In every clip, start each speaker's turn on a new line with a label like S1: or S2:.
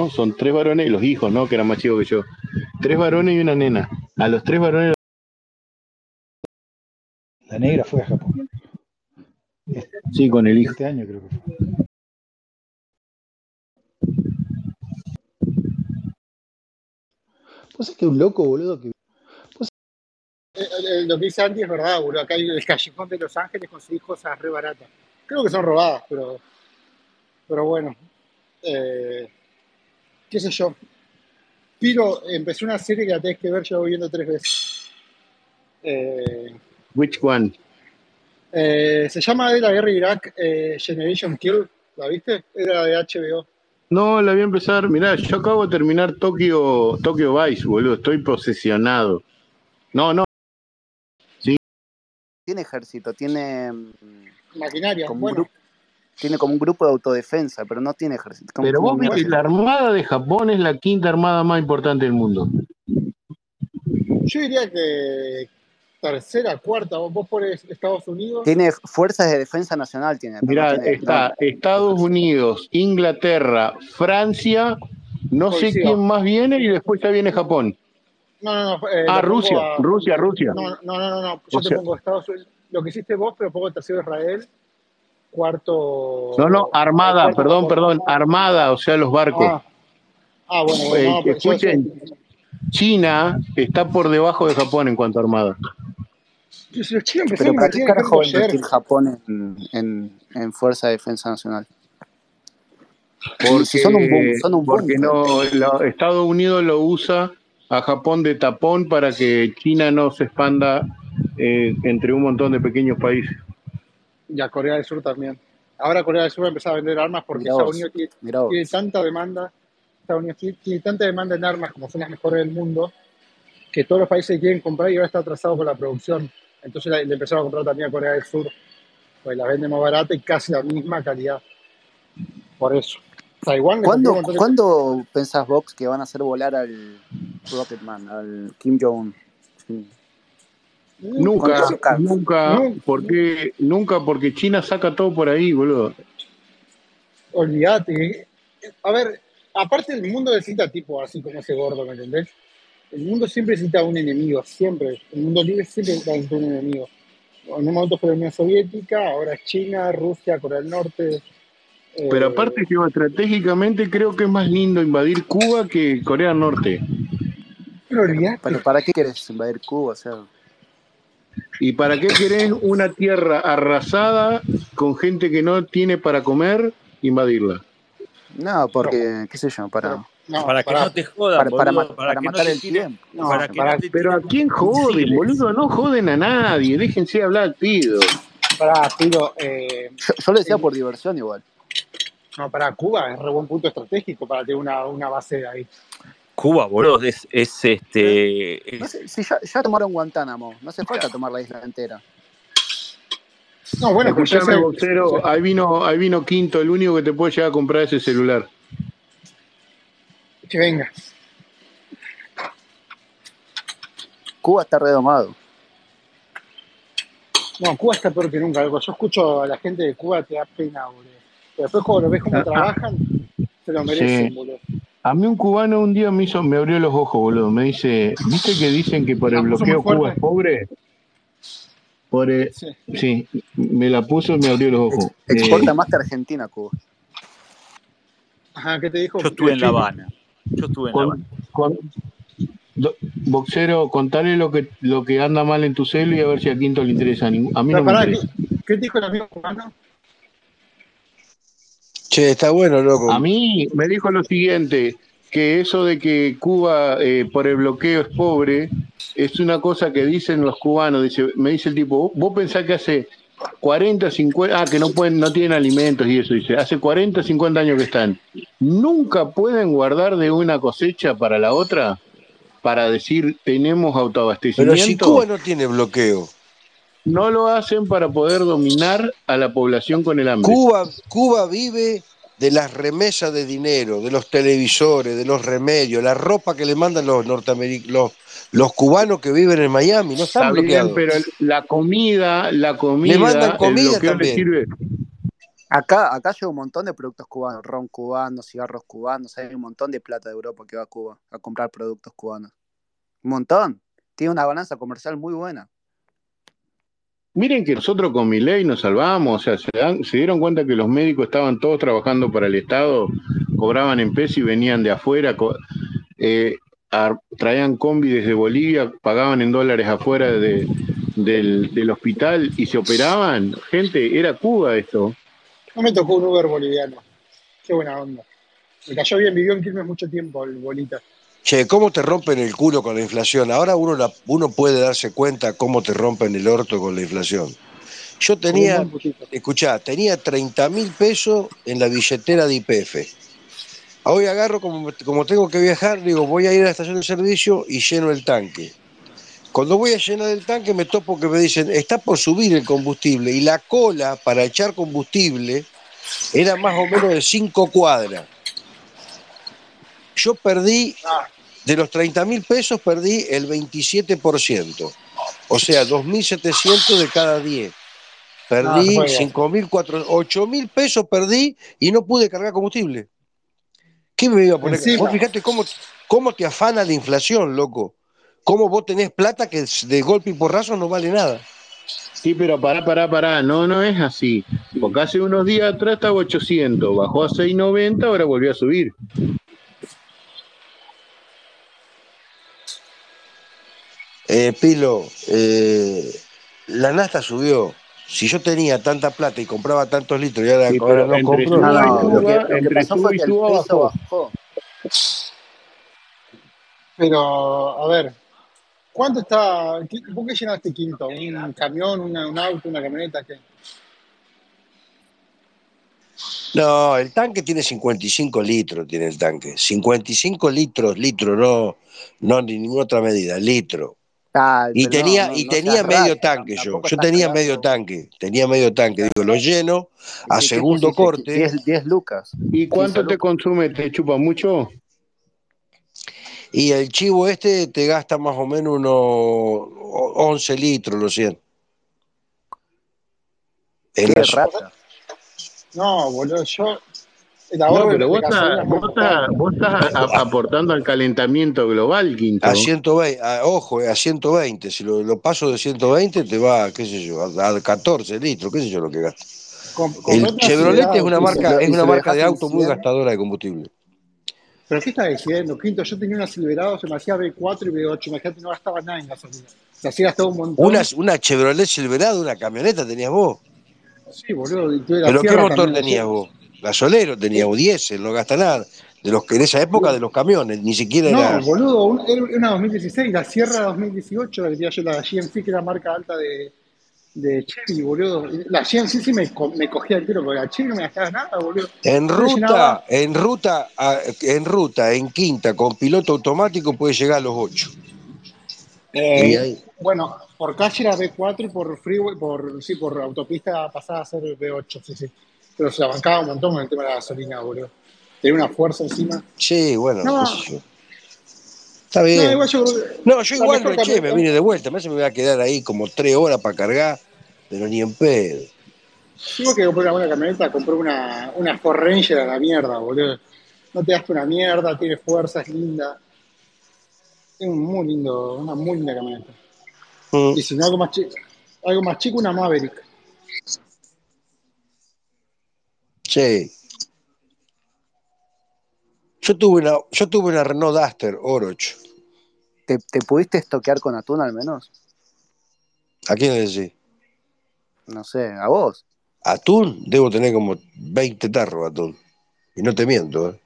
S1: hermanos, son tres varones y los hijos, ¿no? Que eran más chicos que yo. Tres varones y una nena. A los tres varones.
S2: La negra fue a Japón. Este,
S1: Sí, con el hijo.
S2: este año creo que fue. Pues es que un loco, boludo, que
S3: Eh, eh, Lo que dice Andy es verdad, boludo. Acá en el callejón de Los Ángeles conseguís cosas re baratas. Creo que son robadas, pero, pero bueno. Eh, ¿Qué sé yo? Piro empecé una serie que la tenés que ver, llevo viendo tres veces. Eh,
S1: Which one?
S3: eh, se llama de la guerra de Irak eh, Generation Kill. ¿La viste? Era de HBO.
S1: No, la voy a empezar. Mirá, yo acabo de terminar Tokio, Tokio Vice, boludo. Estoy posesionado. No, no.
S4: Tiene ejército, tiene, mm,
S3: Maquinaria.
S4: como, un
S3: bueno,
S4: grupo, tiene como un grupo de autodefensa, pero no tiene ejército. como-
S1: Pero vos
S4: como un
S1: viste,
S4: ejército.
S1: la armada de Japón es la quinta armada más importante del mundo.
S3: yo diría que tercera, cuarta. Vos vos pones Estados Unidos.
S4: Tiene fuerzas de defensa nacional. tiene pero
S1: Mirá,
S4: no tiene-
S1: está Estados Unidos, Inglaterra, Francia, no sé
S3: Coincido.
S1: quién más viene y después ya viene Japón.
S3: No, no, no. eh,
S1: Ah,
S3: lo pongo
S1: Rusia,
S3: a-
S1: Rusia, Rusia.
S3: No, no, no, no, no. Yo
S1: O
S3: te
S1: sea-
S3: pongo Estados Unidos. Lo que hiciste vos, pero pongo tercero Israel, cuarto.
S1: No, no, armada,
S3: cuarto-
S1: perdón, perdón, armada, o sea, los barcos.
S3: Ah, Ah, bueno,
S1: Eh,
S3: bueno. no,
S1: que
S3: pero yo-
S1: escuchen. China está por debajo de Japón en cuanto a armada.
S3: yo- yo- los chinos
S4: Pero
S3: empezaron a
S4: para qué
S3: invertir en
S4: carajo va a
S3: campo ayer.
S4: invertir Japón en, en, en fuerza de defensa nacional.
S1: Porque,
S4: si son un boom, son un boom.
S1: porque no, lo- Estados Unidos lo usa a Japón de tapón para que China no se expanda eh, entre un montón de pequeños países.
S3: Y a Corea del Sur también. Ahora Corea del Sur va a empezar a vender armas porque
S4: Mirá
S3: Estados
S4: vos.
S3: Unidos tiene,
S4: Mirá vos.
S3: tiene tanta demanda. Estados Unidos tiene, tiene tanta demanda en armas como son las mejores del mundo que todos los países quieren comprar y ahora está atrasado con la producción. Entonces la- le empezaron a comprar también a Corea del Sur. Pues la vende más barata y casi la misma calidad. Por eso. Taiwán le
S4: ¿Cuándo,
S3: vendió un montón de-
S4: ¿Cuándo pensás, Vox, que van a hacer volar al Rocketman, al Kim Jong-un?
S3: Mm,
S1: Nunca,
S4: Con Oscar.
S1: nunca,
S3: No.
S1: porque, nunca, porque China saca todo por ahí, boludo.
S3: Olvídate. A ver, aparte el mundo necesita tipo así como ese gordo, ¿me entendés? El mundo siempre necesita un enemigo, siempre. El mundo libre siempre necesita un enemigo. En un momento fue la Unión Soviética, ahora es China, Rusia, Corea del Norte. eh,
S1: Pero aparte, geoestratégicamente, creo que es más lindo invadir Cuba que Corea del Norte.
S3: Pero olvídate.
S4: ¿Pero para qué querés invadir Cuba? O sea,
S1: ¿Y para qué querés una tierra arrasada con gente que no tiene para comer, invadirla?
S4: no, porque, qué sé yo, para,
S3: no,
S5: para que
S3: pará.
S5: no te jodan,
S4: para, para,
S5: boludo,
S4: ma- para
S5: que no
S4: matar
S5: te
S4: el
S5: tiren-
S4: tiempo.
S3: No,
S5: para que
S3: pará,
S5: no te
S1: Pero ¿a
S5: tiren
S1: quién joden,
S5: misiles.
S1: boludo? No joden a nadie, déjense hablar, pido.
S3: Pará, Tiro, eh,
S4: Yo, yo lo decía por diversión igual.
S3: no, para Cuba es re buen punto estratégico para tener una, una base ahí.
S5: Cuba, boludo, es, es este.
S4: No
S5: es-
S4: sé, si ya, ya tomaron Guantánamo, no hace falta tomar la isla entera.
S3: No, bueno, pero ya
S1: Escuchame,
S3: se-
S1: boxero, ahí vino, ahí vino Quinto, el único que te puede llegar a comprar ese celular.
S3: que venga.
S4: Cuba está redomado.
S3: No, Cuba está peor que nunca. loco. Yo escucho a la gente de Cuba, te da pena, boludo. Pero después cuando lo ves cómo
S1: Ah, ah.
S3: trabajan, se lo merecen,
S1: Sí.
S3: boludo.
S1: A mí un cubano un día me hizo, me abrió los ojos, boludo. Me dice, ¿viste que dicen que por el
S3: La puso muy
S1: bloqueo
S3: fuerte.
S1: Cuba es Pues, pobre? Por el-
S3: Sí.
S1: sí, me la puso y me abrió los ojos.
S4: Exporta
S1: Eh,
S4: más que Argentina, Cuba.
S3: Ajá, ¿qué te dijo?
S5: Yo estuve en La Habana. Yo estuve en La
S1: con-
S5: Habana.
S1: con- do- boxero, contale lo que, lo que anda mal en tu celo y a ver si a Quinto le interesa. A ning- a mí
S3: Pero
S1: no me
S3: pará,
S1: interesa.
S3: ¿qué, qué te dijo el amigo cubano?
S6: Che, está bueno, loco.
S1: A mí me dijo lo siguiente, que eso de que Cuba eh, por el bloqueo es pobre, es una cosa que dicen los cubanos, dice, me dice el tipo, vos pensás que hace 40, 50, ah, que no pueden, no tienen alimentos y eso, dice, hace 40, 50 años que están. Nunca pueden guardar de una cosecha para la otra para decir tenemos autoabastecimiento.
S6: Pero si Cuba no tiene bloqueo,
S1: No lo hacen para poder dominar a la población con el hambre.
S6: Cuba, Cuba vive de las remesas de dinero, de los televisores, de los remedios, la ropa que le mandan los norteamericanos, los, los cubanos que viven en Miami, no están
S1: Está bien,
S6: bloqueados.
S1: pero la comida, la comida,
S6: Le mandan
S1: el
S6: comida
S1: bloqueo le
S6: también.
S1: sirve.
S4: Acá, acá llega un montón de productos cubanos, ron cubano, cigarros cubanos, hay un montón de plata de Europa que va a Cuba a comprar productos cubanos. Un montón. Tiene una balanza comercial muy buena.
S1: Miren que nosotros con mi ley nos salvamos, o sea, se, dan- se dieron cuenta que los médicos estaban todos trabajando para el Estado, cobraban en peso y venían de afuera, co- eh, a- traían combi desde Bolivia, pagaban en dólares afuera de- del, del hospital y se operaban. Gente, era Cuba esto.
S3: No me tocó un Uber boliviano. Qué buena onda. Me cayó bien, vivió en Quilmes mucho tiempo el bolita.
S6: Che, ¿cómo te rompen el culo con la inflación? Ahora uno, la- uno puede darse cuenta cómo te rompen el orto con la inflación. Yo
S3: Como
S6: tenía,
S3: un buen poquito.
S6: escuchá, tenía 30 mil pesos en la billetera de IPF. Hoy agarro, como, como tengo que viajar, digo, voy a ir a la estación de servicio y lleno el tanque. Cuando voy a llenar el tanque me topo que me dicen, está por subir el combustible y la cola para echar combustible era más o menos de 5 cuadras. Yo perdí, de los 30 mil pesos, perdí el 27%, o sea, 2.700 de cada 10. Perdí
S3: Ah, bueno.
S6: 5.400, 8.000 pesos perdí y no pude cargar combustible. ¿Qué me iba a poner?
S3: Encima.
S6: Vos fijate cómo, cómo te afana la inflación, loco. Cómo vos tenés plata que de golpe y porrazo no vale nada.
S1: Sí, pero pará, pará, pará, no, no es así. Porque hace unos días atrás estaba 800, bajó a 690, ahora volvió a subir.
S6: Eh, Pilo, eh, la nasta subió. Si yo tenía tanta plata y compraba tantos litros y ahora,
S1: Sí,
S6: ahora
S1: pero
S6: no
S1: entre
S6: compro,
S1: tú
S4: No,
S1: Suba y
S4: no, lo que,
S1: suba,
S4: lo que
S1: entre
S4: pasó
S1: suba
S4: fue
S1: y
S4: que el
S1: suba,
S4: peso
S1: bajó.
S4: bajó.
S3: Pero, a ver, ¿cuánto está? qué- ¿Vos qué llenaste quinto? ¿Un camión, una- un auto, una camioneta? ¿Qué?
S6: No, el tanque tiene 55 litros, tiene el tanque. 55 litros, litro, no, no ni ninguna otra medida, litro.
S4: Ay,
S6: Y
S4: pero no,
S6: tenía,
S4: no,
S6: y
S4: no
S6: tenía
S4: seas
S6: medio
S4: rata,
S6: tanque yo.
S4: tampoco
S6: Yo
S4: estás
S6: tenía
S4: pagando-
S6: medio tanque, tenía medio tanque, digo, lo lleno a
S4: ¿Qué- qué
S6: segundo
S4: pusiste?
S6: corte.
S4: 10, 10 lucas.
S1: ¿Y cuánto
S4: 15
S1: te consume? ¿Te chupa mucho?
S6: Y el chivo este te gasta más o menos unos o- 11 litros, lo siento. En
S4: Qué
S6: la so-
S4: rata.
S3: No, boludo, yo. El
S1: No,
S3: ahorro
S1: pero
S3: de
S1: vos
S3: gasolina
S1: estás,
S3: es
S1: vos
S3: muy
S1: estás,
S3: importante.
S1: vos estás a- aportando al calentamiento global, Quinto.
S6: a 120, a- ojo, eh, a 120. Si lo, lo paso de 120 te va, qué sé yo, a, a 14 litros, qué sé yo lo que gasta.
S3: Com- comprate
S6: El
S3: una
S6: Chevrolet
S3: ciudad,
S6: es una
S4: y se
S6: marca,
S4: lo-
S6: es
S4: y se
S6: una
S4: lo
S6: marca de
S4: dejas en
S6: auto muy
S4: 100.
S6: gastadora de combustible.
S3: ¿Pero qué estás decidiendo? Quinto, yo tenía una Silverado, se me hacía B4 y B8. Imagínate, no gastaba nada en gasolina. Se hacía gastaba un montón.
S6: Una, una Chevrolet Silverado, una camioneta tenías vos.
S3: Sí, boludo. Y tuve la
S6: Pero ¿qué
S3: sierra
S6: motor
S3: también.
S6: tenías vos? Gasolero tenías o diésel, no gasta nada. De los que en esa época de los camiones, ni siquiera
S3: No,
S6: era.
S3: boludo, un- era una 2016, la Sierra 2018, la que tenía yo, la GMC, que era marca alta de, de Chevy, boludo. La GMC sí me, co- me cogía el tiro, porque la Chevy no me gastaba nada, boludo.
S6: En
S3: Yo
S6: ruta,
S3: llenaba-
S6: en ruta, a- en ruta, en quinta, con piloto automático puede llegar a los 8.
S3: Eh,
S6: Y ahí-
S3: Bueno, por calle era B4 y por freeway, por, sí, por autopista pasaba a ser B8, sí, sí. Pero se la bancaba un montón con el tema de la gasolina, boludo. Tenía una fuerza encima.
S6: Sí, bueno,
S3: No.
S6: qué sé yo. Está
S3: No,
S6: bien.
S3: igual yo creo que
S6: No, yo
S3: la
S6: igual
S3: mejor
S6: no eché, me
S3: camioneta-
S6: vine de vuelta. Me se me voy a quedar ahí como tres horas para cargar, pero ni en pedo.
S3: Digo que compré una buena camioneta, compré una, una Ford Ranger a la mierda, boludo. No te gasta una mierda, tiene fuerza, es linda. Es un muy lindo, una muy linda camioneta.
S6: Mm.
S3: Y si no, algo más chico, algo más chico una Maverick.
S6: Sí. Yo tuve una, yo tuve una Renault Duster Oroch.
S4: ¿Te, te pudiste estoquear con atún al menos?
S6: ¿A quién le decís?
S4: No sé, a vos.
S6: Atún, debo tener como 20 tarros de atún. Y no te miento, ¿eh?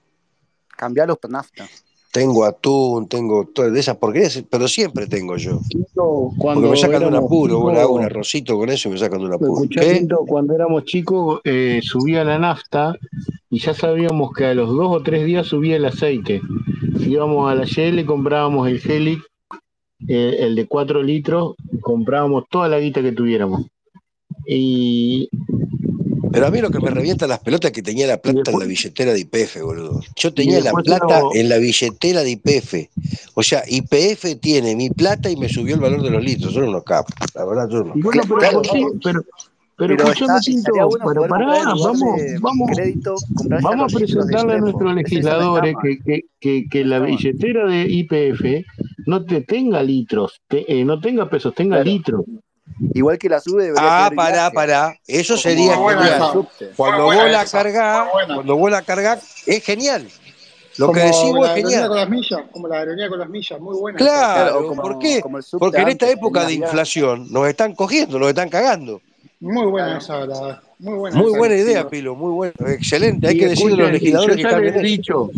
S4: Cambialos por nafta.
S6: Tengo atún, tengo todo de esas porquerías, pero siempre tengo yo.
S1: Quinto,
S6: Porque
S1: cuando
S6: me sacan de un
S1: éramos
S6: apuro, vos le hago un
S1: chicos,
S6: arrocito con eso y me sacan de un apuro.
S1: escuchá,
S3: Eh,
S6: ¿Qué?
S1: Quinto, cuando éramos chicos eh, subía la nafta y ya sabíamos que a los dos o tres días subía el aceite. Íbamos a la Shell y comprábamos el Helic, eh, el de 4 litros, comprábamos toda la guita que tuviéramos. Y,
S6: Pero a mí lo que me revienta las pelotas es que tenía la plata en la
S1: después-
S6: billetera de IPF, boludo. Yo
S1: y
S6: tenía la
S1: después
S6: plata
S1: uno-
S6: en la billetera de IPF. O sea, IPF tiene mi plata y me subió el valor de los litros. Son unos capos. La verdad, son unos
S1: Y bueno, pero,
S4: Claro,
S1: ¿por qué? pero, Pero,
S4: Pero
S1: escuchame,
S4: está-
S1: Tinto,
S4: estaría bueno
S1: pero
S4: poder
S1: pará,
S4: comprar en lugar
S1: vamos,
S4: de
S1: vamos,
S4: crédito, comprar ya los
S1: vamos a
S4: libros de
S1: presentarle a
S4: Yrepo.
S1: nuestros
S4: Eso ya no está
S1: legisladores
S4: mal.
S1: que, que, que, que
S4: No
S1: la
S4: está mal.
S1: billetera de IPF no te tenga litros, te- eh, no tenga pesos, tenga
S4: Claro.
S1: litros.
S4: Igual que la sube debería
S6: Ah,
S4: tener
S6: pará,
S4: viaje,
S6: pará. Eso sería
S4: como,
S3: Muy buena
S4: como el
S6: genial.
S3: esa.
S4: subte.
S6: Cuando
S3: Muy
S6: vos
S3: buena
S6: la
S3: esa.
S6: cargás,
S3: Muy buena.
S6: cuando vos la cargás, es genial. Lo que decís
S3: Como
S6: vos
S3: la
S6: es
S3: aerolínea
S6: genial.
S3: con las millas, como la aerolínea con las millas, muy buena esa.
S4: Claro, o
S6: Claro, ¿por
S4: como,
S6: qué?
S4: como el subte
S6: Porque en esta
S4: antes, que
S6: época
S4: tenías
S6: de
S4: viaje.
S6: inflación nos están cogiendo, nos están cagando.
S3: Muy buena
S4: Claro.
S3: esa, la, muy buena
S6: Muy
S3: esa,
S6: buena idea,
S3: Lucindo.
S6: Pilo, muy buena. Excelente, hay
S1: Y
S6: que decirle a los
S1: escuchen, y yo
S6: legisladores que
S1: ya les
S6: cambien
S1: he
S6: eso.
S1: dicho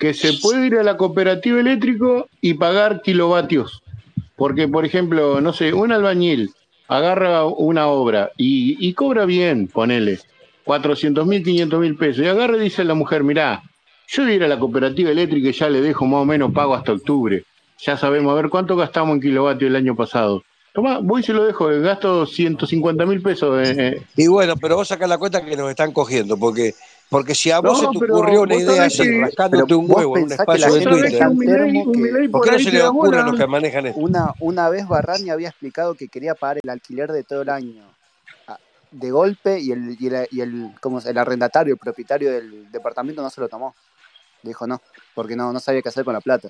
S1: que se puede ir a la cooperativa eléctrico y pagar kilovatios. Porque, por ejemplo, no sé, un albañil agarra una obra y, y cobra bien, ponele, 400 mil, 500 mil pesos. Y agarra y dice la mujer, mirá, yo voy a ir a la cooperativa eléctrica y ya le dejo más o menos pago hasta octubre. Ya sabemos, a ver, ¿cuánto gastamos en kilovatios el año pasado? Tomá, voy y se lo dejo, gasto 150 mil pesos. eh, eh.
S6: Y bueno, pero vos sacás la cuenta que nos están cogiendo, porque, porque si a vos se
S1: No,
S6: te ocurrió
S1: pero
S6: una
S1: vos
S6: idea
S1: sabés
S6: así,
S1: que
S4: Pero
S6: rascándote un
S4: vos
S6: huevo en un
S4: pensás que la
S6: espacio de
S1: Vos
S4: gente
S1: sabés
S4: está
S1: que
S6: Twitter,
S1: un
S4: tan termo
S1: Milei, un
S4: que
S1: Milei
S6: ¿por
S1: por
S6: qué no
S1: ahí
S6: se
S1: te
S6: les
S1: da
S6: ocurre a
S1: bola.
S6: los que manejan esto?
S4: una, una vez Barrani había explicado que quería pagar el alquiler de todo el año. Ah, De golpe, y el, y el, y el, ¿cómo se- el arrendatario, el propietario del departamento no se lo tomó. Dijo no, porque no, no sabía qué hacer con la plata.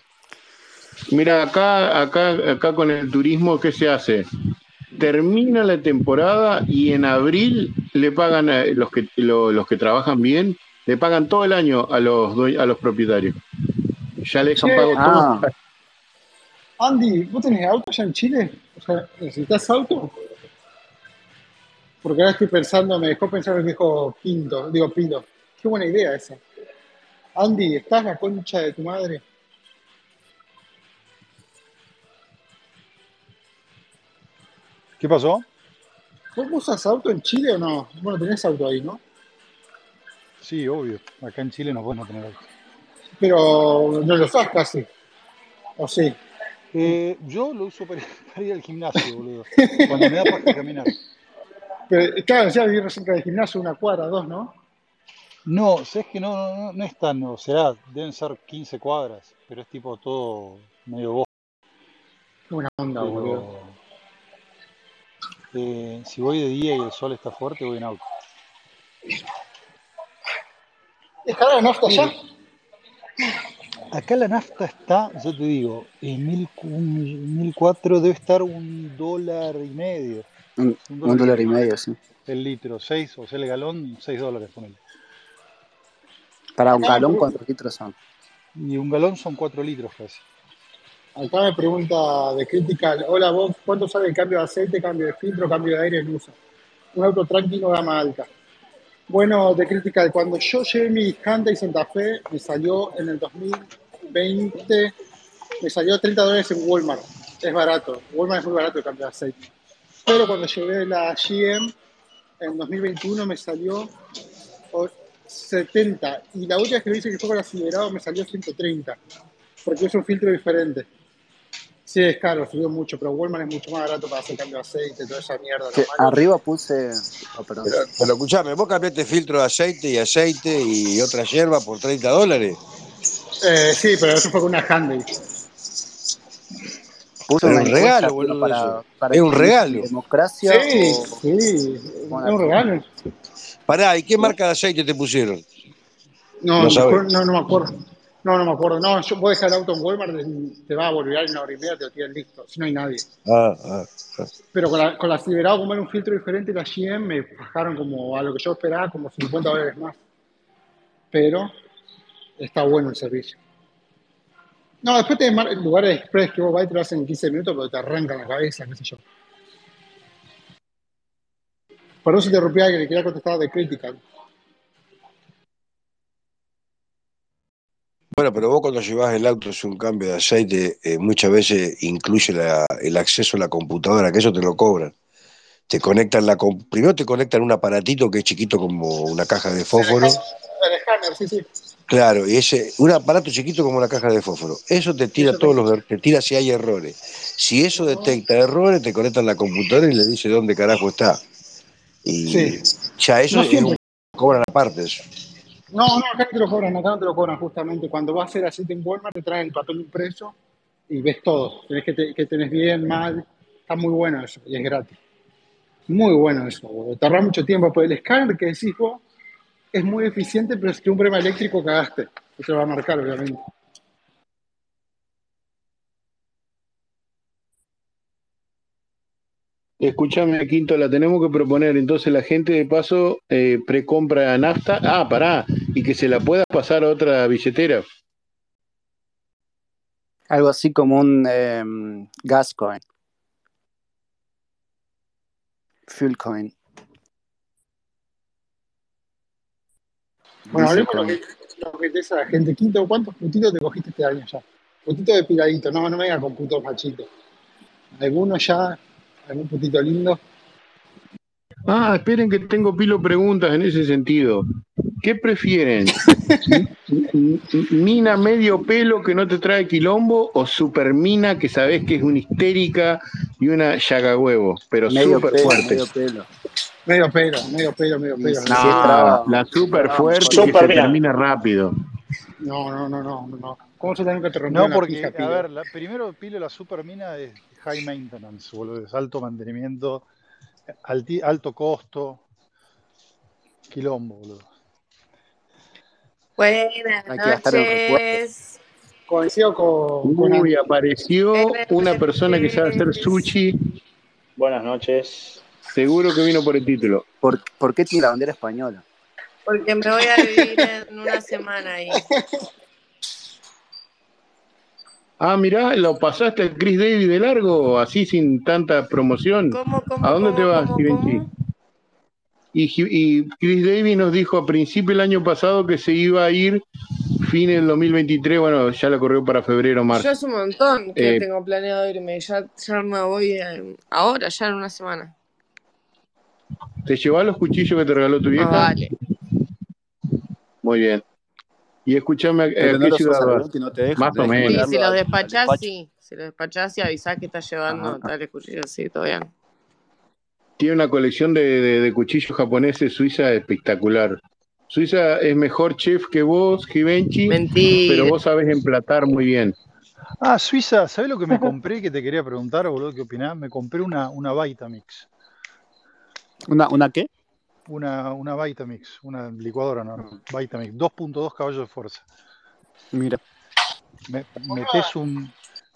S1: Mira, acá, acá, acá con el turismo, ¿qué se hace? Termina la temporada y en abril le pagan a los que lo- los que trabajan bien, le pagan todo el año a los due- a los propietarios. Ya le dejan
S3: Che,
S1: pago todo.
S4: Ah,
S3: Andy, ¿vos tenés auto allá en Chile? O sea, ¿necesitas auto? Porque ahora estoy pensando, me dejó pensar lo que dijo Pinto, digo Pilo. Qué buena idea esa. Andy, ¿estás la concha de tu madre?
S2: ¿Qué pasó?
S3: ¿Vos usas auto en Chile o no? Bueno, tenés auto ahí, ¿no?
S2: Sí, obvio. Acá en Chile nos podemos tener auto.
S3: Pero no lo usás casi, ¿o sí?
S2: Eh, yo lo uso para, para ir al gimnasio, boludo. Cuando me da paja caminar.
S3: Pero, claro, ya vivimos cerca del gimnasio, una cuadra, dos, ¿no?
S2: No, sabes que no, no, no- no es tan, o será, deben ser 15 cuadras, pero es tipo todo medio bosque.
S3: Qué buena onda, boludo.
S2: Pero eh, si voy de día y el sol está fuerte, voy en auto.
S3: ¿Es cara la nafta ya?
S2: Pero acá la nafta está, yo te digo, en 1000 cu- un- 1004 debe estar un dólar y medio.
S4: un, un
S2: Un dólar y
S4: dólar y
S2: medio
S4: medio, sí.
S2: el litro, 6 o sea el galón, 6 dólares ponele.
S4: Para un
S3: Acá me,
S4: galón,
S3: pregun-
S4: ¿cuántos litros son?
S2: Y un galón son 4 litros casi.
S3: acá me pregunta de crítica, hola vos, ¿cuánto sale el cambio de aceite, cambio de filtro, cambio de aire en uso? Un auto tranquilo gama alta. Bueno, de crítica, cuando yo llevé mi Hyundai Santa Fe, me salió en el 2020, me salió 30 dólares en Walmart. Es barato, Walmart es muy barato el cambio de aceite. Pero cuando llevé la GM, en 2021 me salió o- 70. Y la última vez que lo hice que fue con acelerado me salió 130, porque es un filtro diferente. Sí, es caro, subió mucho, pero Walmart es mucho más barato para hacer cambio de aceite, toda esa mierda, lo
S4: Que
S3: malo.
S4: arriba puse. Oh, perdón.
S6: Pero, pero escuchame, vos cambiaste filtro de aceite y aceite y otra hierba por 30 dólares.
S3: Eh, sí, pero eso fue con una Hyundai.
S4: Puse
S6: Pero
S4: una
S6: es un
S4: encuesta,
S6: regalo,
S4: Pilo,
S6: boludo, eso.
S4: para, para
S6: Es un
S4: definir si
S6: regalo.
S4: democracia
S3: Sí,
S4: o
S3: sí, es un
S4: monarquía.
S3: regalo.
S6: Pará, ¿y qué marca de aceite te pusieron?
S3: No,
S6: No
S3: me
S6: sabés.
S3: acuerdo- no, no me acuerdo. No, no me acuerdo. No, yo voy a dejar el auto en Walmart, te te va a volver en una hora y media, te lo tiran listo, si no hay nadie.
S6: Ah, ah, ah.
S3: Pero con la, con la Silverado, como era un filtro diferente, la GM me bajaron como a lo que yo esperaba, como 50 dólares más. Pero está bueno el servicio. No, después te mar- lugares express que vos vas y te lo hacen en 15 minutos, pero te arrancan la cabeza, qué sé yo. Perdón si interrumpí a alguien, le quería contestar de crítica.
S6: Bueno, pero vos cuando llevas el auto es un cambio de aceite, eh, muchas veces incluye la- el acceso a la computadora, que eso te lo cobran. Te conectan la com- primero te conectan un aparatito que es chiquito como una caja de
S3: El
S6: fósforo.
S3: escáner, el escáner, sí, sí.
S6: Claro, y ese, un aparato chiquito como una caja de fósforo. Eso te tira
S3: Eso me...
S6: todos los, er- te tira si hay errores. Si eso detecta errores, te conectan la computadora y le dice dónde carajo está.
S3: Sí.
S6: Y ya eso
S3: No
S6: es
S3: siempre.
S6: un cobran aparte eso.
S3: No, no, acá no te lo cobran, acá no te lo cobran justamente. Cuando vas a hacer aceite en Walmart te traen el papel impreso y ves todo. Tenés que, te- que tenés bien, mal. Está muy bueno eso y es gratis. Muy bueno eso, boludo. Tardás mucho tiempo, pero el escáner que decís vos es muy eficiente, pero si tiene un problema eléctrico cagaste. Eso lo va a marcar, obviamente.
S1: Escúchame, Quinto, la tenemos que proponer. Entonces la gente de paso eh, precompra nafta. Ah, pará. Y que se la pueda pasar a otra billetera.
S4: Algo así como un em, gas coin. Fuel coin. Diesel
S3: Bueno, hablemos lo
S4: coin.
S3: que, lo que interesa a la gente. Quinto, ¿cuántos puntitos te cogiste este año ya? Puntitos de piradito, no, no me digas con putos machitos. ¿Alguno ya? ¿Algún puntito lindo?
S1: Ah, esperen que tengo pilo preguntas en ese sentido. ¿Qué prefieren? ¿Mina medio pelo que no te trae quilombo o supermina que sabes que es una histérica y una yagahuevo, pero
S4: Medio
S1: súper
S4: pelo,
S1: fuerte?
S4: medio pelo.
S3: Medio pelo, medio pelo, medio
S4: Y
S3: pelo.
S4: sí.
S1: No,
S4: traba.
S1: la súper fuerte y que se
S7: Supermina.
S1: termina rápido.
S3: No, no, no, no, no. ¿Cómo se también que te rompió
S2: No,
S3: la
S2: porque,
S3: pija,
S2: a
S3: pibe?
S2: ver, la- primero Pilo, la supermina es high maintenance, boludo, es alto mantenimiento, alti- alto costo, quilombo, boludo.
S8: Buenas
S4: Hay que gastar en
S8: noches.
S3: Coincido con, con
S1: Uy,
S3: Andy.
S1: apareció una persona que sabe hacer sushi.
S7: Buenas noches.
S1: Seguro que vino por el título.
S4: ¿Por, por qué tiene la bandera española?
S8: Porque me voy a vivir en una semana ahí.
S1: Ah, mirá, lo pasaste al Chris Davis de largo, así sin tanta promoción.
S8: ¿Cómo, cómo,
S1: ¿A dónde
S8: cómo,
S1: te vas,
S8: cómo,
S1: Kirenchi?
S8: cómo?
S1: Y, Gi- y Chris Davis nos dijo a principio del año pasado que se iba a ir fin del 2023. Bueno, ya la corrió para febrero,
S8: Yo
S1: marzo.
S8: es un montón que
S1: Eh,
S8: tengo planeado irme. Ya, ya me voy eh, ahora, ya en una semana.
S1: ¿Te llevás los cuchillos que te regaló tu
S8: No
S1: vieja?
S8: vale.
S1: Muy bien. Y escúchame, ¿a-
S4: Pero
S1: ¿a
S4: no
S1: qué
S4: los usas
S1: ciudad
S4: al
S1: vas?
S4: volante, no te dejan,
S1: Más o
S4: tenés que
S1: menos.
S8: Sí, si
S4: mandarlo al,
S8: los
S4: al
S8: despachás,
S4: despacho.
S8: sí. Si los despachás y avisás que estás llevando
S4: Ajá.
S8: tal cuchillo, sí, todavía no.
S1: Tiene una colección de, de- de cuchillos japoneses Suiza espectacular. Suiza es mejor chef que vos, Givenchy, pero
S8: Mentira.
S1: vos sabés emplatar muy bien.
S2: Ah, Suiza, ¿sabés lo que me compré que te quería preguntar, boludo, qué opinás? Me compré una, una Vitamix,
S4: ¿Una, ¿Una qué?
S2: una, una Vitamix, una licuadora, no, Vitamix, 2.2 caballos de fuerza.
S4: Mira.
S2: Me- metés, un,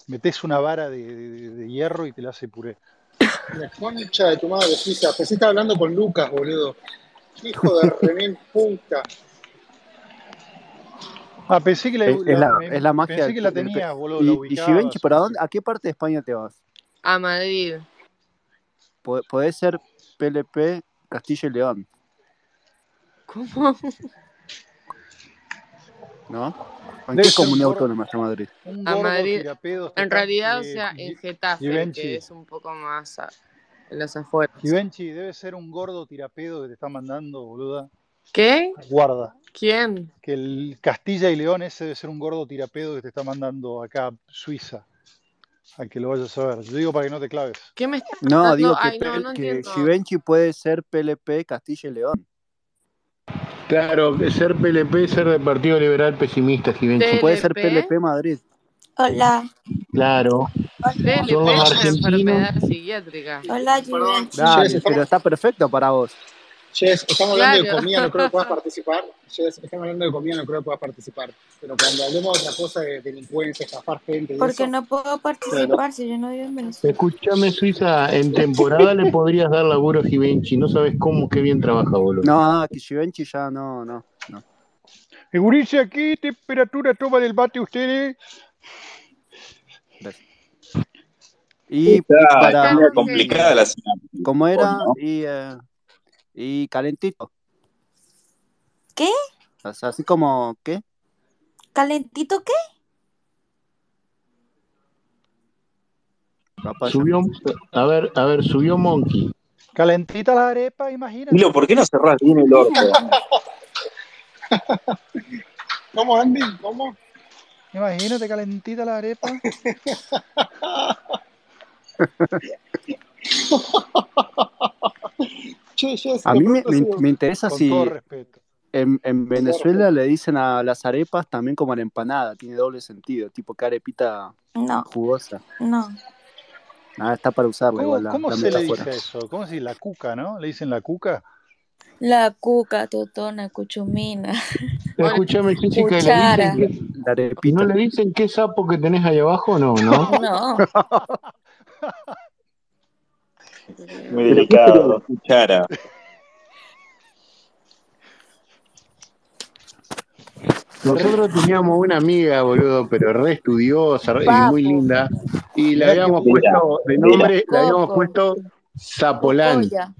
S2: metés una vara de, de- de hierro y te la hace puré.
S3: La concha de tu madre, Suiza. Pensé que estaba hablando con Lucas, boludo. Hijo de remil puta.
S2: Ah, pensé que la,
S4: Es, es la,
S2: la- me-
S4: es la magia.
S2: pensé que la
S4: del-
S2: tenías, boludo, la
S4: Y, y Givenchy,
S2: ubicabas.
S4: ¿para dónde, a qué parte de España te vas?
S8: A Madrid.
S4: Po- Podés ser PLP Castilla y León,
S8: ¿Cómo?
S4: ¿no? ¿En
S2: Debe
S4: qué
S2: ser
S4: comunidad
S2: por-
S4: autónoma está Madrid?
S2: Un
S8: A
S2: gordo
S8: Madrid.
S2: tirapedos te
S8: En
S2: está-
S8: realidad, o
S2: eh,
S8: sea, en
S2: Gi-
S8: Getafe,
S2: Givenchy.
S8: que es un poco más a- en las afueras.
S2: Givenchy, debe ser un gordo tirapedo que te está mandando, boluda.
S8: ¿Qué?
S2: Guarda,
S8: ¿Quién?
S2: que el Castilla y León ese debe ser un gordo tirapedo que te está mandando acá Suiza, a que lo vayas a ver. Yo digo para que no te claves.
S8: ¿Qué me está
S4: No,
S8: mandando?
S4: digo que,
S8: Ay, Ah, no,
S4: Pel-
S8: no
S4: que
S8: entiendo.
S4: Givenchy puede ser PLP Castilla y León.
S1: Claro, ser PLP, ser del Partido Liberal Pesimista, Givenchy.
S8: Te-
S4: Puede ser
S8: PLP.
S4: PLP Madrid.
S9: Hola,
S1: Claro, son los
S8: PLP es una
S1: argentinos.
S8: enfermedad psiquiátrica.
S9: hola
S3: Perdón, Jess,
S9: Givenchy.
S4: Dale, pero
S3: estamos,
S4: está perfecto para vos.
S3: Jess, estamos hablando de
S8: Claro.
S3: comida, no creo que puedas participar. Jess, estamos hablando de comida, no creo que puedas participar. Pero cuando hablemos de otra cosa, de delincuencia, estafar gente y
S9: Porque
S3: eso,
S9: no puedo participar si yo no vivo en Venezuela.
S1: Escúchame, Suiza, en temporada le podrías dar laburo a Givenchy. No sabes cómo, qué bien trabaja, boludo.
S4: No, no, que Givenchy ya no, no. no.
S2: Figurice aquí, temperatura toman el bate ustedes.
S4: Gracias. Y, y
S8: Ay,
S4: para.
S8: Carlos,
S4: Y,
S8: complicada
S7: complicada la cena.
S4: ¿Cómo era? Y, eh, y calentito.
S9: ¿Qué?
S4: O sea, así como, ¿qué?
S9: ¿Calentito qué?
S4: Papá, yo-
S1: Subió, a ver, a ver, subió Monkey.
S2: Calentita la arepa, imagínate.
S7: Milo, ¿por qué no cerrás bien el orto?
S3: ¿Cómo, Andy? ¿Cómo?
S2: Imagínate, calentita la arepa.
S3: Che, Jess,
S4: A
S3: te
S4: mí me, me
S3: pregunto si...
S4: in- me interesa
S2: Con
S4: si este,
S2: todo respeto.
S4: en, en Venezuela
S3: respeto.
S4: le dicen a las arepas también como a la empanada, tiene doble sentido, tipo que arepita
S9: No,
S4: jugosa.
S9: no.
S4: Ah, está para usarla igual.
S2: ¿Cómo,
S4: la-
S2: cómo
S4: la
S2: se le
S4: metáfora.
S2: dice eso? ¿Cómo se dice la cuca, no? ¿Le dicen la cuca?
S9: La cuca, totona, cuchumina.
S1: Escúchame, Jessica, ¿y ¿le
S9: Cuchara.
S1: dicen que-
S4: La arepita.
S1: ¿no le dicen qué sapo que tenés ahí abajo? No, no.
S9: No.
S5: Pero
S7: Muy
S5: ¿qué sería la
S7: delicado.
S5: cuchara?
S1: Nosotros teníamos una amiga, boludo, pero re estudiosa re- y muy
S9: Papo.
S1: linda. Y le
S2: Mirá que
S1: habíamos
S5: Mira,
S1: puesto de
S5: mira.
S1: nombre, le habíamos
S9: Coco.
S1: puesto Zapolán.
S9: Cocoya.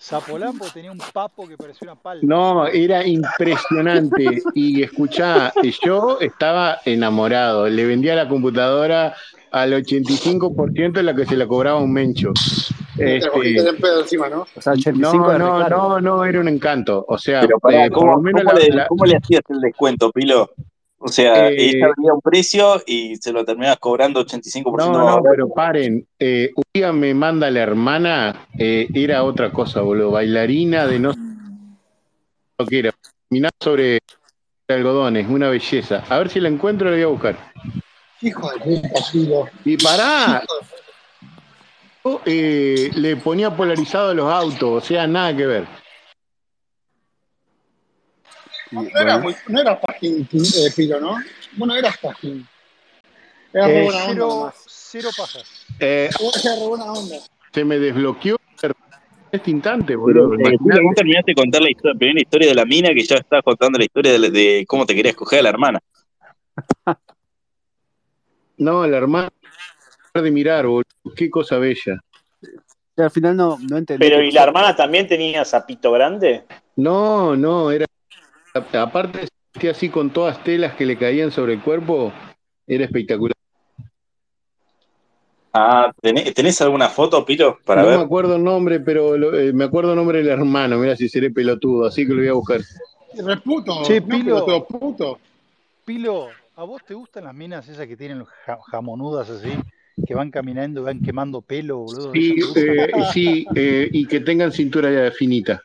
S2: Zapolán porque tenía un papo que parecía una palta.
S1: No, era impresionante. Y escuchá, yo estaba enamorado. Le vendía la computadora al 85% de la que se la cobraba un mencho.
S3: Te la cogiste
S1: Este,
S3: en pedo encima, ¿no?
S4: O sea, 85
S1: no,
S4: de
S1: no,
S4: recargo.
S1: no, no, era un encanto. O sea,
S5: Pero pará,
S1: eh, por lo
S5: ¿cómo,
S1: menos
S5: cómo,
S1: la,
S5: le,
S1: la-
S5: ¿cómo le hacías el descuento, Pilo? O sea, ella
S1: eh,
S5: venía a un precio y se lo terminabas cobrando 85% más
S1: No, no, pero
S5: barato.
S1: paren. Eh, un día me manda la hermana, eh, era otra cosa, boludo. Bailarina de no sé lo que era. Mirá sobre algodones, una belleza. A ver si la encuentro, la voy a buscar.
S3: Hijo de puta, tío.
S1: Y pará,
S3: Hijo de-
S1: yo, eh, le ponía polarizado a los autos, o sea, nada que ver.
S4: Y,
S3: No era,
S4: bueno,
S3: muy, no era Pajín, eh, Pilo, ¿no? Bueno, era Pajín. Era re
S1: Eh,
S3: buena onda
S2: Cero,
S3: nomás.
S2: cero pajas.
S1: Eh,
S3: Era re buena onda.
S1: se me desbloqueó este instante,
S5: Pero,
S1: boludo,
S5: eh, Pilo, vos
S1: imagínate.
S5: terminaste de contar la historia, la primera historia de la mina que ya estabas contando la historia de, de cómo te querías coger a la hermana.
S1: No, la hermana de mirar, boludo. Qué cosa bella.
S4: y al final no, no entendí
S7: Pero,
S4: qué
S7: ¿y la
S4: pasó.
S7: hermana también tenía sapito grande?
S1: No, no, era. Aparte, se vestía así con todas telas que le caían sobre el cuerpo, era espectacular.
S5: Ah, ¿tenés, tenés alguna foto, Pilo, para
S1: No me
S5: ver?
S1: acuerdo el nombre, pero lo- eh, me acuerdo el nombre del hermano. Mira si seré pelotudo, así que lo voy a buscar.
S3: Reputo,
S2: Che,
S3: no
S2: Pilo.
S3: pelotudo, puto.
S2: Pilo, ¿a vos te gustan las minas esas que tienen ja- jamonudas así, que van caminando y van quemando pelo, boludo? ¿Esas
S1: Sí,
S2: te gustan?
S1: eh, sí, eh, y que tengan cintura ya finita.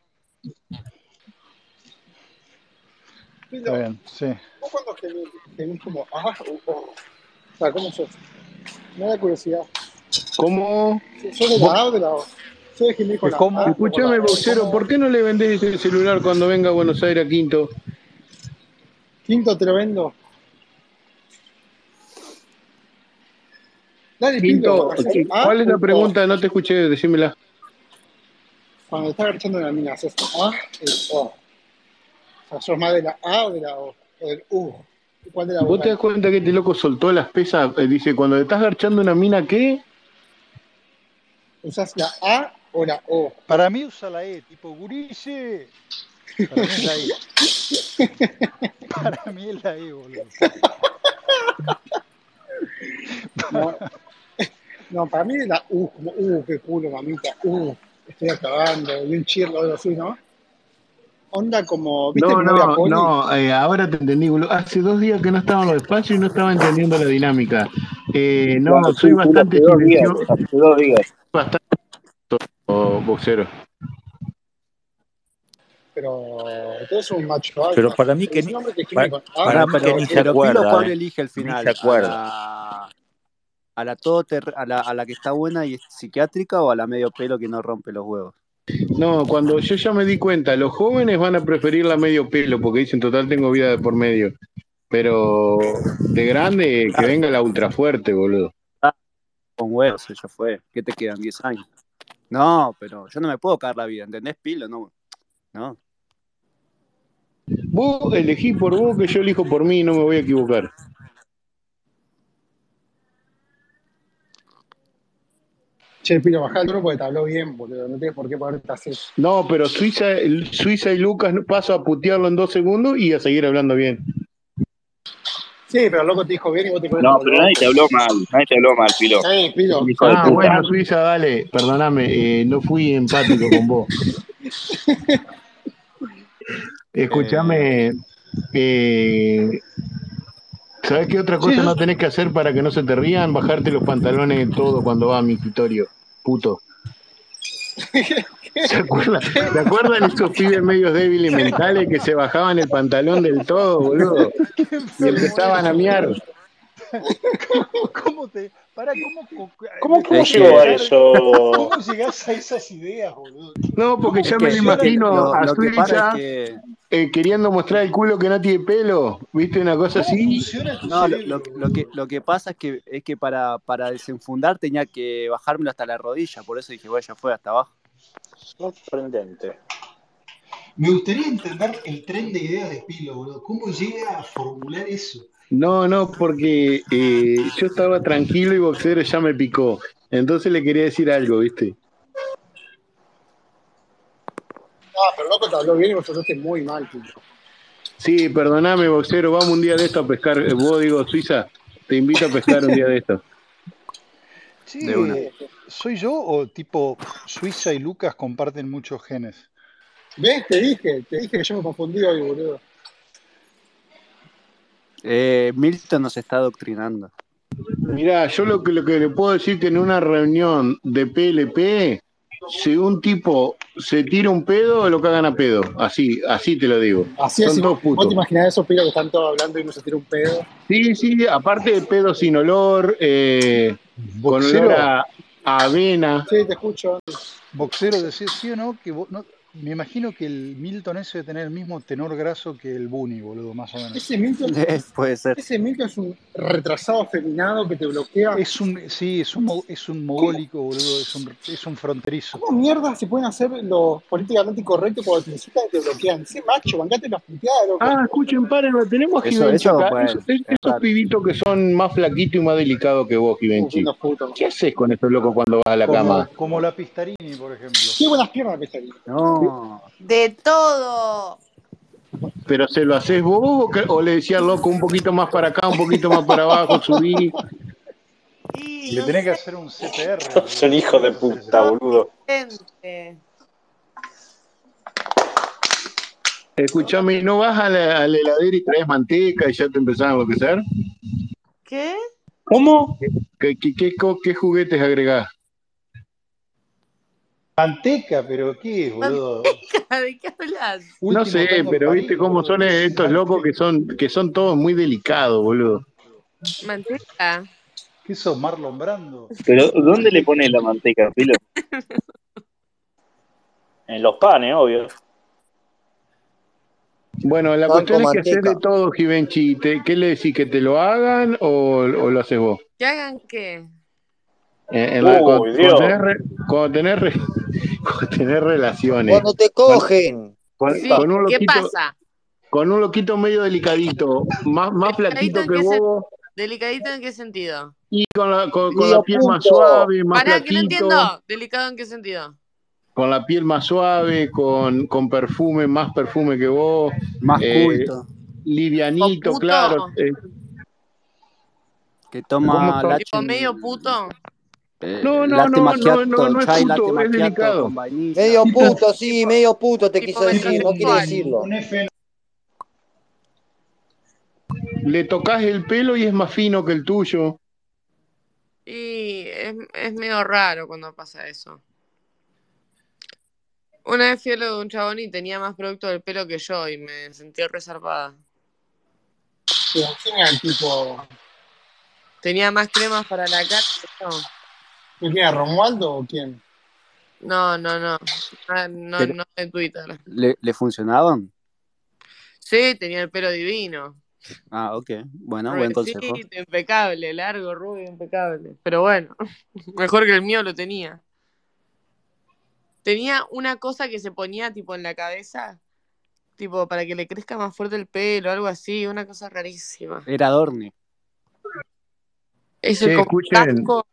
S2: Está
S3: Pilo,
S2: bien, sí.
S3: ¿vos cuando gemís, gemís como, ah, o, o, o sea, ¿cómo sos? Me da curiosidad.
S1: ¿Cómo?
S3: ¿Sos de la A o de la O? Soy de gemir con la
S2: ¿Cómo?
S3: A o con la
S1: Escuchame,
S3: O.
S1: boxero, ¿por qué no le vendés el celular cuando venga a Buenos Aires a Quinto?
S3: Quinto te lo vendo. Dale, Pilo,
S1: Quinto,
S3: ¿haces A
S1: ¿cuál es la
S3: o O?
S1: pregunta? No te escuché, decímela.
S3: Cuando estás agachando la mina, ¿haces A o O? O sea, ¿sos más de la A o de la O? O del U. ¿Y ¿Cuál de la
S1: ¿Vos te das
S3: vocal?
S1: cuenta que este loco soltó las pesas? Eh, dice, cuando le estás garchando una mina, ¿qué?
S3: ¿Usás la A o la O?
S2: Para mí usa la E, tipo gurise. Para mí es la E. Para mí es la E, boludo.
S3: No, no para mí es la U, como U, qué culo, mamita, U, estoy acabando, y un chirlo o algo así, ¿no? Onda como, ¿viste
S1: No,
S3: mi novia
S1: no,
S3: Poli?
S1: no, eh, ahora te entendí, boludo. Hace dos días que no estaba en los espacios y no estaba entendiendo la dinámica. Eh,
S5: Claro,
S1: no,
S5: sí,
S1: soy
S5: Pilo, hace
S1: bastante
S5: dos días,
S1: silencioso,
S5: hace dos días.
S1: bastante boxero.
S3: Pero tú eres un macho
S10: Pero
S3: alfa,
S10: para mí que
S3: eres un
S10: ni,
S3: hombre que gime
S10: pa-
S3: con
S10: para,
S3: A
S10: mí
S3: o
S10: que
S3: O.
S10: ni se
S4: Pero Pilo,
S10: acuerda,
S4: ¿cuál
S10: ¿eh?
S4: elige el
S10: Ni se
S4: final? ¿A
S10: acuerda.
S4: la, a la, todo a la, a la que está buena y es psiquiátrica o a la medio pelo que no rompe los huevos?
S1: No, cuando yo ya me di cuenta, los jóvenes van a preferir la medio pelo porque dicen, total, tengo vida de por medio. Pero de grande, que venga la ultra fuerte, boludo.
S4: Ah, Con huevos, eso fue. ¿Qué te quedan? ¿10 años? No, pero yo no me puedo cagar la vida, ¿entendés, Pilo? No, no.
S1: Vos elegís por vos que yo elijo por mí, no me voy a equivocar.
S3: Che, Pilo, bajá el duro porque te habló bien, boludo, no tienes por qué ponerte así.
S1: No, pero Suiza, Suiza y Lucas paso a putearlo en dos segundos y a seguir hablando bien.
S3: Sí, pero el loco te dijo bien y vos te pones
S5: No,
S3: como
S5: pero nadie
S3: loco.
S5: te habló mal, nadie te habló mal, Pilo.
S3: Eh,
S5: Es
S3: Pilo,
S5: un hijo de
S1: Ah,
S5: puta.
S1: bueno, Suiza, dale, perdóname, eh, no fui empático con vos.
S4: Eh,
S1: Escúchame, eh, ¿sabés qué otra
S2: Sí,
S1: cosa
S2: yo,
S1: no tenés que hacer para que no se te rían? Bajarte los pantalones en todo cuando va a mi escritorio, puto. ¿Se acuerdan, ¿Se acuerdan esos pibes medios débiles mentales que se bajaban el pantalón del todo, boludo?
S2: qué
S1: Y
S2: enfermo
S1: empezaban a
S2: eso,
S1: miar.
S2: boludo. ¿Cómo te.? Pará, ¿cómo,
S7: ¿Cómo, cómo
S2: ¿cómo
S5: Es que-
S7: llegó a
S2: llegar-
S7: eso?
S2: ¿Cómo llegás a esas ideas, boludo?
S1: No, porque ya me lo
S2: que-
S1: imagino
S4: lo,
S1: a
S4: lo que
S1: Suiza
S4: pasa es que.
S1: eh, queriendo mostrar el culo que no tiene pelo. ¿Viste una cosa
S2: ¿Cómo
S1: así?
S2: funciona tu
S4: No, lo,
S2: cerebro,
S4: lo- lo que,
S2: boludo?
S4: lo que pasa es que, es que para, para desenfundar tenía que bajármelo hasta la rodilla, por eso dije, bueno, ya fue hasta abajo.
S7: Sorprendente.
S2: Me gustaría entender el tren de ideas de Pilo, boludo. ¿Cómo llega a formular eso?
S1: No, no, porque eh, yo estaba tranquilo y Boxero ya me picó. Entonces le quería decir algo, ¿viste?
S3: Ah, pero loco, te habló bien y vos hablaste muy mal, tío.
S1: Sí, perdoname, Boxero, vamos un día de esto a pescar. Eh, Vos digo, Suiza, te invito a pescar un día de esto.
S2: Sí,
S4: De una.
S2: ¿soy yo o tipo Suiza y Lucas comparten muchos genes?
S3: ¿Ves? Te dije, te dije que yo me confundí hoy, boludo.
S4: Eh, Milton nos está adoctrinando.
S1: Mirá, yo lo que, lo que le puedo decir que en una reunión de PLP, si un tipo se tira un pedo, lo cagan a pedo. Así, así te lo digo.
S3: Así es,
S1: Son
S3: si
S1: todos
S3: vos, vos te
S1: putos.
S3: imaginás esos pilos que están todos hablando y no se tira un pedo.
S1: Sí, sí, aparte de pedo sin olor, eh, con
S2: Boxero,
S1: olor a, a avena.
S3: Sí, te escucho.
S2: boxero, decir sí o no, que vos- no- me imagino que el Milton ese debe tener el mismo tenor graso que el Bunny, boludo, más o menos.
S3: Ese Milton,
S4: Puede ser.
S3: ese Milton es un retrasado afeminado que te bloquea.
S2: Es un, sí, es un, mo- es un mogólico, boludo, es un, es un fronterizo.
S3: ¿Cómo mierda se pueden hacer los políticamente incorrectos cuando te incitan y te bloquean? Sí, macho, bancate las puteadas, loco.
S1: Ah, escuchen, paren, lo tenemos a
S4: Eso-
S1: Givenchy
S4: eso,
S1: acá.
S4: bueno,
S1: Esos, es-
S4: es
S1: esos
S4: raro.
S1: pibitos que son más flaquitos y más delicados que vos,
S3: Unos
S1: Givenchy.
S3: unos putos.
S1: ¿Qué haces con esos locos cuando vas a la
S2: Como,
S1: cama?
S2: como la Pistarini, por ejemplo.
S3: Qué buenas piernas que tenía.
S4: No.
S10: De todo.
S1: ¿Pero se lo haces vos o, que- o le decías, loco, un poquito más para acá, un poquito más para abajo, subí?
S10: Y
S2: Le
S10: no
S2: tenés que
S10: sé,
S2: hacer un CPR.
S7: Sos un hijo de puta,
S10: no,
S7: boludo.
S10: gente.
S1: Escuchame, ¿no vas a la, a la heladera y traes manteca y ya te empezaron a enloquecer?
S10: ¿Qué?
S7: ¿Cómo?
S1: ¿Qué, qué, qué co- qué juguetes agregás?
S2: Manteca, pero ¿qué es, boludo?
S10: ¿De qué hablas?
S1: No
S2: Último
S1: sé,
S2: tango en
S1: pero viste
S2: París,
S1: cómo
S2: boludo.
S1: son
S2: ¿Qué es
S1: estos locos que
S2: manteca?
S1: son, que son todos muy delicados, boludo.
S8: Manteca.
S2: ¿Qué sos, Marlon Brando?
S5: Pero, ¿dónde le pones la manteca, Pilo?
S7: En los panes, obvio.
S1: Bueno, la
S11: Pan con
S1: cuestión es que haces de
S11: manteca.
S1: todo, Givenchy. Te- ¿Qué le decís? ¿Que te lo hagan o, o lo haces vos?
S8: ¿Que hagan qué?
S1: En- en la- cuando,
S7: Uy,
S1: cuando
S7: Dios.
S1: tenés re- cuando tenés re- cuando tenés relaciones
S11: Cuando te
S1: con,
S11: cogen.
S1: con-
S8: Sí,
S1: con un
S8: ¿qué
S1: loquito,
S8: pasa?
S1: con un loquito medio delicadito, más, más
S8: ¿Delicadito
S1: flaquito
S8: en
S1: que
S8: qué, sen-
S1: bobo,
S8: ¿Delicadito en qué sentido?
S1: y con la, con, con
S11: Y
S1: la
S11: a
S1: piel más
S11: punto.
S1: suave, más
S8: Pará, que no
S1: flaquito,
S8: entiendo. ¿Delicado en qué sentido?
S1: con la piel más suave, con, con perfume, más perfume que vos,
S4: Más
S1: eh,
S4: culto.
S8: ¿Tipo
S1: livianito,
S8: puto?
S1: claro. eh,
S4: Que
S1: ¿Cómo
S4: toma
S1: son?
S8: ¿Tipo medio
S4: Lachen.
S8: puto?
S1: No,
S4: eh,
S1: no,
S4: latte
S1: no, no, no,
S4: macchiato,
S1: no es
S4: chai latte
S1: puto, es
S4: macchiato
S1: delicado.
S4: con vainilla.
S11: Medio
S2: Tipo,
S11: puto, sí, medio puto te
S8: ¿Tipo
S11: quiso decir, no quiere
S8: metrosexual?
S2: tipo
S11: decirlo.
S2: un FN.
S1: Le tocas el pelo y es más fino que el tuyo.
S8: Y es, es medio raro cuando pasa eso. Una vez fui a lo de un chabón y tenía más producto del pelo que yo y me sentí reservada.
S3: Pero ¿quién era el tipo?
S8: Tenía más cremas para la cara que yo.
S3: ¿Quién era Romualdo o quién?
S8: No, no, no. Ah, No,
S4: Pero,
S8: no de Twitter.
S4: ¿le, le funcionaban?
S8: Sí, tenía el pelo divino.
S4: Ah, ok. Bueno, buen consejo.
S8: Rubecito, impecable, largo, rubio, impecable. Pero bueno, mejor que el mío lo tenía. Tenía una cosa que se ponía tipo en la cabeza, tipo para que le crezca más fuerte el pelo, algo así, una cosa rarísima.
S4: Era Dorni.
S8: Eso
S1: Che,
S8: como
S1: escuchen,
S8: casco.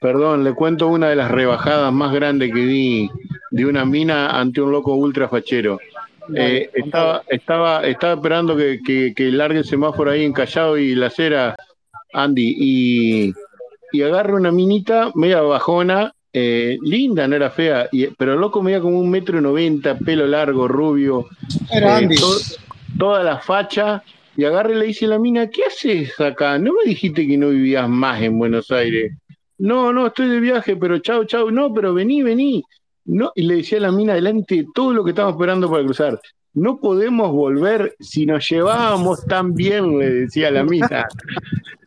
S1: perdón, le cuento una de las rebajadas más grandes que di de una mina ante un loco ultra fachero.
S3: Dale,
S1: Eh,
S3: contalo.
S1: estaba, estaba, estaba esperando que, que, que largue el semáforo ahí en Callao y la acera, Andy, y, y agarra una minita media bajona, eh, linda, no era fea, y- pero el loco media como un metro noventa, pelo largo, rubio,
S3: Era
S1: eh,
S3: Andy.
S1: to- toda la facha, y agarra y le dice a la mina, ¿qué haces acá? ¿No me dijiste que no vivías más en Buenos Aires? No, no, estoy de viaje, pero chau, chau, no, pero vení, vení. No, y le decía a la mina delante todo lo que estaba esperando para cruzar. no podemos volver si nos llevábamos tan bien, le decía la mina.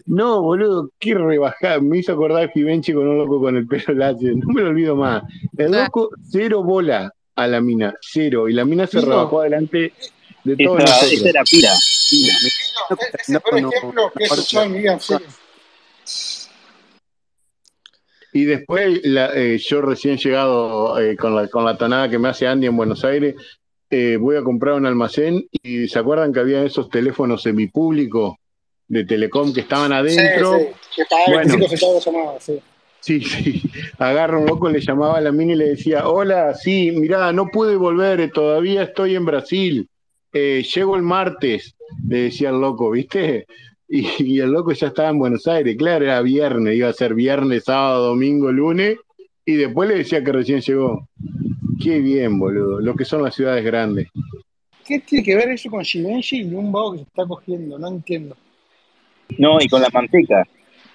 S1: No, boludo, qué rebajada. Me hizo acordar Givenchy con un loco con el pelo lacio. No me lo olvido más. El loco, cero bola a la mina, cero. Y la mina se
S3: Pino.
S1: rebajó adelante de todos
S5: Esa-
S1: nosotros.
S5: esa era pira.
S3: Es el peor ejemplo que he escuchado en mi vida, en serio.
S1: Y después, la- eh, yo recién llegado eh, con, la, con la tonada que me hace Andy en Buenos Aires, eh, voy a comprar un almacén y ¿se acuerdan que había esos teléfonos semipúblicos de Telecom que estaban adentro?
S3: Sí, sí, que pagaba
S1: Bueno.
S3: 25 centavos la llamada, sí.
S1: Sí, sí. Agarra un loco, le llamaba a la mina y le decía, hola, sí, mirá, no pude volver, eh, todavía estoy en Brasil, Eh, llego el martes, le decía el loco, ¿viste? Y, y el loco ya estaba en Buenos Aires, claro, era viernes, iba a ser viernes, sábado, domingo, lunes, y después le decía que recién llegó. Qué bien, boludo, lo que son las ciudades grandes.
S3: ¿Qué tiene que ver eso con Givenchy y un vago que se está cogiendo? No entiendo.
S5: No, y con la manteca.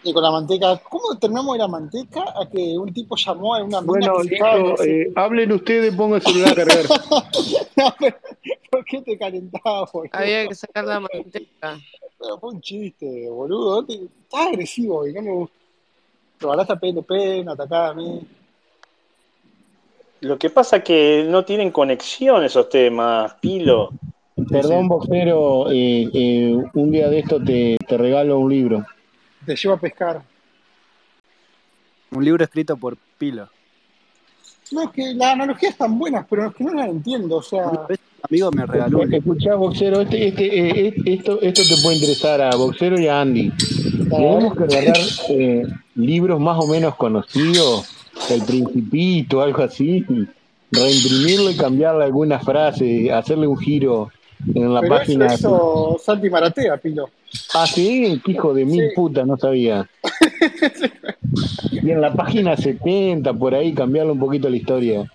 S3: Y con la manteca, ¿cómo terminamos de la manteca a que un tipo llamó a una mina
S1: Bueno,
S3: que se estaba-
S1: listo, eh, hablen ustedes, pongan el celular a cargar.
S3: ¿Por qué te calentabas, boludo?
S8: Había que sacar la manteca.
S3: Pero fue un chiste, boludo. Te- Estás agresivo y no me gusta. Lo hablaste a PNP, me atacaba a mí.
S7: Lo que pasa es que no tienen conexión esos temas, Pilo.
S1: Perdón, boxero, eh, eh, un día de esto te, te regalo un libro.
S3: Te llevo a pescar.
S4: Un libro escrito por Pilo.
S3: No, es que las analogías están buenas, pero es que no las entiendo. O sea,
S4: Una vez un amigo me regaló un libro.
S1: Escuchá, boxero, este, este, eh, eh, esto, esto te puede interesar a boxero y a Andy.
S3: Ah.
S1: Tenemos que agarrar eh, libros más o menos conocidos, El Principito, algo así, reimprimirlo y cambiarle alguna frase, hacerle un giro en la
S3: pero eso
S1: página.
S3: hizo Santi Maratea, Pilo.
S1: Ah, sí, qué hijo de mil
S3: Sí.
S1: puta, no sabía. Y en la página 70, por ahí, cambiarle un poquito la historia.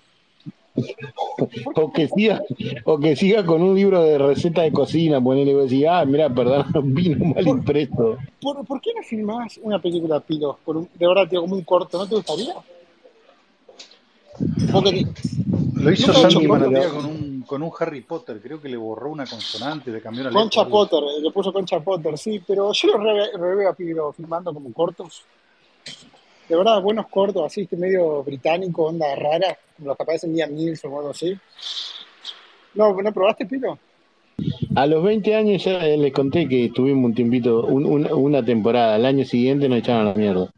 S1: O que siga, o que siga con un libro de receta de cocina, ponele y vos decís, ah, mira, perdón, vino mal impreso.
S3: ¿Por, por qué no filmás una película, Pilo? Por un- de verdad, tío, como un corto, ¿no te gustaría? Porque te-
S2: Lo hizo
S3: Nunca
S2: Santi
S3: vi
S2: Maratea
S3: Potter.
S2: con un, con un Harry Potter, creo que le borró una consonante, le cambió la letra.
S3: Concha
S2: algo.
S3: Potter, eh, le puso Concha Potter, sí, pero yo lo re- reveo a Pilo filmando como cortos. De verdad, buenos cortos, así, este medio británico, onda rara, como los que aparecen Liam Neeson o algo así. No, ¿no probaste, Pilo?
S1: A los 20 años ya eh, les conté que tuvimos un tiempito, un- un- una temporada. Al año siguiente nos echaron a la mierda.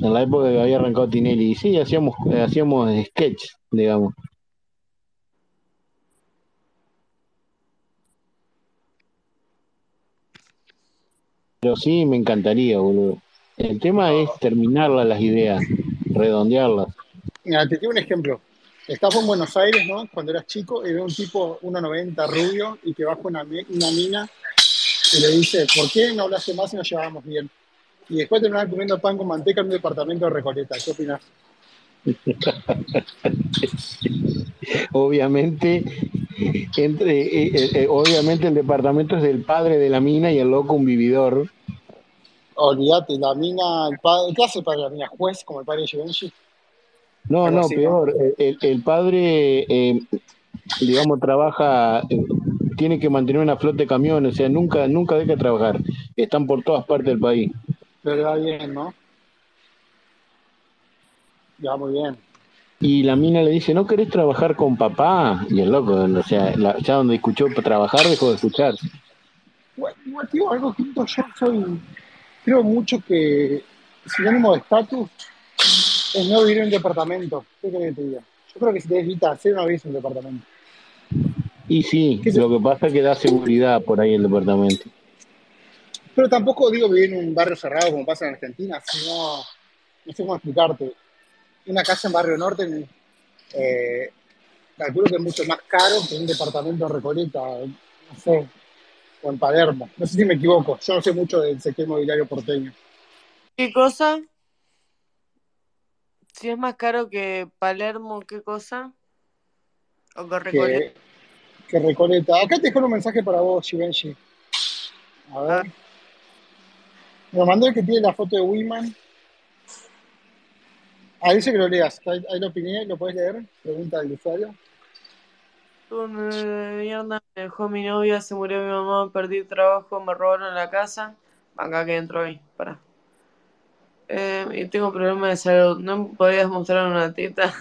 S1: En la época que había arrancado Tinelli. Y sí, hacíamos, eh, hacíamos sketch, digamos. Pero sí, me encantaría, boludo. El tema es terminarlas las ideas, redondearlas.
S3: Mira, te digo un ejemplo. Estaba en Buenos Aires, ¿no? Cuando eras chico, y veo un tipo 1,90 rubio y que baja una, mi- una mina y le dice, ¿por qué no hablaste más y nos llevábamos bien? Y después terminaban comiendo pan con manteca en un departamento de Recoleta. ¿Qué opinas?
S1: obviamente, entre, eh, eh, eh, obviamente el departamento es del padre de la mina y el loco un vividor.
S3: Olvídate, la mina, el padre, ¿qué hace el padre de la mina? ¿Juez como el padre de Givenchy?
S1: No,
S3: Algo
S1: no,
S3: así,
S1: peor. El, el- el padre, eh, digamos, trabaja, eh, tiene que mantener una flota de camiones, o sea, nunca, nunca deja de trabajar. Están por todas partes del país.
S3: Pero le va bien, ¿no? Le va muy bien.
S1: Y la mina le dice, ¿no querés trabajar con papá? Y el loco, o sea, la- ya donde escuchó trabajar, dejó de escuchar.
S3: Bueno, igual, tío, algo quinto, yo soy, creo mucho que sinónimo de estatus es no vivir en un departamento. ¿Qué crees que te diga? Yo creo que si te evita hacer no vivís en un departamento.
S1: Y sí, lo que pasa es que da seguridad por ahí el departamento.
S3: Pero tampoco digo vivir en un barrio cerrado como pasa en Argentina, sino, no sé cómo explicarte. Una casa en Barrio Norte, eh, calculo que es mucho más caro que un departamento en Recoleta, no sé, o en Palermo. No sé si me equivoco, yo no sé mucho del sector inmobiliario porteño.
S8: ¿Qué cosa? Si es más caro que Palermo, ¿qué cosa? O que
S3: que,
S8: Recoleta.
S3: que Recoleta. Acá te dejaron un mensaje para vos, Givenchy. A ver. Me mandó el que tiene la foto de Wiman. Ah, dice que lo leas. Ahí, ahí lo opiné, ¿lo puedes leer? Pregunta del usuario.
S10: Con eh, mierda, me dejó mi novia, se murió mi mamá, perdí el trabajo, me robaron la casa. Acá que entro ahí, pará. Eh, y tengo problemas de salud. ¿No me podías mostrar una tita?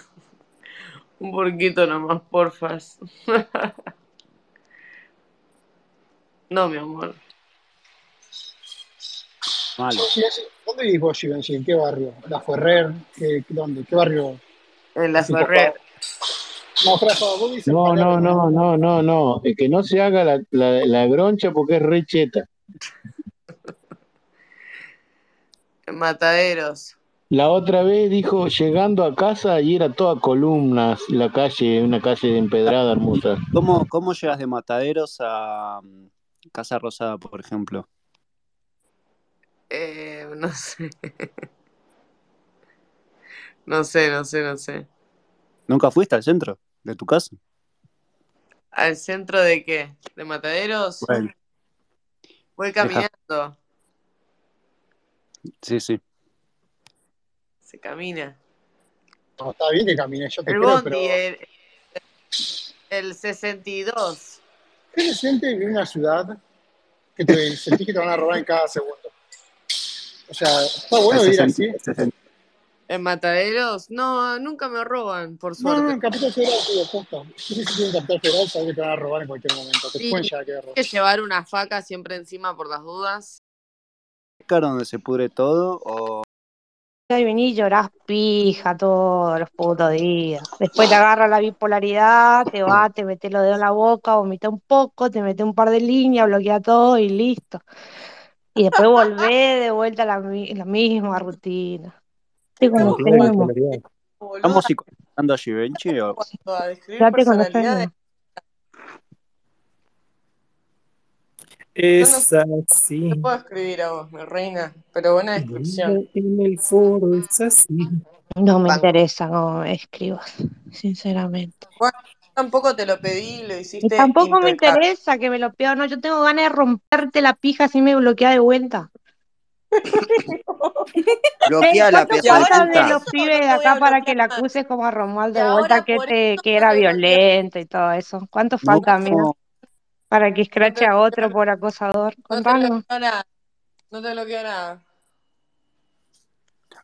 S10: Un porquito nomás, porfas. no, mi amor.
S3: ¿Dónde vivís vos, Givenchy? ¿En qué barrio? ¿La Ferrer? ¿Qué, ¿Dónde? ¿Qué barrio?
S10: En La Ferrer.
S3: No, Frafa, vos vivís en
S1: No,
S3: Palermo.
S1: no, no, no, no, no. Es que no se haga la, la, la broncha porque es recheta.
S10: En Mataderos.
S1: La otra vez dijo, llegando a casa y era toda columnas la calle, una calle empedrada hermosa.
S12: ¿Cómo, cómo llegas de Mataderos a mm, Casa Rosada, por ejemplo?
S10: Eh, no sé. no sé, no sé, no sé.
S12: ¿Nunca fuiste al centro de tu casa?
S10: ¿Al centro de qué? ¿De Mataderos?
S12: Bueno,
S10: Voy
S12: deja-
S10: caminando.
S12: sí, sí.
S10: Se camina.
S3: No, está bien que camine, yo te
S10: El
S3: creo,
S10: Bondi,
S3: pero
S10: el, el 62.
S3: ¿qué se siente vivir en una ciudad que te sentís que te van a robar en cada segundo? O sea, está bueno
S10: Ese
S3: vivir
S10: es
S3: así.
S10: ¿En Mataderos? No, nunca me roban, por
S3: No,
S10: suerte.
S3: no, en Capital Federal, digo, posta. Yo sé que tienen Capital Federal, sabés que te van a robar en cualquier momento. Te
S10: Sí,
S3: pueden llegar a quedar
S10: hay que llevar una faca siempre encima por las dudas.
S12: ¿Claro donde se pudre todo o
S13: Y venís y llorás pija todos los putos días. Después te agarra la bipolaridad, te va, te mete los dedos en la boca, vomita un poco, te mete un par de líneas, bloquea todo y listo. Y después volvés de vuelta a la, mi- la misma rutina. Te
S12: ¿Cómo
S13: conocemos.
S12: que la bipolaridad?
S10: Boluda,
S12: ¿Estamos psicoanalizando a Givenchy o
S10: a describir
S13: Ya te
S10: personalidades.
S13: conocemos.
S10: Yo no
S14: Es
S10: te
S14: así.
S10: puedo escribir a vos, mi reina, pero buena descripción.
S14: En el foro es así.
S13: No me
S10: Banco.
S13: interesa cómo me escribas, sinceramente.
S10: Bueno, tampoco te lo pedí, lo
S13: Y
S10: hiciste
S13: tampoco me
S10: impecable.
S13: interesa que me lo pidas, no, yo tengo ganas de romperte la pija si me bloquea de vuelta. Ey,
S11: Bloquea la
S13: ¿cuánto
S11: pieza de
S13: falta de
S11: puta.
S13: los pibes de acá para que la acuses como a Romualdo
S10: Y
S13: de vuelta
S10: ahora
S13: que
S10: por eso
S13: te que
S10: no
S13: era
S10: te bloqueo.
S13: violento y todo eso? ¿Cuánto
S12: no?
S13: falta, amiga, para que
S10: No te
S13: escrache a otro por acosador?
S10: No te
S13: Contanos.
S10: bloqueo nada. No te bloqueo nada.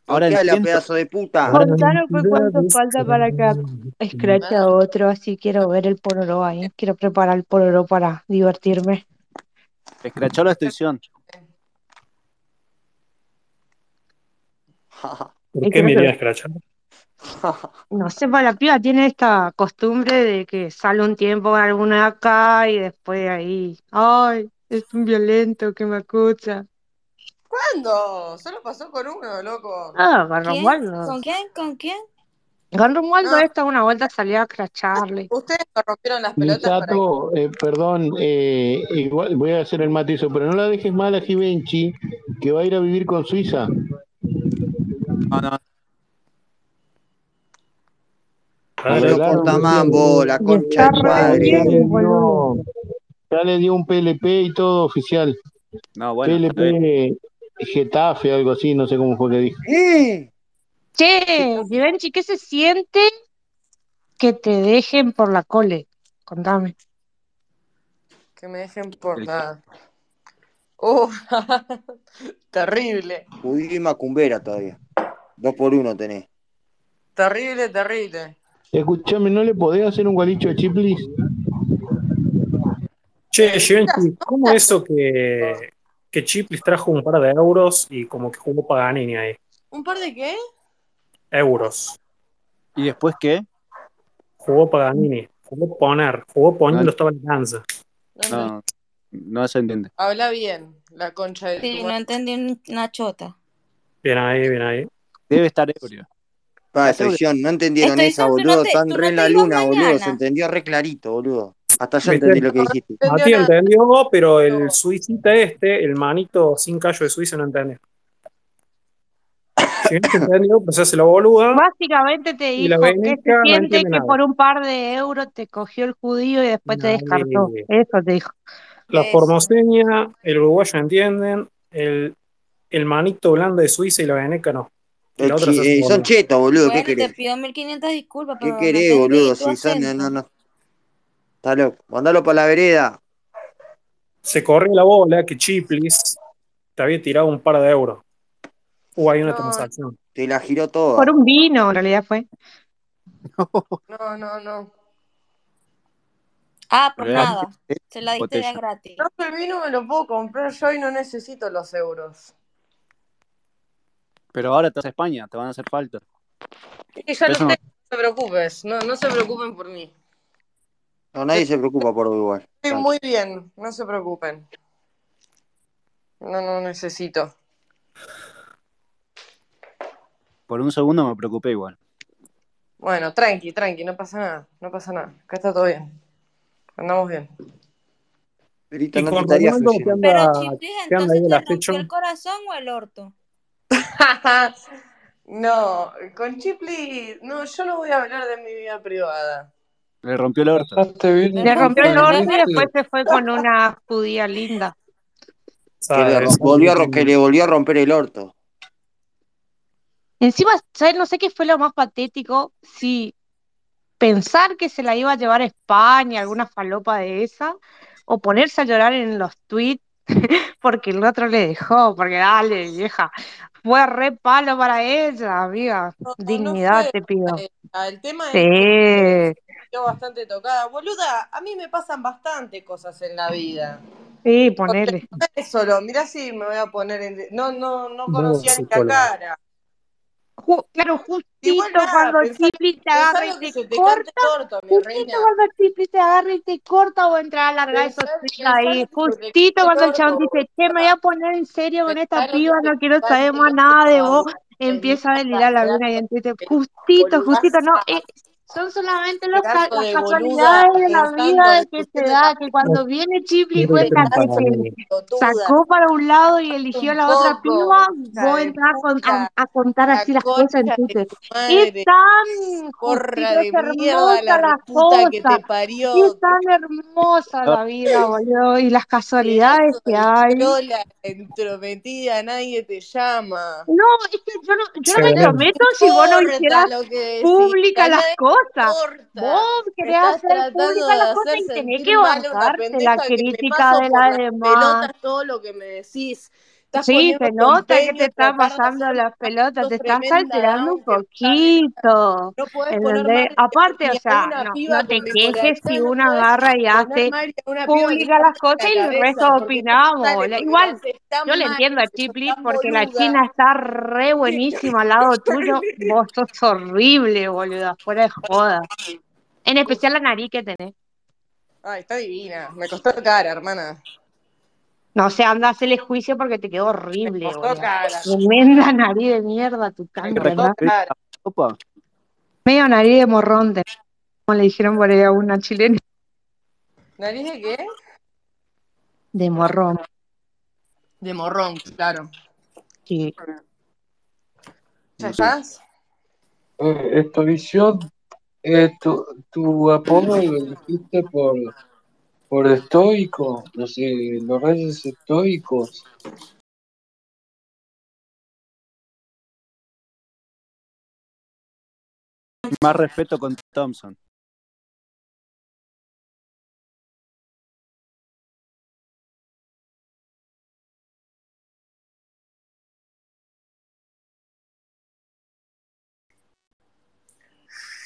S12: Ahora
S11: Bloquea la
S12: entiendo.
S11: pedazo de puta.
S13: Contanos pues cuánto
S14: Cantidades
S13: falta para que a- escrache a otro, así quiero ver el pororó ahí, quiero preparar el pororó para divertirme.
S12: Te escrachó la extensión.
S14: ¿Por
S13: Y
S14: qué
S13: quiero
S14: me
S13: que-
S14: iría a escrachar?
S13: No sé, para la piba tiene esta costumbre de que sale un tiempo con alguno de acá y después ahí, ay, es un violento que me acusa.
S10: ¿Cuándo? Solo pasó con uno, loco.
S13: Ah, con
S9: ¿Quién?
S13: Romualdo.
S9: ¿Con quién? ¿Con quién?
S13: Con Romualdo
S10: No,
S13: esta una vuelta salía a cracharle.
S10: ustedes nos rompieron las pelotas para que.
S1: Misato, eh, perdón, eh, igual voy a hacer el matizo, pero no la dejes mal a Givenchy, que va a ir a vivir con Suiza.
S12: No, no,
S14: Ah, la-
S11: Sos los
S1: Arreglaron recién,
S11: portamambo, la
S13: Y
S11: concha
S13: está
S11: de tu
S13: re
S1: ya
S11: madre.
S1: le
S13: bien, boludo.
S1: dio, ya le dio un PLP y todo oficial.
S12: no, bueno, está bien.
S1: PLP Getafe, algo así, no sé cómo fue que dijo.
S11: ¿Eh?
S13: Che, Givenchy, ¿qué se siente que te dejen por la cole? Contame.
S10: Que me dejen por
S12: El-
S10: nada. Uh, terrible.
S11: Judío y macumbera todavía. Dos por uno tenés.
S10: Terrible, terrible.
S1: Escuchame, ¿no le podés hacer un gualicho de chiplis?
S14: Che,
S10: Eh,
S14: Givenchy, ¿cómo eso que, que Chiplis trajo un par de euros y como que jugó Paganini ahí?
S10: ¿Un par de qué?
S14: Euros.
S12: ¿Y después qué?
S14: Jugó Paganini. Jugó poner. Jugó
S12: No,
S14: poniendo estaba en lanza.
S10: No entendí.
S12: no, no se entiende.
S10: Habla bien, la concha de tu
S9: Sí, no
S10: madre.
S9: entendí ni una chota.
S14: Bien ahí, bien ahí.
S12: Debe estar ebrio.
S11: Pa,
S12: ¿Estás ebrio?
S11: traición, no entendieron
S9: Estoy
S11: esa,
S9: diciendo, tú no
S11: boludo.
S9: te,
S11: Están
S9: tú
S11: re
S9: no
S11: en
S9: te
S11: la
S9: ibas
S11: luna, boludo. Se
S9: mañana.
S11: entendió re clarito, boludo. Hasta yo
S14: ¿Viste?
S11: entendí lo que dijiste.
S10: Entendió
S14: Matías
S10: nada.
S14: entendió, pero el suicita este, el manito sin callo de Suiza, no entendió. Givenchy entendió, pues se hace la boluda
S13: Básicamente te
S14: y la
S13: dijo que se
S14: veneca no
S13: siente
S14: entiende
S13: que
S14: nada.
S13: por un par de euros te cogió el judío y después te descartó.
S14: Nadie.
S13: Eso te dijo.
S14: Eh, La
S10: Eso.
S14: formoseña, el uruguayo entienden, el, el manito blando de Suiza y la veneca no. Y
S11: Eh,
S14: la otra se
S11: chi-
S14: hace
S11: eh, son
S14: boluda.
S11: chetos, boludo. ¿Qué
S9: Bueno, te
S11: querés?
S9: pido 1500 disculpas,
S11: ¿Qué
S9: pero no
S11: querés,
S9: entendí
S11: boludo?
S9: tu
S11: Si son, no,
S9: acento.
S11: no. Está loco. Mandalo para la vereda.
S14: Se corrió la bola que Chiplis te había tirado un par de euros. O hay una transacción.
S11: Te la giró toda.
S13: Ah. Por un vino, en realidad fue.
S8: No, no, no.
S9: Ah, por
S14: Pero era
S9: nada. Se la diste
S14: botella.
S9: de gratis.
S8: No, el vino me lo puedo comprar yo y no necesito los euros.
S4: Pero ahora estás en España, te van a hacer falta.
S8: Y ya
S4: Pero
S8: lo
S4: eso no-
S8: tengo, no te preocupes. No, no se preocupen por mí.
S11: No, nadie se preocupa por Uruguay.
S8: Estoy muy bien, no se preocupen. No, no necesito.
S4: Por un segundo me preocupé igual.
S8: Bueno, tranqui, tranqui, no pasa nada, no pasa nada. Acá está todo bien. Andamos bien.
S11: Perito,
S14: Y
S11: no
S14: con
S11: te estarías
S14: Ronaldo, ¿qué
S11: flasheando.
S14: anda,
S9: Pero Chiplis,
S14: qué anda ahí
S9: entonces
S14: de
S9: te
S14: las
S9: rompió
S14: techos?
S9: el corazón o el orto.
S8: no, con Chipli, no, yo no voy a hablar de mi vida privada.
S4: Le rompió el
S15: Ah,
S4: orto.
S13: Le rompió el
S8: Entonces,
S13: orto y después se fue con una judía linda.
S11: Que le,
S14: ¿Sabes?
S11: volvió a, ro- que le volvió a romper el orto.
S13: Encima, ¿sabes? No sé qué fue lo más patético. Si pensar que se la iba a llevar a España, alguna falopa de esa, o ponerse a llorar en los tweets porque el otro le dejó, porque dale, vieja. Fue re palo para ella, amiga.
S8: no, no
S13: Dignidad
S8: fue
S13: te pido.
S8: ella. El tema es que
S13: Sí.
S8: quedó bastante tocada. Boluda, a mí me pasan bastante cosas en la vida.
S13: Sí,
S8: Porque
S13: ponele.
S8: no es solo, mirá si me voy a poner en. No, no, no conocía ni la
S14: psicóloga.
S8: cara.
S13: Ju- claro,
S8: Igual
S13: justito
S8: nada,
S13: cuando
S8: pensá,
S13: Chipli te
S8: pensá
S13: agarra y
S8: lo que
S13: te
S8: se te canta
S13: corta,
S8: el orto, mi
S13: justito
S8: reina.
S13: cuando Chipli te agarra y te corta o entra a largar esos
S8: Pensá,
S13: tweets
S8: pensá
S13: ahí,
S8: lo que se te
S13: justito
S8: canta el
S13: cuando el chabón
S8: orto,
S13: dice, che, me voy
S8: boluda.
S13: a poner en serio con esta
S8: Pensá lo que
S13: piba,
S8: se
S13: no
S8: te
S13: quiero
S8: canta
S13: saber más
S8: el
S13: nada de vos,
S8: orto,
S13: empieza a
S8: boluda.
S13: delirar la
S8: Pedazo
S13: vida y entonces,
S8: de
S13: justito, justito, no,
S8: boludaza.
S13: eh, son solamente los ca-
S8: Pedazo
S13: las
S8: de boluda.
S13: casualidades de la
S8: Pensando,
S13: vida que se
S8: discutiendo
S13: da,
S8: con
S13: que
S14: No
S13: cuando viene Chipli y
S14: quiero irte
S13: cuenta
S14: para
S13: que
S8: pedazo
S13: se
S14: mí.
S8: de pelotuda.
S13: sacó para un lado y eligió a
S8: Un
S13: la otra
S8: poco,
S13: piba,
S8: hija
S13: vos
S8: de
S13: entrás a, con- a-
S8: puta.
S13: a contar
S8: La
S13: así las cosas
S8: concha
S13: en
S8: de
S13: Twitter.
S8: tu
S13: Es
S8: madre.
S13: tan
S8: Porra
S13: justito, es
S8: de mierda,
S13: hermosa
S8: la
S13: la
S8: reputa que
S13: cosa,
S8: te
S13: es
S8: parió.
S13: tan hermosa la vida, boludo, y las casualidades
S8: Pedazo de
S13: que hay.
S8: trola entrometida, nadie te llama.
S13: No, es que yo no, yo no
S14: Che,
S13: me
S14: Belén,
S13: entrometo si vos no
S8: Importa
S13: hicieras
S8: lo que decís,
S13: pública
S8: a
S13: las
S8: nadie le
S13: cosas. Vos
S8: importa. Me
S13: querés
S8: estás
S13: hacer
S8: tratando
S13: pública
S8: de
S13: las cosas
S8: hacer
S13: y tenés
S8: sentir
S13: que
S8: mal a una
S13: bancarte la
S8: pendeja que me
S13: crítica
S8: paso
S13: de
S8: por
S13: la
S8: las
S13: demás.
S8: pelotas todo lo que me decís. Estás
S13: Sí,
S8: poniendo
S13: se
S8: tu
S13: nota que
S8: empeño
S13: te
S8: en
S13: está
S8: tratar de
S13: pasando
S8: hacerme
S13: las
S8: mal,
S13: pelotas,
S8: sos
S13: te estás
S8: tremenda
S13: alterando
S8: down
S13: un
S8: que no sabés.
S13: poquito,
S8: No podés poner
S13: ¿entendés?
S8: mal
S13: Aparte, o
S8: ni a
S13: sea,
S8: una
S13: no,
S8: piba
S13: no
S8: con
S13: te
S8: bipolaridad,
S13: quejes si
S8: no
S13: una
S8: podés
S13: agarra y
S8: poner
S13: hace
S8: mal a una piba que
S13: pública
S8: está
S13: las
S8: mal
S13: cosas
S8: de la
S13: y el resto
S8: cabeza, porque no te
S13: opinamos.
S8: sale,
S13: La-
S8: porque la
S13: Igual,
S8: haces
S13: yo
S8: tan
S13: le
S8: mal,
S13: entiendo a
S8: porque sos
S13: Chiplis
S8: tan
S13: porque la China
S8: boluda.
S13: está re buenísima al lado tuyo, vos sos horrible, boluda, fuera de joda. En especial la nariz que tenés.
S8: Ay, Ah, está divina. Me costó cara, hermana.
S13: No, o sea, anda a hacerle juicio porque te quedó
S8: Me
S13: horrible,
S8: costó
S13: boluda.
S8: cara.
S13: Tremenda nariz de mierda, tu
S8: Me
S13: canga,
S8: costó
S13: ¿verdad?
S4: ¿Reconstruiste
S8: cara.
S4: la copa?
S13: Medio nariz de morrón, de- como le dijeron por ahí a una chilena.
S8: ¿Nariz de qué?
S13: De morrón,
S8: De morrón, claro.
S13: sí.
S8: ¿Ya estás?
S15: Eh, esta visión, eh, tu, tu apodo lo elegiste por, por estoico, los, eh, los reyes estoicos.
S4: Más respeto con Thompson.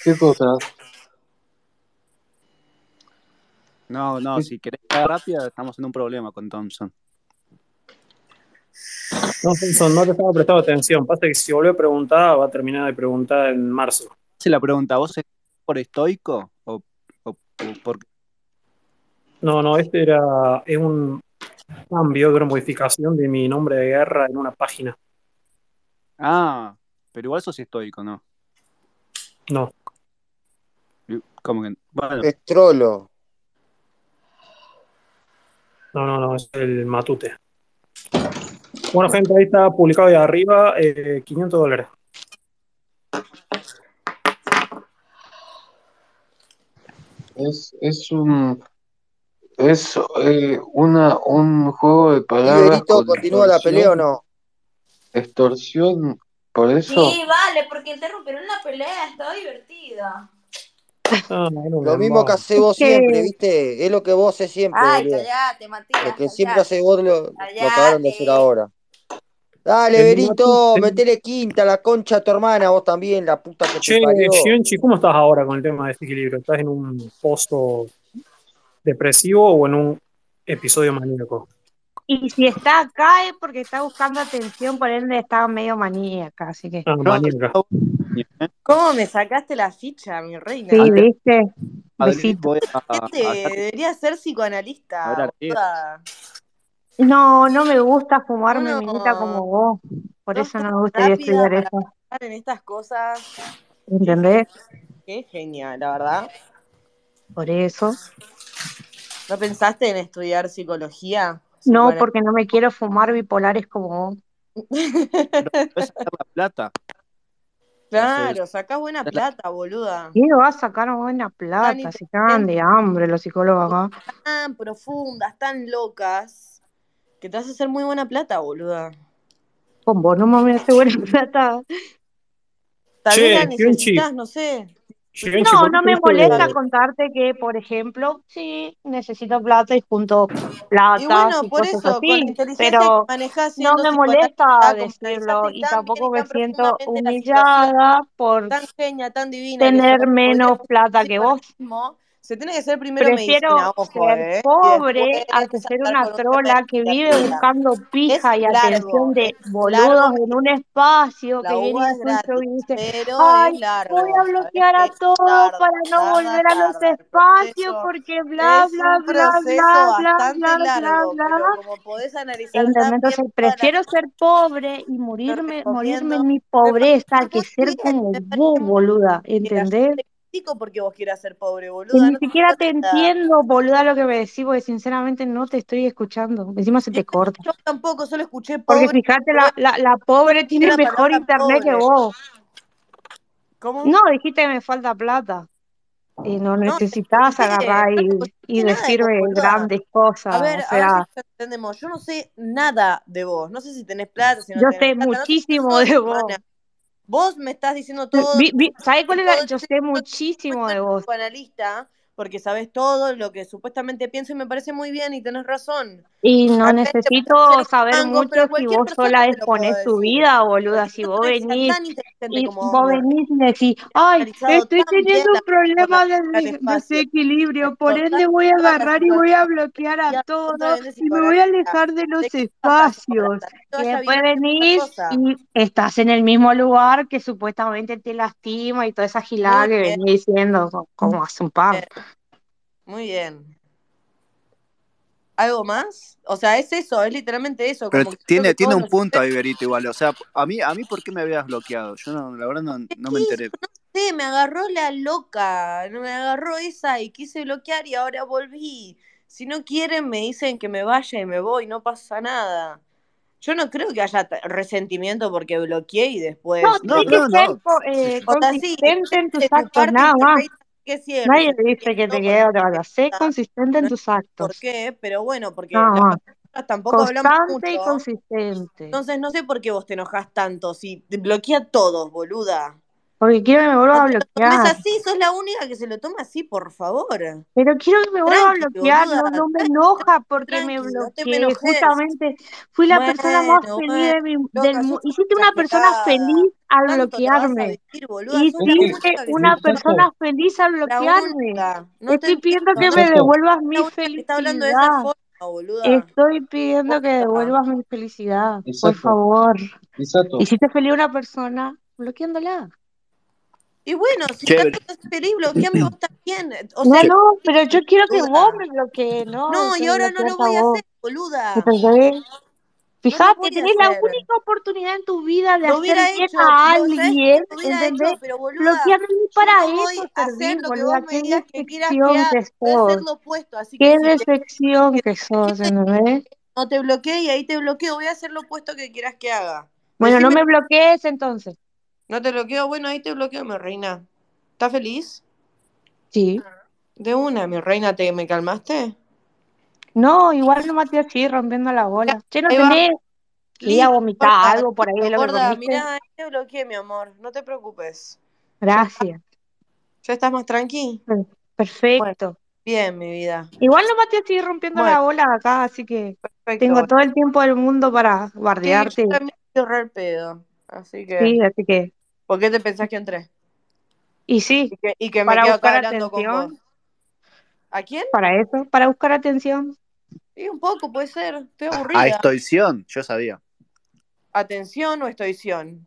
S15: ¿Qué cosa?
S4: No, no, si querés la rápida, estamos en un problema con Thompson.
S14: No, Thompson, no te estaba prestando atención. Pasa que si vuelve a preguntar, va a terminar de preguntar en marzo.
S4: Se la pregunta, ¿vos estás por estoico o, o- o por
S14: No, no, este era, es un cambio de una modificación de mi nombre de guerra en una página.
S4: Ah, pero igual sos estoico, ¿no?
S14: No,
S4: Como que, bueno,
S11: Es trolo.
S14: no, no, no, es el matute. Bueno, gente, ahí está publicado ahí arriba, eh, 500 dólares.
S15: Es, es un es eh, una un juego de palabras
S11: Iberito,
S15: con
S11: ¿continúa la pelea o
S15: extorsión,
S11: no?
S15: extorsión, por eso.
S9: Sí, vale, porque interrumpieron la pelea, estaba divertida.
S14: Ah,
S11: Lo mismo que hace vos siempre, ¿viste? Es lo que vos haces siempre.
S9: Ay,
S11: boludo.
S9: callate, Matías.
S11: Lo que siempre hace vos lo, lo
S9: Callate.
S11: acabaron de hacer ahora. Dale,
S14: El
S11: Berito,
S14: Mati-
S11: metele quinta a la concha a tu hermana, vos también, la puta que
S14: Che,
S11: te parió.
S14: Gianchi, ¿cómo estás ahora con el tema de este equilibrio? ¿Estás en un pozo depresivo o en un episodio maníaco?
S13: Y si está acá es porque está buscando atención, por ende está medio maníaca, así que.
S14: Ah, maníaca.
S8: ¿Cómo me sacaste la ficha, mi reina?
S13: Sí, viste.
S12: Madrid,
S13: Besito.
S12: voy a,
S4: Ah,
S8: Gente,
S12: acá te-
S8: debería ser psicoanalista.
S12: a ver, Artigas.
S8: boluda.
S13: No, no me gusta fumarme
S8: Uno-
S13: minita como vos. Por
S8: Sos
S13: eso
S8: tan
S13: no me gustaría
S8: rápida
S13: estudiar
S8: para
S13: eso.
S8: pensar en estas cosas. Qué,
S13: ¿Entendés?
S8: qué genial, la verdad.
S13: Por eso.
S8: ¿No pensaste en estudiar psicología?
S13: No,
S8: Psicoanal-
S13: porque no me quiero fumar bipolares como vos.
S12: la plata.
S8: Claro, sacás buena
S12: la-
S8: plata, boluda.
S13: ¿Quién va a sacar buena
S8: Tan
S13: plata? Si estaban
S8: inteligente,
S13: de hambre los psicólogos acá.
S8: tan profundas, tan locas, que te vas a hacer muy buena plata, boluda.
S13: Con vos no me voy a hacer buena plata.
S8: Tal vez la
S14: Che, Gianchi,
S8: necesitas, no sé.
S14: Gianchi,
S13: No,
S14: ¿por qué
S13: no me
S14: te
S13: molesta
S14: dice-
S13: contarte que, por ejemplo, sí, necesito plata y junto platas
S8: Y bueno,
S13: y
S8: por
S13: cosas
S8: eso, con la
S13: así,
S8: inteligencia que
S13: pero
S8: manejás siendo
S13: no me
S8: psicoanalista,
S13: molesta
S8: computarizaste
S13: decirlo y
S8: tan bien
S13: tampoco
S8: y
S13: me
S8: tan
S13: siento
S8: profundamente la situación,
S13: humillada por
S8: tan genia, tan divina, que sos,
S13: tener
S8: podrías
S13: menos plata
S8: hacer
S13: que vos.
S8: psicoanalismo. Se tiene que hacer primero medicina,
S13: Prefiero
S8: ojo,
S13: ser
S8: ¿eh? Y después
S13: pobre a que ser
S8: andar
S13: una
S8: con un remedio
S13: trola que
S8: de
S13: vive
S8: arriba.
S13: buscando
S8: Es
S13: pija y atención
S8: largo,
S13: de
S8: es largo,
S13: boludos en un espacio
S8: la
S13: que viene
S8: uva es
S13: inculto
S8: gratis,
S13: y dice,
S8: pero es
S13: ay, voy
S8: largo.
S13: a
S8: Sabes
S13: bloquear
S8: que
S13: a
S8: es
S13: todos
S8: tarda,
S13: para no
S8: tarda,
S13: volver a los
S8: tarda. El
S13: espacios
S8: proceso
S13: porque bla,
S8: es
S13: bla,
S8: un
S13: bla,
S8: proceso
S13: bla, bla, bla,
S8: bastante
S13: bla,
S8: largo,
S13: bla.
S8: pero como podés analizar
S13: Ent-
S8: tan bien
S13: Entonces
S8: todas las
S13: prefiero ser pobre y
S8: yo
S13: morirme, morirme
S8: recomiendo.
S13: en mi
S8: Me parece
S13: pobreza que
S8: muy
S13: ser
S8: bien, me
S13: como vos,
S8: parece muy
S13: boluda,
S8: bien. Yo
S13: ¿entendés?
S8: te critico porque vos quieras ser pobre,
S13: Que
S8: boluda.
S13: ni
S8: No te
S13: siquiera te
S8: importa.
S13: entiendo, boluda, lo que me decís, porque sinceramente no te estoy escuchando. Encima se te corta.
S8: Yo tampoco, solo escuché
S13: Porque
S8: pobre,
S13: fíjate,
S8: pero
S13: la,
S8: bueno,
S13: la, la
S8: no
S13: pobre
S8: escuché
S13: tiene
S8: la
S13: mejor
S8: palabra
S13: internet que
S8: pobre.
S13: vos.
S8: ¿Cómo?
S13: No, dijiste que me falta plata. Y no
S8: No, te
S13: necesitas
S8: escuché,
S13: agarrar
S8: no te
S13: y, y
S8: escuché nada de vos,
S13: decirme
S8: boluda.
S13: grandes
S8: A
S13: cosas.
S8: ver, a
S13: O
S8: ver si
S13: sea,
S8: nos entendemos. Yo no sé nada de vos. No sé si tenés plata, si no
S13: yo
S8: tenés
S13: sé
S8: plata. No sé
S13: muchísimo
S8: todo de
S13: de
S8: tu hermana.
S13: vos.
S8: Vos me estás diciendo todo,
S13: Vi- vi- ¿Sabés cuál es
S8: todo este
S13: la?
S8: el tiempo
S13: Yo sé
S8: que te
S13: muchísimo
S8: cuentan
S13: de vos.
S8: psicoanalista, porque sabes todo lo que supuestamente pienso y me parece muy bien y tenés razón.
S13: Y no
S8: Tal vez te puedo hacer
S13: necesito
S8: un
S13: saber
S8: mango,
S13: mucho
S8: pero
S13: si
S8: cualquier
S13: vos
S8: persona
S13: sola
S8: te lo puedo
S13: exponés tu
S8: decir.
S13: vida,
S8: Porque
S13: boluda. Si
S8: yo
S13: vos
S8: soy una chica
S13: venís
S8: tan inteligente
S13: y
S8: como
S13: vos
S8: vos.
S13: venís y decís, ay,
S8: analizado
S13: estoy
S8: tan bien
S13: teniendo un
S8: las cosas,
S13: problema de,
S8: el
S13: de-
S8: espacio,
S13: desequilibrio, por
S8: conozco
S13: ende voy a
S8: todas las
S13: agarrar y voy a
S8: situaciones,
S13: bloquear a
S8: estudiar
S13: todo
S8: bien de
S13: y me voy
S8: psicoanalista,
S13: a alejar de
S8: de
S13: los
S8: qué pasan
S13: espacios.
S8: cosas, que te
S13: Y
S8: vaya
S13: después
S8: bien en esta
S13: venís
S8: cosa.
S13: y estás en el mismo lugar que supuestamente te lastima y toda esa gilada
S8: Muy
S13: que
S8: bien,
S13: venía diciendo co- como hace un par.
S8: muy bien. ¿Algo más? O sea, es eso, es literalmente eso,
S12: Pero
S8: como que creo que
S12: tiene, tiene
S8: todos
S12: un
S8: nos
S12: punto
S8: hacemos,
S12: ahí, Berito, igual. O sea, a mí, a mí ¿por qué me habías bloqueado? Yo, no, la verdad, no, no me enteré.
S8: sí, me agarró la loca, me agarró esa y quise bloquear y ahora volví. Si no quieren, me dicen que me vaya y me voy, no pasa nada. Yo no creo que haya ta- resentimiento porque bloqueé y
S13: No,
S8: después,
S12: No,
S13: tenés que
S8: boludo.
S12: no,
S13: ser
S12: no.
S13: co- eh,
S8: O sea, sí,
S13: consistente en tus
S8: de tu
S13: actos,
S8: parte
S13: nada
S8: yo
S13: más.
S8: ahí que sí es
S13: Nadie te dice que
S8: resentimiento
S13: te
S8: porque
S13: quede otra cosa. Sé
S8: está,
S13: consistente en
S8: no sé
S13: tus
S8: por
S13: actos.
S8: qué, pero bueno, porque
S13: Nada
S8: las
S13: más.
S8: personas tampoco hablamos
S13: Constante y
S8: mucho,
S13: consistente.
S8: entonces no sé por qué vos te enojás tanto, si te bloquea a todos, boluda.
S13: Porque quiero que me vuelva
S8: No
S13: a
S8: te lo tomes
S13: bloquear.
S8: así, sos la única que se lo toma así, por favor.
S13: Pero quiero que me vuelva a
S8: Tranqui,
S13: bloquear.
S8: boluda,
S13: No, no me
S8: tranqui,
S13: enoja
S8: tranqui,
S13: porque me
S8: tranqui, no te me
S13: bloqueé.
S8: enojes.
S13: Justamente fui la persona más
S8: Bueno,
S13: feliz
S8: bueno,
S13: de mi- del
S8: loca, sos
S13: mundo.
S8: una
S13: Hiciste una persona
S8: exagerada.
S13: feliz al
S8: Tanto la vas a
S13: bloquearme.
S8: vivir, boluda, sos la
S13: Hiciste
S8: única que se
S13: una
S8: lo toma
S13: persona feliz al
S8: La
S13: bloquearme.
S8: única. No te
S13: Estoy pidiendo
S8: entiendo,
S13: que
S8: no te
S13: me devuelvas
S8: la
S13: mi
S8: única que está hablando de esa
S13: felicidad.
S8: forma, boluda.
S13: Estoy pidiendo que
S8: Posta.
S13: devuelvas mi felicidad, por
S15: Exacto,
S13: favor.
S15: exacto.
S13: Hiciste feliz a una persona bloqueándola.
S8: Y bueno, si
S15: Che,
S8: tanto te hace feliz, bloqueame vos también. O
S13: No,
S8: sea,
S13: no,
S8: no
S13: pero yo quiero que vos
S8: boluda.
S13: me bloquees, no
S8: No,
S13: deseo
S8: y ahora no lo
S13: bloquearte a
S8: voy a
S13: vos.
S8: hacer, boluda.
S13: ¿Entendés?
S8: No lo
S13: Fijate,
S8: voy a
S13: tenés la
S8: hacer.
S13: única oportunidad en tu vida de
S8: Lo
S13: hacer
S8: hubiera
S13: bien
S8: hecho,
S13: a
S8: lo, ¿sabes qué?
S13: alguien,
S8: Lo hubiera
S13: ¿entendés?
S8: hecho, pero boluda,
S13: Bloquearme ni
S8: yo
S13: para
S8: no voy
S13: eso
S8: a hacer
S13: servís,
S8: lo que vos
S13: boluda.
S8: me
S13: Qué
S8: digas que quieras que
S13: decepción
S8: haga.
S13: que
S8: Voy a hacer
S13: sos.
S8: lo opuesto, así que
S13: Qué
S8: si te
S13: decepción
S8: que
S13: que sos,
S8: bloquee,
S13: ¿entendés?
S8: no te bloqueé y ahí te bloqueo. Voy a hacer lo opuesto que quieras que haga.
S13: Bueno, no
S8: Decime,
S13: me bloquees entonces.
S8: no te bloqueo. Bueno, ahí te bloqueo, mi reina. ¿Estás feliz?
S13: Sí.
S8: De una, mi reina, ¿te me calmaste?
S13: No, igual no mate así, rompiendo la bola. Che, no
S8: Ahí va.
S13: tenés que ir a
S8: Listo,
S13: vomitar
S8: gorda,
S13: algo por ahí de
S8: listo,
S13: lo que
S8: gorda.
S13: comiste.
S8: Mirá, ahí te bloqueé, mi amor. No te preocupes. Ya está.
S13: Gracias.
S8: ¿Ya estás más tranqui?
S13: Perfecto.
S8: Bien, mi vida.
S13: Igual nomás te estoy rompiendo
S8: Bueno.
S13: la bola acá, así que tengo
S8: bueno.
S13: todo el tiempo del mundo para
S8: Sí, yo
S13: guardearte.
S8: también estoy re al pedo. Así que.
S13: Sí, así que.
S8: ¿Por qué te pensás que entré?
S13: Y sí,
S8: Y que, y que me
S13: para
S8: quedo
S13: buscar
S8: acá hablando con
S13: atención,
S8: vos. ¿A quién?
S13: para eso, para buscar atención.
S8: Sí, un poco, puede ser. Estoy
S4: A
S8: aburrida.
S4: estoición, Ah, yo sabía.
S8: Atención o estoición.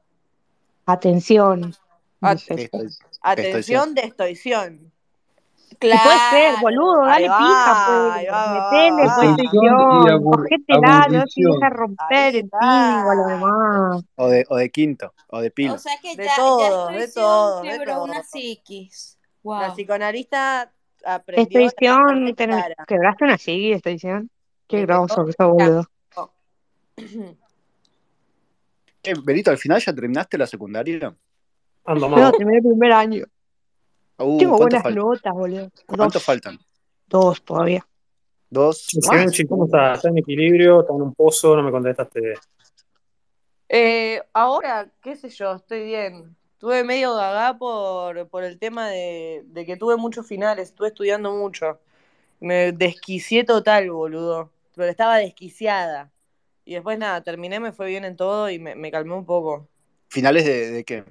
S13: Atención.
S8: At-
S13: Perfecto.
S8: Ah, Atención de estoición.
S13: Y puede ser,
S8: Claro.
S13: boludo,
S8: Ahí
S13: dale
S8: va,
S13: pija, pues.
S8: ahí va,
S13: Metele,
S8: va,
S13: pues,
S8: va.
S15: Atención y
S13: atención.
S15: abur-
S13: Cogétela, no te dejes
S15: aburrición.
S13: romper el pingo a los demás.
S4: O de, o de quinto, o de pino.
S9: O sea que
S8: De
S9: ya, ya
S8: todo, de
S9: estoición
S8: todo, de
S9: quebró una
S8: todo.
S9: psiquis.
S8: La
S9: Wow.
S8: psicoanalista aprendió la
S13: Estoición,
S8: parte
S13: te-
S8: clara.
S13: quebraste una silla, estoición. Qué
S8: Me quedó
S13: groso que sos, boludo.
S8: claro.
S4: Eh, Benito, al final ya terminaste la secundaria.
S14: Ando
S13: No,
S14: mal.
S13: terminé el primer año.
S4: Uh,
S13: Tengo
S4: ¿cuántos
S13: buenas
S4: faltan?
S13: notas, boludo.
S4: ¿Cuántos
S13: Dos,
S4: faltan?
S13: dos todavía.
S4: Dos más.
S14: Segunchi, ¿cómo
S4: Uh,
S14: estás? ¿Estás en equilibrio? ¿Estás en un pozo? No me contestaste.
S8: Eh, ahora, qué sé yo, estoy bien. Tuve medio gaga por, por el tema de, de que tuve muchos finales, estuve estudiando mucho. Me desquicié total, boludo. Pero estaba desquiciada. Y después nada, terminé, me fue bien en todo y me, me calmé un poco.
S4: ¿Finales de, de qué?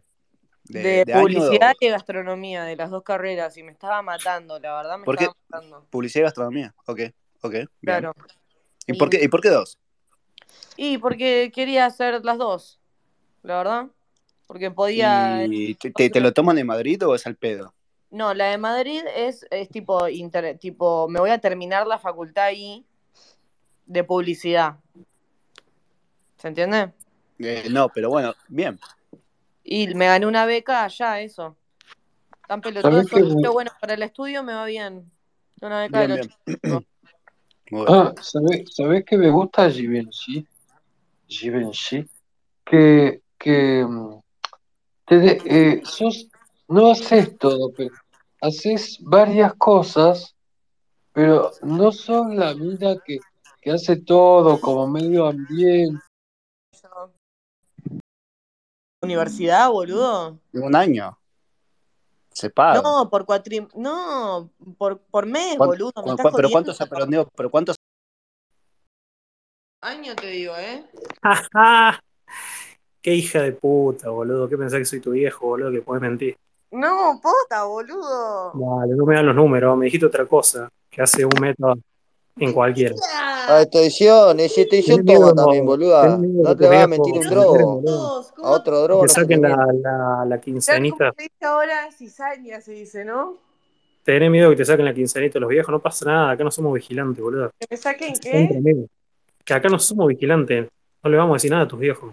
S4: ¿De,
S8: De
S4: de año?
S8: publicidad
S4: o-
S8: y de gastronomía, de las dos carreras, y me estaba matando, la verdad me
S4: ¿Por qué?
S8: estaba matando.
S4: Publicidad y gastronomía. Ok, ok, bien.
S8: Claro.
S4: ¿Y por
S8: Y,
S4: qué, y por qué dos?
S8: y porque quería hacer las dos, la verdad. Porque podía...
S4: ¿Y te, te- te lo toman en Madrid o es al pedo?
S8: No, la de Madrid es, es tipo, inter- tipo, me voy a terminar la facultad ahí de publicidad. ¿Se entiende?
S4: Eh, no, pero bueno, bien.
S8: Y me gané una beca allá, eso. Tan pelotudo
S15: ¿Sabés
S8: todo,
S15: que
S8: pero
S15: me,
S8: bueno, para el estudio me va bien. Una beca del
S4: Bien, bien.
S8: 8.
S4: Muy bueno.
S15: ah, ¿sabés, sabés que me gusta Givenchy? Givenchy. Que, que mm, te de- eh, sos- no haces todo, pero haces varias cosas, pero no sos la mina que, que hace todo como medio ambiente.
S8: Universidad, boludo.
S4: Un año, sepado.
S8: No, por cuatrim... No, por, por mes,
S4: Ah. ¿Cuán-
S8: boludo. Me
S4: cuán-
S8: estás
S4: cuán- pero
S8: jodiendo.
S4: cuántos aprendió? ¿Pero cuántos?
S8: Año te digo, ¿eh?
S14: Ajá. Qué hija de puta, boludo. ¿Qué pensás que soy tu viejo, boludo? Que podés mentir.
S8: No, posta, boludo.
S14: Vale, no me dan los números. Me dijiste otra cosa. Que hace un metro en cualquiera.
S11: A estoición, y si estoición
S14: Tenés
S11: toma
S14: miedo,
S11: este también,
S14: tenés
S11: boluda.
S14: miedo que
S11: No
S14: tu
S11: le vas a mentir
S14: viejo
S11: a un
S14: se enteren,
S11: drogo.
S14: boludo.
S11: A otro
S14: Y
S11: drogo
S14: te
S11: no se le
S14: saquen la,
S11: miente.
S14: la, la
S8: Ya como
S14: quincenita.
S8: se dice ahora, cizaña se dice, ¿no?
S14: Tenés miedo que te saquen la quincenita los viejos. No pasa nada. Acá no somos vigilantes, boludo.
S8: ¿Que me saquen
S14: Son entre
S8: qué?
S14: amigos. Que acá no somos vigilantes. No le vamos a decir nada a tus viejos.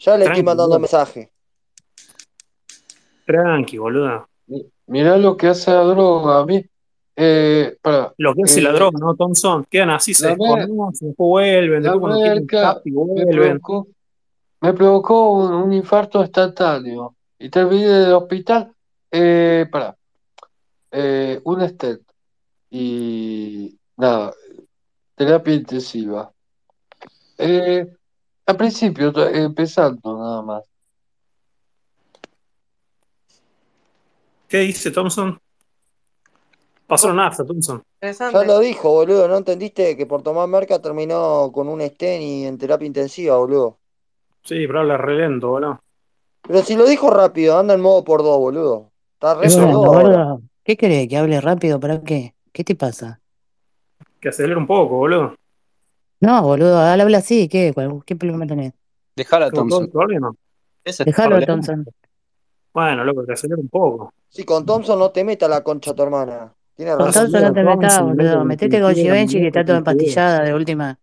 S11: Ya le estoy
S14: Tranqui,
S11: mandando
S14: boludo.
S11: mensaje.
S14: Tranqui, boludo.
S15: Mi- Mirá lo que hace la droga. A mí, eh, para,
S14: Lo que hace la
S15: eh,
S14: droga, ¿no, Thompson? Quedan así, se
S15: la, mer-
S14: desconocen, después vuelven,
S15: la
S14: después cuando quieren un
S15: merca
S14: tapi
S15: me
S14: vuelven.
S15: provocó, me provocó un, un infarto instantáneo y terminé en el hospital eh, para eh, un stent y nada, terapia intensiva. Eh, al principio, to- empezando nada más.
S14: ¿Qué dice Thompson? Pasaron hasta Thompson.
S11: Ya
S8: Interesante.
S11: lo dijo, boludo. ¿No entendiste que por tomar merca terminó con un estén y en terapia intensiva, boludo?
S14: Sí, pero habla re lento, boludo.
S11: Pero si lo dijo rápido, anda en modo por dos, boludo. Está re
S14: Eso
S11: por
S16: Bueno,
S11: dos
S14: no,
S11: ahora.
S16: gordo, ¿qué querés? ¿Que hable rápido? ¿Para qué? ¿Qué te pasa?
S14: que acelera un poco, boludo.
S16: No, boludo, él habla así, ¿qué? ¿Cuál- ¿Qué problema tenés?
S4: Dejala,
S14: Tengo todo el
S4: Thompson.
S14: problema.
S4: Ese es tu
S16: Déjalo a
S4: problema.
S16: Thompson.
S14: Bueno, loco, que acelera un poco.
S11: Si con Thompson no te meta la concha a tu hermana. Tiene
S16: Con
S11: razón.
S16: Thompson
S14: Acelera
S16: no te metas,
S14: Thompson, loco,
S16: boludo.
S14: con
S16: Metete
S14: quien
S16: con
S14: quiera, me
S16: Givenchy que
S14: meto
S16: está toda
S14: con quiera.
S16: empastillada de última.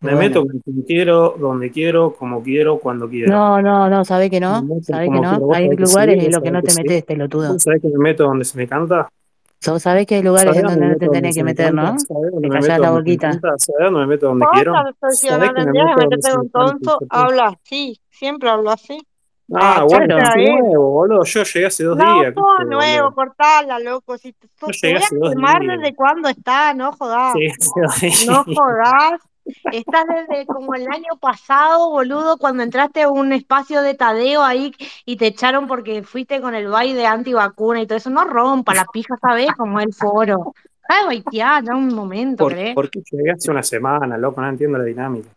S16: Y
S14: Me meto
S16: bueno.
S14: con quien quiero, donde quiero, como quiero, cuando quiero.
S16: No, no, no, sabés que
S14: Me
S16: no,
S14: meto
S16: sabés que
S14: como
S16: no.
S14: quiero. Vos
S16: Hay
S14: sabés que sí,
S16: lugares en
S14: vos
S16: los que
S14: sabés
S16: no
S14: que
S16: te
S14: sí.
S16: metes, pelotudo.
S14: Vos sabés que me meto donde se me canta.
S16: So- sabés que hay lugares
S14: ¿Sabés
S16: en
S14: dónde
S16: donde
S14: me
S16: no te
S14: meto donde
S16: tenés
S14: se
S16: que
S14: me
S16: meter,
S14: canta?
S16: ¿no?
S14: ¿Sabés dónde
S16: Te
S14: me
S16: callás
S14: meto
S16: la
S14: donde se me
S16: boquita.
S14: canta? ¿Sabés dónde me meto donde
S10: Posta,
S14: quiero?
S10: Estoición,
S14: ¿Sabés
S10: no
S14: que me
S10: tendrías que
S14: meto donde
S10: meterte
S14: se me
S10: con
S14: pone el
S10: Tonto.
S14: pichete?
S10: Habla así, siempre hablo así.
S14: Ah, bueno,
S10: Agachate
S14: no es
S16: Claro.
S10: ahí.
S14: nuevo, boludo. Yo llegué hace dos
S10: ¿eh? No,
S14: días, ¿qué
S10: todo
S14: sé,
S10: nuevo,
S14: boludo?
S10: cortala, loco. Si te,
S14: Yo
S10: te
S14: llegué
S10: voy a
S14: hace dos
S10: quemar
S14: días.
S10: desde cuándo está, no jodas.
S14: Llegué hace dos
S10: No
S14: días.
S10: jodas.
S13: Estás desde como el año pasado, boludo, cuando entraste a un espacio de tadeo ahí y te echaron porque fuiste con el baile de antivacuna y todo eso. No rompa la pija, ¿sabes? Como el foro. Ay, baiteá, ya un
S10: ¿eh?
S13: momento,
S14: ¿Por,
S13: ¿crees?
S14: por qué llegué hace una semana, loco? No entiendo la dinámica.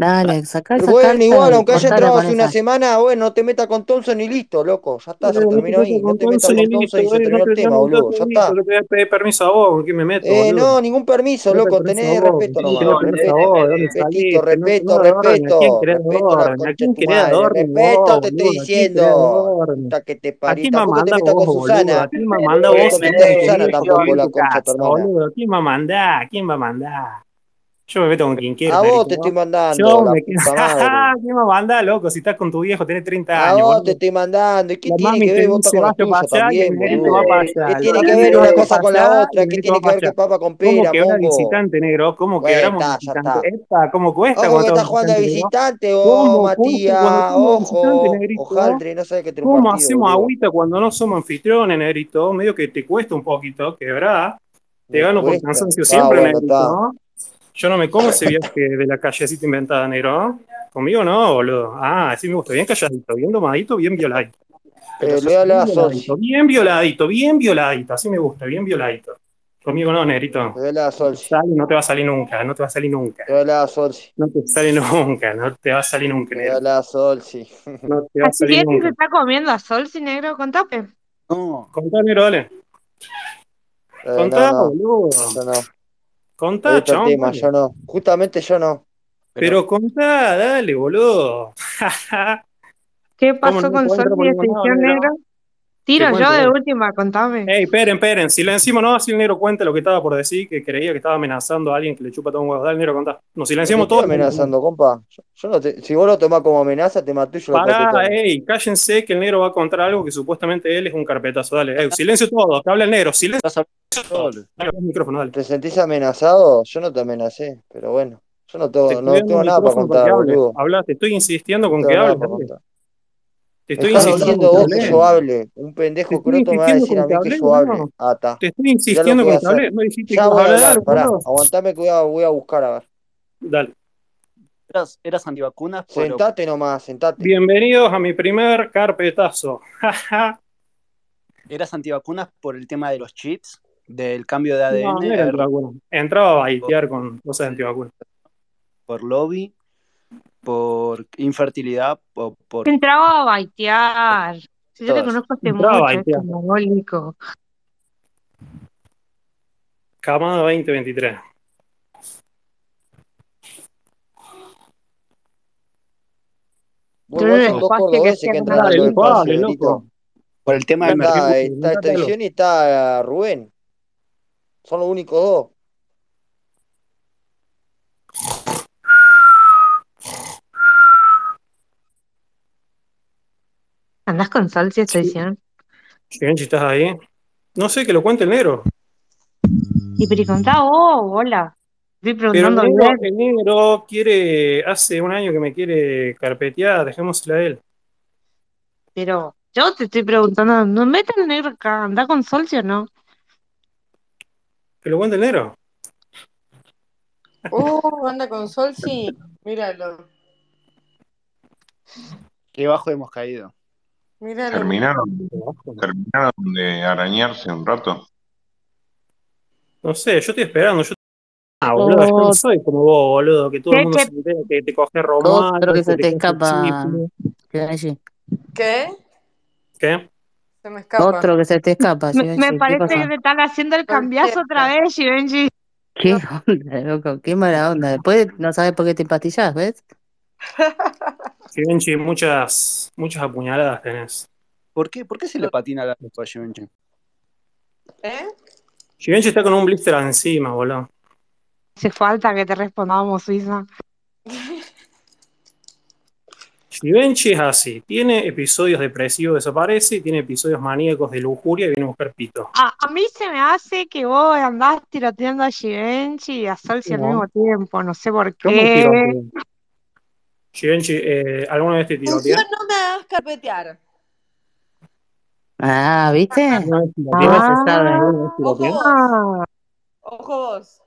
S16: Dale, saca esa
S11: Bueno,
S16: carta
S11: igual,
S16: y
S11: aunque haya
S16: cortala
S11: entrado
S16: con
S11: hace una
S16: esa.
S11: semana, bueno, no te metas con Thompson y listo, loco. Ya está, se
S14: No te
S11: terminó
S14: metas
S11: ahí. No
S14: con
S11: te metas
S14: Thompson y
S11: con
S14: listo,
S11: Thompson y se
S14: eh, no
S11: terminó
S14: te
S11: el
S14: metas
S11: tema,
S14: con
S11: boludo. Ya
S14: Thompson y listo.
S11: está.
S14: Yo te voy a pedir permiso a vos, ¿con quién me meto,
S11: Eh,
S14: boludo?
S11: no, ningún permiso,
S14: Yo te
S11: loco.
S14: permiso
S11: Tenés
S14: a vos,
S11: respeto
S14: yo te
S11: nomás.
S14: pido permiso a
S11: Respeto,
S14: vos, ¿de dónde
S11: respetito,
S14: saliste? No,
S11: respeto,
S14: no adornes, ¿a quién
S11: respeto.
S14: querés
S11: Respeto a la
S14: adornes? ¿A
S11: concha de
S14: quién
S11: tu
S14: querés
S11: madre.
S14: adornes
S11: Respeto
S14: vos,
S11: te estoy
S14: boludo? ¿A quién querés
S11: diciendo.
S14: adornes?
S11: Puta que te
S14: ¿A
S11: parís.
S14: quién me
S11: Tampoco te
S14: mandás
S11: metas
S14: vos,
S11: con
S14: boludo? ¿A
S11: Susana.
S14: quién me mandás
S11: No
S14: vos
S11: te
S14: si tenés
S11: metas con
S14: que
S11: Susana
S14: venir a
S11: tampoco,
S14: joder
S11: la
S14: tu
S11: concha de tu
S14: casa,
S11: hermana.
S14: boludo? ¿A quién me mandás? ¿A quién me mandás? Yo me meto con quien quiera,
S11: A vos te
S14: marico.
S11: estoy mandando,
S14: Yo
S11: la
S14: me quedo.
S11: puta madre.
S14: ¿Quién me mandás, loco? Si estás con tu viejo, tenés 30
S11: A
S14: años,
S11: vos te
S14: boludo.
S11: estoy mandando. ¿Y qué
S14: La
S11: tiene que
S14: mami te
S11: ver? Vos estás
S14: dice
S11: con los
S14: vaya a
S11: tuyos
S14: pasear y el
S11: también,
S14: negrito va a
S11: boludo.
S14: pasear.
S11: ¿Qué
S14: La
S11: tiene
S14: mami
S11: que
S14: te
S11: ver una
S14: vaya a
S11: cosa con la
S14: pasear y
S11: otra?
S14: el
S11: ¿Qué
S14: negrito va
S11: tiene
S14: a
S11: que ver que
S14: pasear.
S11: papa con
S14: ¿Cómo
S11: pera,
S14: quebra
S11: mongo?
S14: visitante, negro? ¿Cómo
S11: Bueno,
S14: quebramos
S11: está, ya
S14: visitante?
S11: está.
S14: Epa, ¿cómo cuesta
S11: Ojo
S14: cuando estamos
S11: que estás jugando
S14: visitante,
S11: de
S14: negro?
S11: visitante, oh,
S14: ¿Cómo cuesta cuando
S11: Matías.
S14: estamos de visitante,
S11: Ojo,
S14: negrito?
S11: hojaldre, no sabes qué tiene un
S14: ¿Cómo
S11: partido,
S14: hacemos
S11: boludo.
S14: agüita cuando no somos anfitriones, negrito? Medio que te cuesta un poquito, quebrá. Te
S11: Me
S14: gano por
S11: cuesta.
S14: cansancio
S11: Está
S14: siempre,
S11: bueno, está.
S14: negrito. Yo no me como ese viaje de la callecita inventada, negro. Conmigo no, boludo. Ah, sí me gusta. Bien calladito, bien domadito, bien violadito. Pero
S11: Eh,
S14: sí,
S11: le da
S14: bien
S11: la
S14: violadito,
S11: Solsi.
S14: bien violadito, bien violadito. Así me gusta, bien violadito. Conmigo no, negrito.
S11: Le da la
S14: No te
S11: Solsi.
S14: sale, no te va a salir nunca, no te va a salir nunca.
S11: Le da la Solsi.
S14: No te sale nunca, no te va a salir nunca,
S11: Le da
S14: negrito.
S11: la Solsi.
S14: No te va a
S13: Así
S14: salir
S13: que este se
S14: nunca.
S13: está comiendo a Sol, sin negro, contate.
S4: No,
S14: Contá, negro, dale.
S11: Eh, no,
S14: Contá,
S11: no.
S14: boludo.
S11: Yo no.
S14: Contá,
S11: Adicto al
S14: chabón,
S11: Este tema,
S14: dale.
S11: yo no. Justamente yo no.
S14: Pero contá, dale, boludo.
S13: ¿Qué
S14: ¿Cómo no
S13: pasó
S14: me
S13: con
S14: puedo
S13: Sol
S14: entrar por
S13: y
S14: ningún lado,
S13: extinción negro?
S14: negro? Te
S13: Tiro yo
S14: cuento,
S13: de
S14: dale.
S13: última, contame.
S14: Ey, esperen, esperen. Silenciamos, no, si el negro cuenta lo que estaba por decir, que creía que estaba amenazando a alguien que le chupa todo un huevo. Dale, negro, contá. Nos
S11: No te
S14: silenciamos
S11: estoy
S14: todos menos el negro.
S11: amenazando, compa. Yo, yo no te- si vos lo tomás como amenaza, te mato yo lo que te
S14: Pará,
S11: tomo.
S14: ey, cállense que el negro va a contar algo que supuestamente él es un carpetazo. Dale, ey, silencio todo, que habla el negro, silencio
S12: Estás
S14: todo.
S12: solo.
S14: Dale, el micrófono, dale.
S11: ¿Te sentís amenazado? Yo no te amenacé, pero bueno. Yo no
S14: Te
S11: tengo,
S14: estoy
S11: no
S14: dando un
S11: tengo nada para
S14: micrófono para que
S11: contar,
S14: hables.
S11: boludo.
S14: Habla, te estoy insistiendo
S11: No
S14: con
S11: tengo
S14: que
S11: nada
S14: hables,
S11: para
S14: dale.
S11: contar.
S14: Te
S11: Me
S14: estoy
S11: estás
S14: insistiendo
S11: diciendo
S14: con que
S11: vos que
S14: hables.
S11: yo hable. Un
S14: Te
S11: pendejo
S14: estoy
S11: croto me va a
S14: insistiendo
S11: decir
S14: con que
S11: a mí que
S14: hables,
S11: yo hable.
S14: boludo.
S11: Ah, está.
S14: Te estoy
S11: Mirá lo
S14: insistiendo
S11: que voy
S14: con
S11: a
S14: que
S11: hacer.
S14: hables. No dijiste que
S11: Ya
S14: ibas a
S11: voy a
S14: hablar,
S11: hablar, pará.
S14: boludo.
S11: Aguantame que voy a, voy a buscar a ver.
S14: Dale.
S12: Eras, eras antivacunas, pero
S11: Sentate nomás, sentate.
S14: Bienvenidos a mi primer carpetazo. Jaja.
S12: eras antivacunas por el tema de los chips, del cambio de
S14: No,
S12: ADN
S14: no
S12: a
S14: era
S12: R
S14: antivacuna. Entraba a
S12: por,
S14: baitear con cosas de antivacuna.
S12: por lobby, por infertilidad, o por
S13: Entraba a baitear. Si yo te
S12: todas.
S13: conozco hace
S14: Entraba a
S13: mucho, este
S14: baitear.
S13: mongólico.
S14: Camada 2023.
S11: Vos
S13: Yo en
S11: igual
S13: el
S11: son dos
S13: espacio que
S11: cordobeses
S13: hacía
S11: que
S13: con
S11: entran a
S14: Dale,
S11: los
S14: loco,
S11: espacios,
S14: hable,
S11: negrito.
S14: loco.
S12: Por el tema del
S14: Dale,
S12: mercado.
S14: loco,
S11: Está, está
S14: contate algo.
S11: Estación eh, y está eh, Rubén. Son los únicos dos.
S13: ¿Andás con Sol si
S14: Sí.
S13: extinción?
S14: Chigenchi, ¿estás ahí? No sé, que lo cuente el negro.
S13: Y pero contá vos, bola. Estoy
S14: Mm. Pero el
S13: preguntando
S14: negro,
S13: bien.
S14: el negro quiere, hace un año que me quiere carpetear, dejémosela a él.
S13: Pero yo te estoy preguntando, ¿no meten el negro acá? ¿Andás con Sol sí o no?
S14: Que lo cuente el negro.
S10: Uh, anda con Sol, sí. Míralo.
S12: Qué bajo hemos caído.
S10: Míralo.
S17: ¿Terminaron? ¿Terminaron de arañarse un rato?
S14: No sé, yo estoy esperando. Yo... Ah, boludo, yo no
S16: Ot-
S14: soy como vos, boludo, que todo el
S13: ¿Qué,
S14: mundo
S13: qué?
S14: se entera que te coge
S16: Otro
S14: Romualdo,
S16: que
S14: que te
S16: se te
S14: coge
S16: escapa,
S14: Chifle.
S16: Givenchy.
S10: ¿Qué?
S14: ¿Qué?
S10: Se me escapa.
S16: Otro que se te escapa,
S13: Me, me
S16: Givenchy. ¿Qué
S13: parece que
S16: pasa?
S13: te están haciendo el cambiazo otra
S10: Cualquiera.
S13: vez, Givenchy.
S16: ¿Qué onda, loco? Qué mala onda. Después no sabes por qué te empastillas, ¿ves?
S14: Givenchy, muchas, muchas apuñaladas tenés.
S12: ¿Por qué? ¿Por qué se le patina la lengua a Givenchy?
S10: ¿Eh?
S14: Givenchy está con un blister encima, boludo.
S13: Hace falta que te respondamos, Suiza.
S14: Givenchy es así. Tiene episodios depresivos, desaparece, y tiene episodios maníacos de lujuria y viene a buscar pito.
S13: A, a mí se me hace que vos andás tiroteando a Givenchy y a Solsi al
S14: No,
S13: mismo tiempo, no sé por
S14: yo no
S13: qué.
S14: tiroteo. Givenchy, eh, ¿alguna vez te
S10: Atención,
S14: tiroteé?
S10: no me hagas carpetear.
S16: Ah, ¿viste?
S14: ¿Alguna vez
S16: Nunca
S14: tiroteé?
S16: se sabe. ¿eh?
S14: ¿Alguna vez
S10: Ojo
S14: tiroteé?
S10: vos,
S13: Ah.
S10: ojo vos.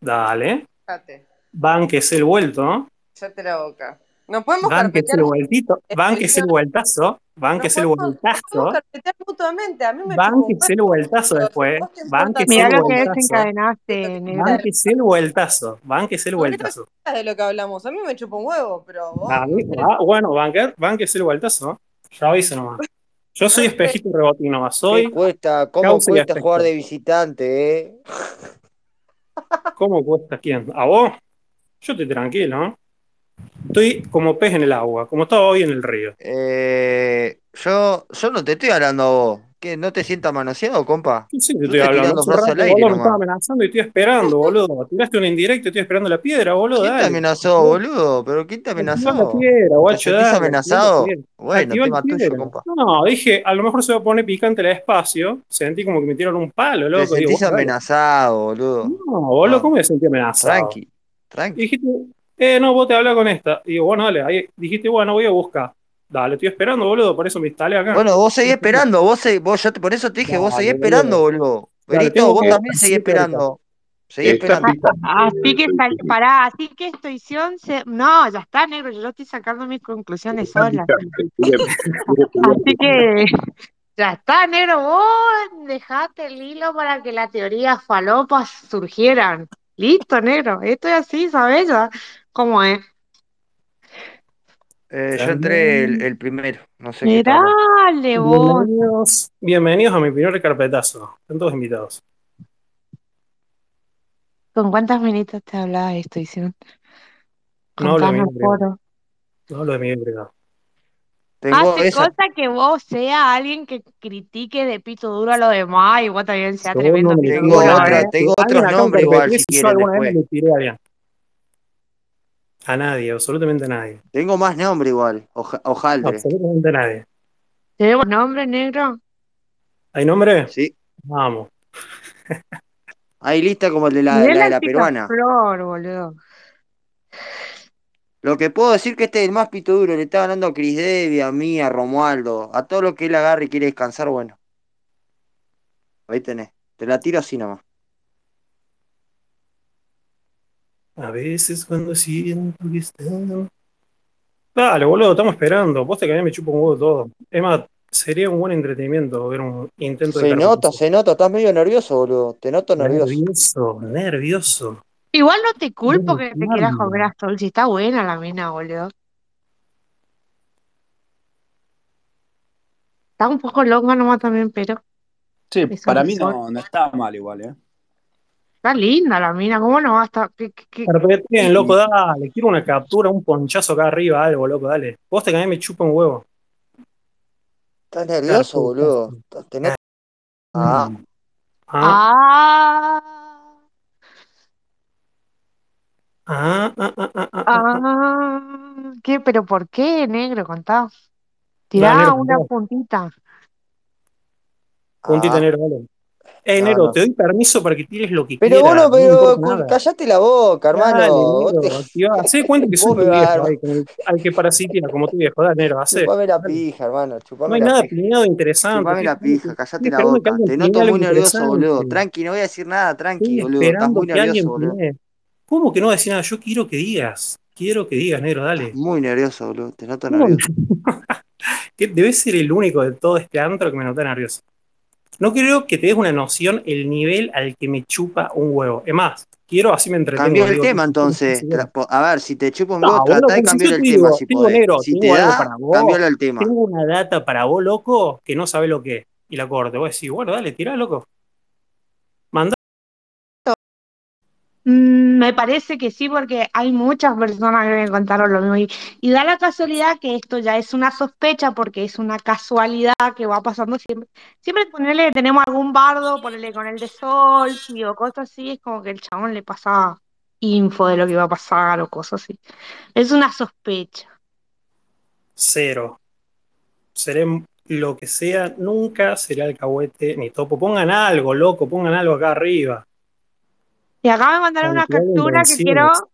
S14: Dale.
S10: Cállate.
S14: Banques el vuelto, ¿no?
S10: Cállate la boca. No podemos
S14: Banques
S10: carpetear,
S14: el vueltito. Banques el vueltazo. Banques el vueltazo.
S10: carpetear mutuamente. A mí me
S14: Banques el vueltazo después. Banques
S13: Mirá
S14: el
S13: lo que
S14: vueltazo.
S13: desencadenaste, negra.
S14: Banques el vueltazo. Banques el vueltazo.
S10: chupa de lo que hablamos. A mí me chupa un huevo, pero vos.
S14: Ah, ah, bueno, banquer, banques el vueltazo. Ya aviso nomás. Yo soy espejito y rebotín nomás. Soy.
S11: ¿Qué cuesta? ¿Cómo
S14: causa y
S11: cuesta
S14: efecto.
S11: jugar de visitante, eh?
S14: ¿Cómo cuesta quién? ¿A vos? Yo estoy tranquilo, ¿no? Estoy como pez en el agua, como estaba hoy en el río.
S11: Eh, yo, yo no te estoy hablando a vos. ¿Qué, ¿No te sientas manoseado, compa?
S14: Sí, sí, te
S11: Yo
S14: estoy
S11: estoy
S14: hablando.
S11: tirando
S14: Hace
S11: frases al
S14: rato,
S11: aire
S14: boludo, me estaba
S11: nomás.
S14: amenazando y estoy esperando, boludo. Tiraste un indirecto y estoy esperando la piedra, boludo.
S11: ¿Quién te
S14: Dale.
S11: amenazó, boludo? ¿Pero quién te
S14: Activa la
S11: amenazó?
S14: piedra,
S11: ¿Te
S14: guacho,
S11: sentís
S14: dale. Activa la
S11: amenazado?
S14: piedra.
S11: Bueno,
S14: Activa la
S11: tema tuyo,
S14: piedra.
S11: compa.
S14: No, dije, a lo mejor se va a poner picante el espacio. Sentí como que me tiraron un palo,
S11: Te
S14: loco. Digo,
S11: sentís
S14: bueno, dale.
S11: amenazado, boludo.
S14: No, boludo, ¿cómo me sentí amenazado?
S11: Tranqui, tranqui.
S14: Y dijiste, eh, no, vos te hablas con esta. Y digo, bueno, dale. Ahí dijiste, bueno, voy a buscar. Dale, estoy esperando, boludo, por eso me instalé acá.
S11: Bueno, vos seguís esperando, vos, seguí- eh, vos yo te- por eso te dije, vos seguís
S14: Dale,
S11: esperando,
S14: boludo.
S11: boludo.
S14: Dale,
S11: Perito,
S14: tengo
S11: vos
S14: que
S11: también seguís
S14: sí, corta.
S11: esperando. Seguí
S17: Está
S11: esperando.
S17: picante.
S14: Ah,
S13: Así que, sal-
S17: eh,
S13: pará, así que esta edición se... No, ya está, negro, yo ya estoy sacando mis conclusiones
S17: Está
S13: sola.
S17: picante. Quiere- quiere pelear
S13: Así que, ya está, negro, vos dejaste el hilo para que las teorías falopas surgieran. Listo, negro, esto es así, ¿sabes? Ya, ¿Cómo es?
S11: Eh, yo entré el,
S14: Señor.
S11: el primero, no sé qué
S13: Mirá,
S11: tal.
S13: vos.
S14: Bienvenidos, bienvenidos a mi primer carpetazo. Están todos invitados.
S13: ¿Con cuántas minutos te hablaba esto, hicieron?
S14: No hablo de mi
S13: Contanos,
S14: vida privada.
S13: poro.
S14: No hablo de mi vida privada.
S11: Tengo
S13: Hace
S11: esa.
S13: Ah, cosa que vos sea alguien que critique de pito duro a los demás y vos también sea
S14: Yo no
S13: tremendo
S14: me
S13: pito
S14: tiré
S11: Tengo
S13: duro,
S14: a
S11: otra,
S14: nadie.
S13: ¿eh?
S11: tengo
S14: Alguien
S11: otros
S14: acá en
S11: nombres igual
S14: Carpetés,
S11: si
S14: si yo
S11: quieren
S14: alguna vez
S11: después.
S14: me tiré a alguien. A nadie, absolutamente a nadie.
S11: Tengo más nombres igual. Oja- hojaldre.
S14: Absolutamente a nadie.
S13: ¿Tenemos nombre negro?
S14: ¿Hay nombre?
S11: Sí.
S14: Vamos.
S11: Ahí lista como el de la,
S13: Mirá
S11: la de
S13: la
S11: la peruana.
S13: picaflor, boludo.
S11: Lo que puedo decir que este es el más pito duro. Le está ganando a Cris Devi, a mí, a Romualdo. A todo lo que él agarre y quiere descansar, bueno. Ahí tenés. Te la tiro así nomás.
S14: A veces cuando siento que están- Dale, boludo, estamos esperando. Posta que a mí me chupa un huevo todo. Es más, sería un buen entretenimiento ver un intento de
S11: Se nota,
S14: carpetazo.
S11: se nota. Estás medio nervioso, boludo. Te noto nervioso.
S14: Nervioso, nervioso.
S13: Igual no te culpo
S14: Quiero
S13: que te quieras comer
S14: jugarlo.
S13: a Sol, si está buena la mina, boludo. Está un poco loca nomás también, pero
S12: Sí,
S13: eso es
S12: para
S13: de
S12: mí
S13: Sol.
S12: no, no está mal igual, ¿eh?
S13: Está linda la mina, ¿cómo no va a estar? ¿Qué, qué, qué?
S14: Carpeteen,
S12: Y-
S14: loco, dale. Quiero una captura, un ponchazo acá arriba, algo, loco, dale. Posta que a mí me chupa un huevo.
S11: Estás nervioso, boludo.
S14: Carpetazo.
S11: Te te noto. Ah,
S14: Ah,
S13: Ah,
S14: ah, ah, ah, ah, ah, ah, ah.
S13: ah, ¿qué? ¿Pero por qué, negro? Contá.
S14: Dale,
S13: Tirá
S14: negro,
S13: una
S14: contá.
S13: puntita.
S14: Puntito,
S11: ah.
S14: negro, dale. Eh,
S11: No,
S14: negro, te
S11: no.
S14: doy permiso para que tires lo que
S11: Pero
S14: quieras. No
S11: bueno,
S14: me importa
S11: pero cu-
S14: nada.
S11: callate la boca, hermano.
S14: Dale,
S11: Vos, te-
S14: negro, activa. Hacé de cuenta que soy
S11: vos me
S14: tu
S11: vas a
S14: viejo
S11: dar.
S14: ahí, como el- al que parasitía, como tu viejo. Dale, negro, hacé.
S11: Chupame la
S14: Dale.
S11: pija, hermano.
S14: No
S11: Chupame
S14: hay
S11: la
S14: nada
S11: pija.
S14: pineado interesante.
S11: Chupame
S14: Estoy
S11: la
S14: esperando,
S11: pija,
S14: que-
S11: callate
S14: estoy
S11: la
S14: esperando que
S11: boca.
S14: alguien
S11: Te noto
S14: pinee algo
S11: muy nervioso, boludo.
S14: interesante.
S11: Tranqui, no voy a decir nada, tranqui,
S14: Estoy
S11: boludo. Estás
S14: esperando
S11: muy
S14: que
S11: nervioso,
S14: alguien
S11: boludo.
S14: pinee. ¿Cómo que no decís nada? Yo quiero que digas. Quiero que digas, negro,
S11: Estás
S14: dale.
S11: muy nervioso, boludo. Te noto
S14: ¿Cómo?
S11: nervioso.
S14: Que debes ser el único de todo este antro que me nota nervioso. No creo que te des una noción el nivel al que me chupa un huevo. Es más, quiero así me entretengo.
S11: Cambió
S14: Le
S11: el
S14: digo,
S11: tema
S14: "Che, ¿qué estás
S11: entonces. Tra-
S14: haciendo?".
S11: po- A ver, si te chupa un huevo,
S14: No, boludo,
S11: tratá de
S14: porque si yo
S11: cambiarle
S14: te
S11: el tema
S14: digo,
S11: si
S14: tengo
S11: podés.
S14: negro,
S11: Si te
S14: tengo algo
S11: da,
S14: para vos,
S11: cambiarle el tema.
S14: tengo una data para vos, loco, que no sabés lo que es. Y la corte, vos decís, bueno, dale, tirá, loco. Mandá.
S13: Mm, Me parece que sí, porque hay muchas personas que me contaron lo mismo. Y, y da la casualidad que esto ya es una sospecha, porque es una casualidad que va pasando siempre. Siempre ponerle que tenemos algún bardo, ponerle con el de sol, y o cosas así, es como que el chabón le pasaba info de lo que iba a pasar o cosas así. Es una sospecha.
S14: Cero. seré lo que sea, nunca seré alcahuete ni topo. Pongan algo, loco, pongan algo acá arriba.
S13: Y acá me mandaron una
S14: Cantidad de
S13: captura que
S14: intenciones.
S13: quiero,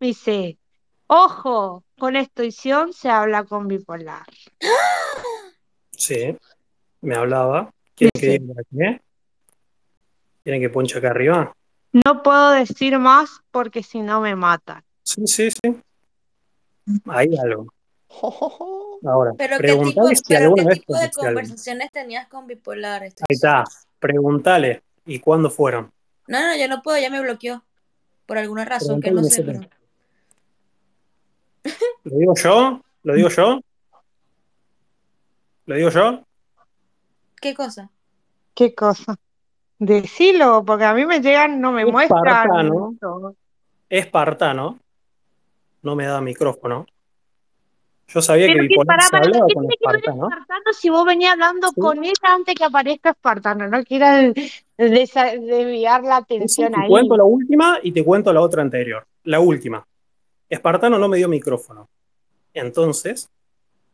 S13: me dice, ojo, con esta edición se habla con bipolar.
S14: Sí, me hablaba. ¿Quieren que ¿eh?
S13: Dice,
S14: diga para qué? ¿Quieren que ponche acá arriba?
S13: No puedo decir más porque si no me matan.
S14: Sí, sí, sí. Ahí algo. Ahora,
S9: Pero qué tipo,
S14: preguntale si
S9: pero
S14: alguna
S9: qué
S14: vez
S9: tipo
S14: conociste
S9: de
S14: a alguien.
S9: conversaciones tenías con bipolar. Este, Esto-
S14: Ahí está. Preguntale. ¿Y cuándo fueron?
S9: No, no, yo no puedo, ya me bloqueó. Por alguna razón que
S14: Preguntale
S9: no
S14: en
S9: sé,
S14: ese
S9: pero.
S14: momento. ¿Lo digo yo? ¿Lo digo yo? ¿Lo digo yo?
S9: ¿Qué cosa?
S13: ¿Qué cosa? Decilo, porque a mí me llegan, no me muestran.
S14: Espartano. Espartano. No me da micrófono. Yo sabía
S13: Pero
S14: que
S13: qué,
S14: bipolar
S13: pará,
S14: se
S13: pará,
S14: hablaba
S13: ¿qué
S14: con
S13: tiene que ver
S14: Espartano.
S13: Espartano si vos venís hablando con ella antes que aparezca Espartano? No quieras desa- desviar la
S14: Eso
S13: atención
S14: te
S13: ahí.
S14: cuento la última y te cuento la otra anterior. La última. Espartano no me dio micrófono. Entonces,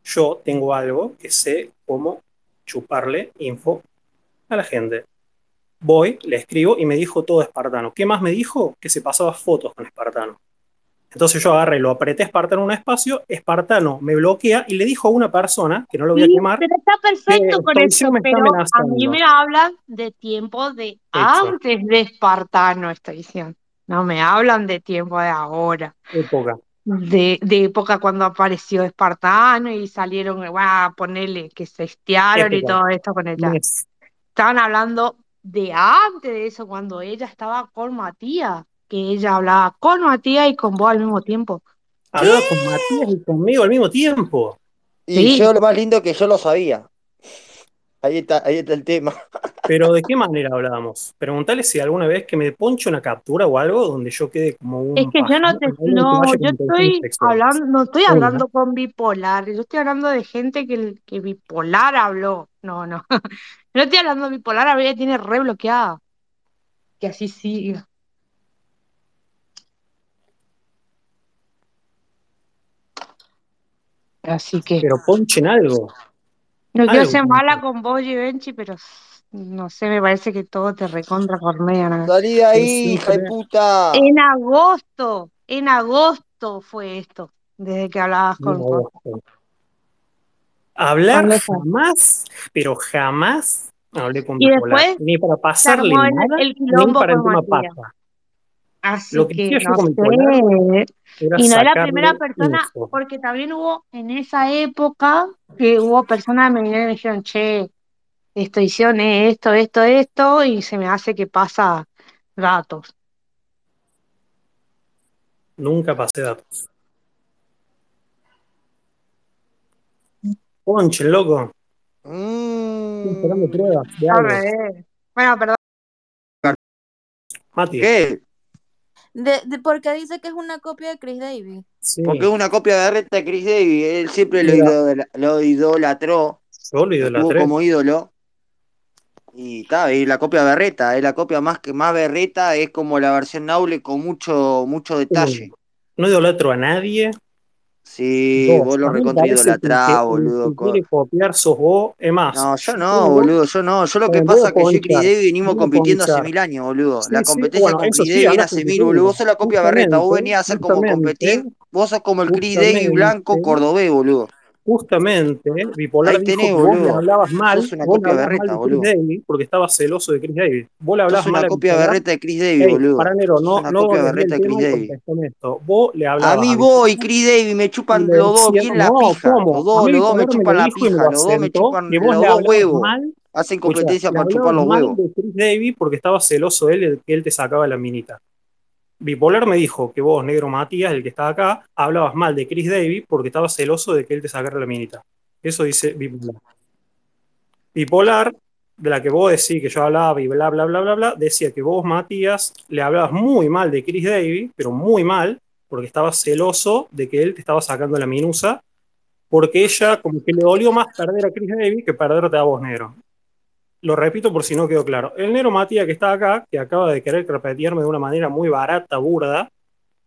S14: yo tengo algo que sé cómo chuparle info a la gente. Voy, le escribo y me dijo todo Espartano. ¿Qué más me dijo? Que se pasaba fotos con Espartano. Entonces yo agarré, lo apreté a Espartano en un espacio, Espartano me bloquea y le dijo a una persona, que no lo voy a
S13: Sí,
S14: quemar,
S13: pero está perfecto
S14: que
S13: con
S14: Toiseo
S13: eso,
S14: Eh, me está
S13: pero a mí
S14: amenazando.
S13: me hablan de tiempo de
S14: Hecho.
S13: antes de Espartano, estoy diciendo. No me hablan de tiempo de ahora,
S14: Época.
S13: de, de época cuando apareció Espartano y salieron, a ponerle que se estiaron y
S14: Época.
S13: todo esto con ella.
S14: Mes.
S13: Estaban hablando de antes de eso, cuando ella estaba con Matías, que ella hablaba con Matías y con vos al mismo tiempo.
S14: Hablaba con Matías y conmigo al mismo tiempo.
S11: Y
S13: Sí.
S11: yo lo más lindo que yo lo sabía. Ahí está, ahí está el tema.
S14: Pero ¿de qué manera hablábamos? Preguntarle si alguna vez que me ponche una captura o algo donde yo quede como
S13: Es
S14: un
S13: que yo no
S14: pajín,
S13: te,
S14: alguien que
S13: no,
S14: vaya
S13: yo
S14: con intenciones
S13: estoy
S14: sexuales.
S13: hablando, no estoy
S14: Hola.
S13: hablando con bipolar, yo estoy hablando de gente que, que bipolar habló. No, no. No estoy hablando de bipolar, a ver, tiene re bloqueada. Que así siga. Así que.
S14: Pero ponchen algo.
S13: No quiero
S14: Algo.
S13: ser mala con vos, Givenchy, pero no sé, me parece que todo te recontra cornean acá.
S11: Salí de
S14: Yo
S11: ahí, hija de
S14: siempre.
S11: puta.
S13: En agosto, en agosto fue esto, desde que hablabas
S14: Mira
S13: con
S14: vos.
S13: Costa.
S14: Hablar
S13: ¿Cuándo fue?
S14: jamás, pero jamás hablé con
S13: Y
S14: bipolar.
S13: después
S14: Ni para
S13: se
S14: pasarle
S13: armó el,
S14: nada,
S13: el
S14: ni
S13: quilombo
S14: para el
S13: con
S14: tema
S13: Matías.
S14: pata. Lo
S13: Así
S14: que
S13: que
S14: hacía yo
S13: no
S14: con bipolar
S13: sé.
S14: era
S13: Y no es la primera
S14: sacarle
S13: persona,
S14: info.
S13: porque también hubo en esa época que hubo personas que me vinieron y me dijeron, che, esto hicieron esto, esto, esto, y se me hace que pasa datos.
S14: Nunca pasé datos. Ponche, loco. Estoy esperando pruebas de
S13: Al
S14: algo.
S13: revés. Bueno, perdón.
S14: Mati.
S11: ¿Qué?
S9: De, de- porque dice que es una copia de Chris Davis.
S11: Porque es una copia de reta de Chris Davis. Él siempre lo,
S14: Mira,
S11: idola- lo idolatró,
S14: yo lo
S11: lo tuvo
S14: idolatré.
S11: como ídolo. Y está, es la copia berreta, es la copia más que más berreta, es como la versión noble con mucho, mucho detalle.
S14: Uno, no idolatro a nadie.
S11: Sí,
S14: Dos,
S11: vos lo
S14: a mí me
S11: recontra
S14: parece que el que,
S11: idolatrás,
S14: el que
S11: boludo. co-
S14: quiere copiar sos vos. Es más,
S11: No,
S14: yo
S11: yo no,
S14: tengo,
S11: boludo, yo no. Yo lo que
S14: eh, voy
S11: pasa
S14: a
S11: es que yo y Chris
S14: ponchar,
S11: Davis venimos
S14: voy a
S11: compitiendo hace
S14: ponchar.
S11: mil años, boludo. La
S14: Sí, sí,
S11: competencia
S14: bueno,
S11: con
S14: eso
S11: Chris
S14: sí,
S11: Davis era
S14: hablas con
S11: hace
S14: tu
S11: mil, boludo. Vos sos la copia berreta, vos
S14: Justamente,
S11: venís a hacer como competir,
S14: justamente,
S11: vos sos como el Chris Davis blanco
S14: justamente,
S11: cordobés, boludo.
S14: justamente, Bipolar
S11: Ahí
S14: dijo
S11: tenés,
S14: que vos le
S11: boludo.
S14: hablabas mal,
S11: Sos una
S14: vos le
S11: copia
S14: hablabas mal
S11: berreta,
S14: de Chris
S11: boludo.
S14: Davis porque estabas celoso de Chris Davis. Vos le
S11: Sos
S14: hablabas mal
S11: una
S14: a
S11: copia
S14: Bipolar.
S11: berreta de Chris Davis,
S14: Hey,
S11: boludo.
S14: para Nero,
S11: Sos
S14: no,
S11: una
S14: no
S11: copia
S14: desvíe
S11: berreta
S14: el
S11: de Chris
S14: tema y
S11: Davis.
S14: contestame esto. Vos le
S11: A
S14: hablabas
S11: mí
S14: a
S11: vos y
S14: Bipolar
S11: Chris Davis me
S14: y
S11: chupan
S14: le
S11: los dos,
S14: decían,
S11: ¿quién la
S14: no,
S11: pija? Los
S14: ¿cómo? A
S11: dos,
S14: mí
S11: los dos
S14: Bipolar me
S11: me
S14: lo
S11: chupan la
S14: dijo y me
S11: pija,
S14: lo
S11: los dos me
S14: asentó,
S11: chupan
S14: que vos
S11: los
S14: le
S11: dos
S14: hablabas
S11: huevos.
S14: mal,
S11: Hacen
S14: escuchá,
S11: competencia
S14: le
S11: para
S14: hablabas
S11: chupar los
S14: mal
S11: huevos.
S14: de Chris Davis porque estaba celoso él de que él te sacaba la minita. Bipolar me dijo que vos, negro Matías, el que está acá, hablabas mal de Chris Davis porque estabas celoso de que él te sacara la minita. Eso dice Bipolar. Bipolar, de la que vos decís que yo hablaba y bla, bla, bla, bla, bla, decía que vos, Matías, le hablabas muy mal de Chris Davis, pero muy mal, porque estabas celoso de que él te estaba sacando la minusa, porque ella como que le dolió más perder a Chris Davis que perderte a vos, negro. Lo repito por si no quedó claro. El negro Matías que está acá, que acaba de querer carpetearme de una manera muy barata, burda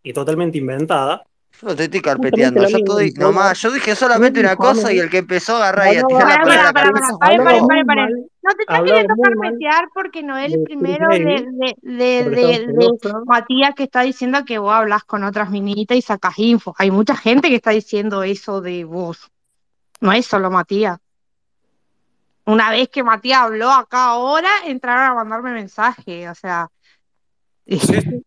S14: y totalmente inventada,
S11: Yo no te estoy
S14: justamente
S11: carpeteando,
S14: la
S11: yo
S14: misma
S11: estoy
S14: Bipolar
S11: nomás, yo dije
S14: no
S11: solamente
S14: dijo
S11: una
S14: a
S11: cosa y
S14: mí
S11: el que empezó a agarrar y a tirar
S14: Hablaba,
S11: la
S13: Pará,
S11: piedra a
S13: pará, pará,
S11: la cabeza.
S13: pará,
S14: entonces hablaba
S13: pare, pare,
S11: Hablaba
S14: muy
S13: pare,
S11: vos.
S13: pare.
S14: mal,
S13: No te está
S14: hablaba
S13: queriendo
S14: muy mal
S13: carpetear porque no es el
S14: de Chris
S13: primero de,
S14: Davis,
S13: de, de,
S14: porque estaba
S13: de, de
S14: celosa.
S13: Matías que está diciendo que vos hablas con otras minitas y sacas info. Hay mucha gente que está diciendo eso de vos. No es solo Matías. Una vez que Matías habló acá ahora, entraron a mandarme mensaje. O sea,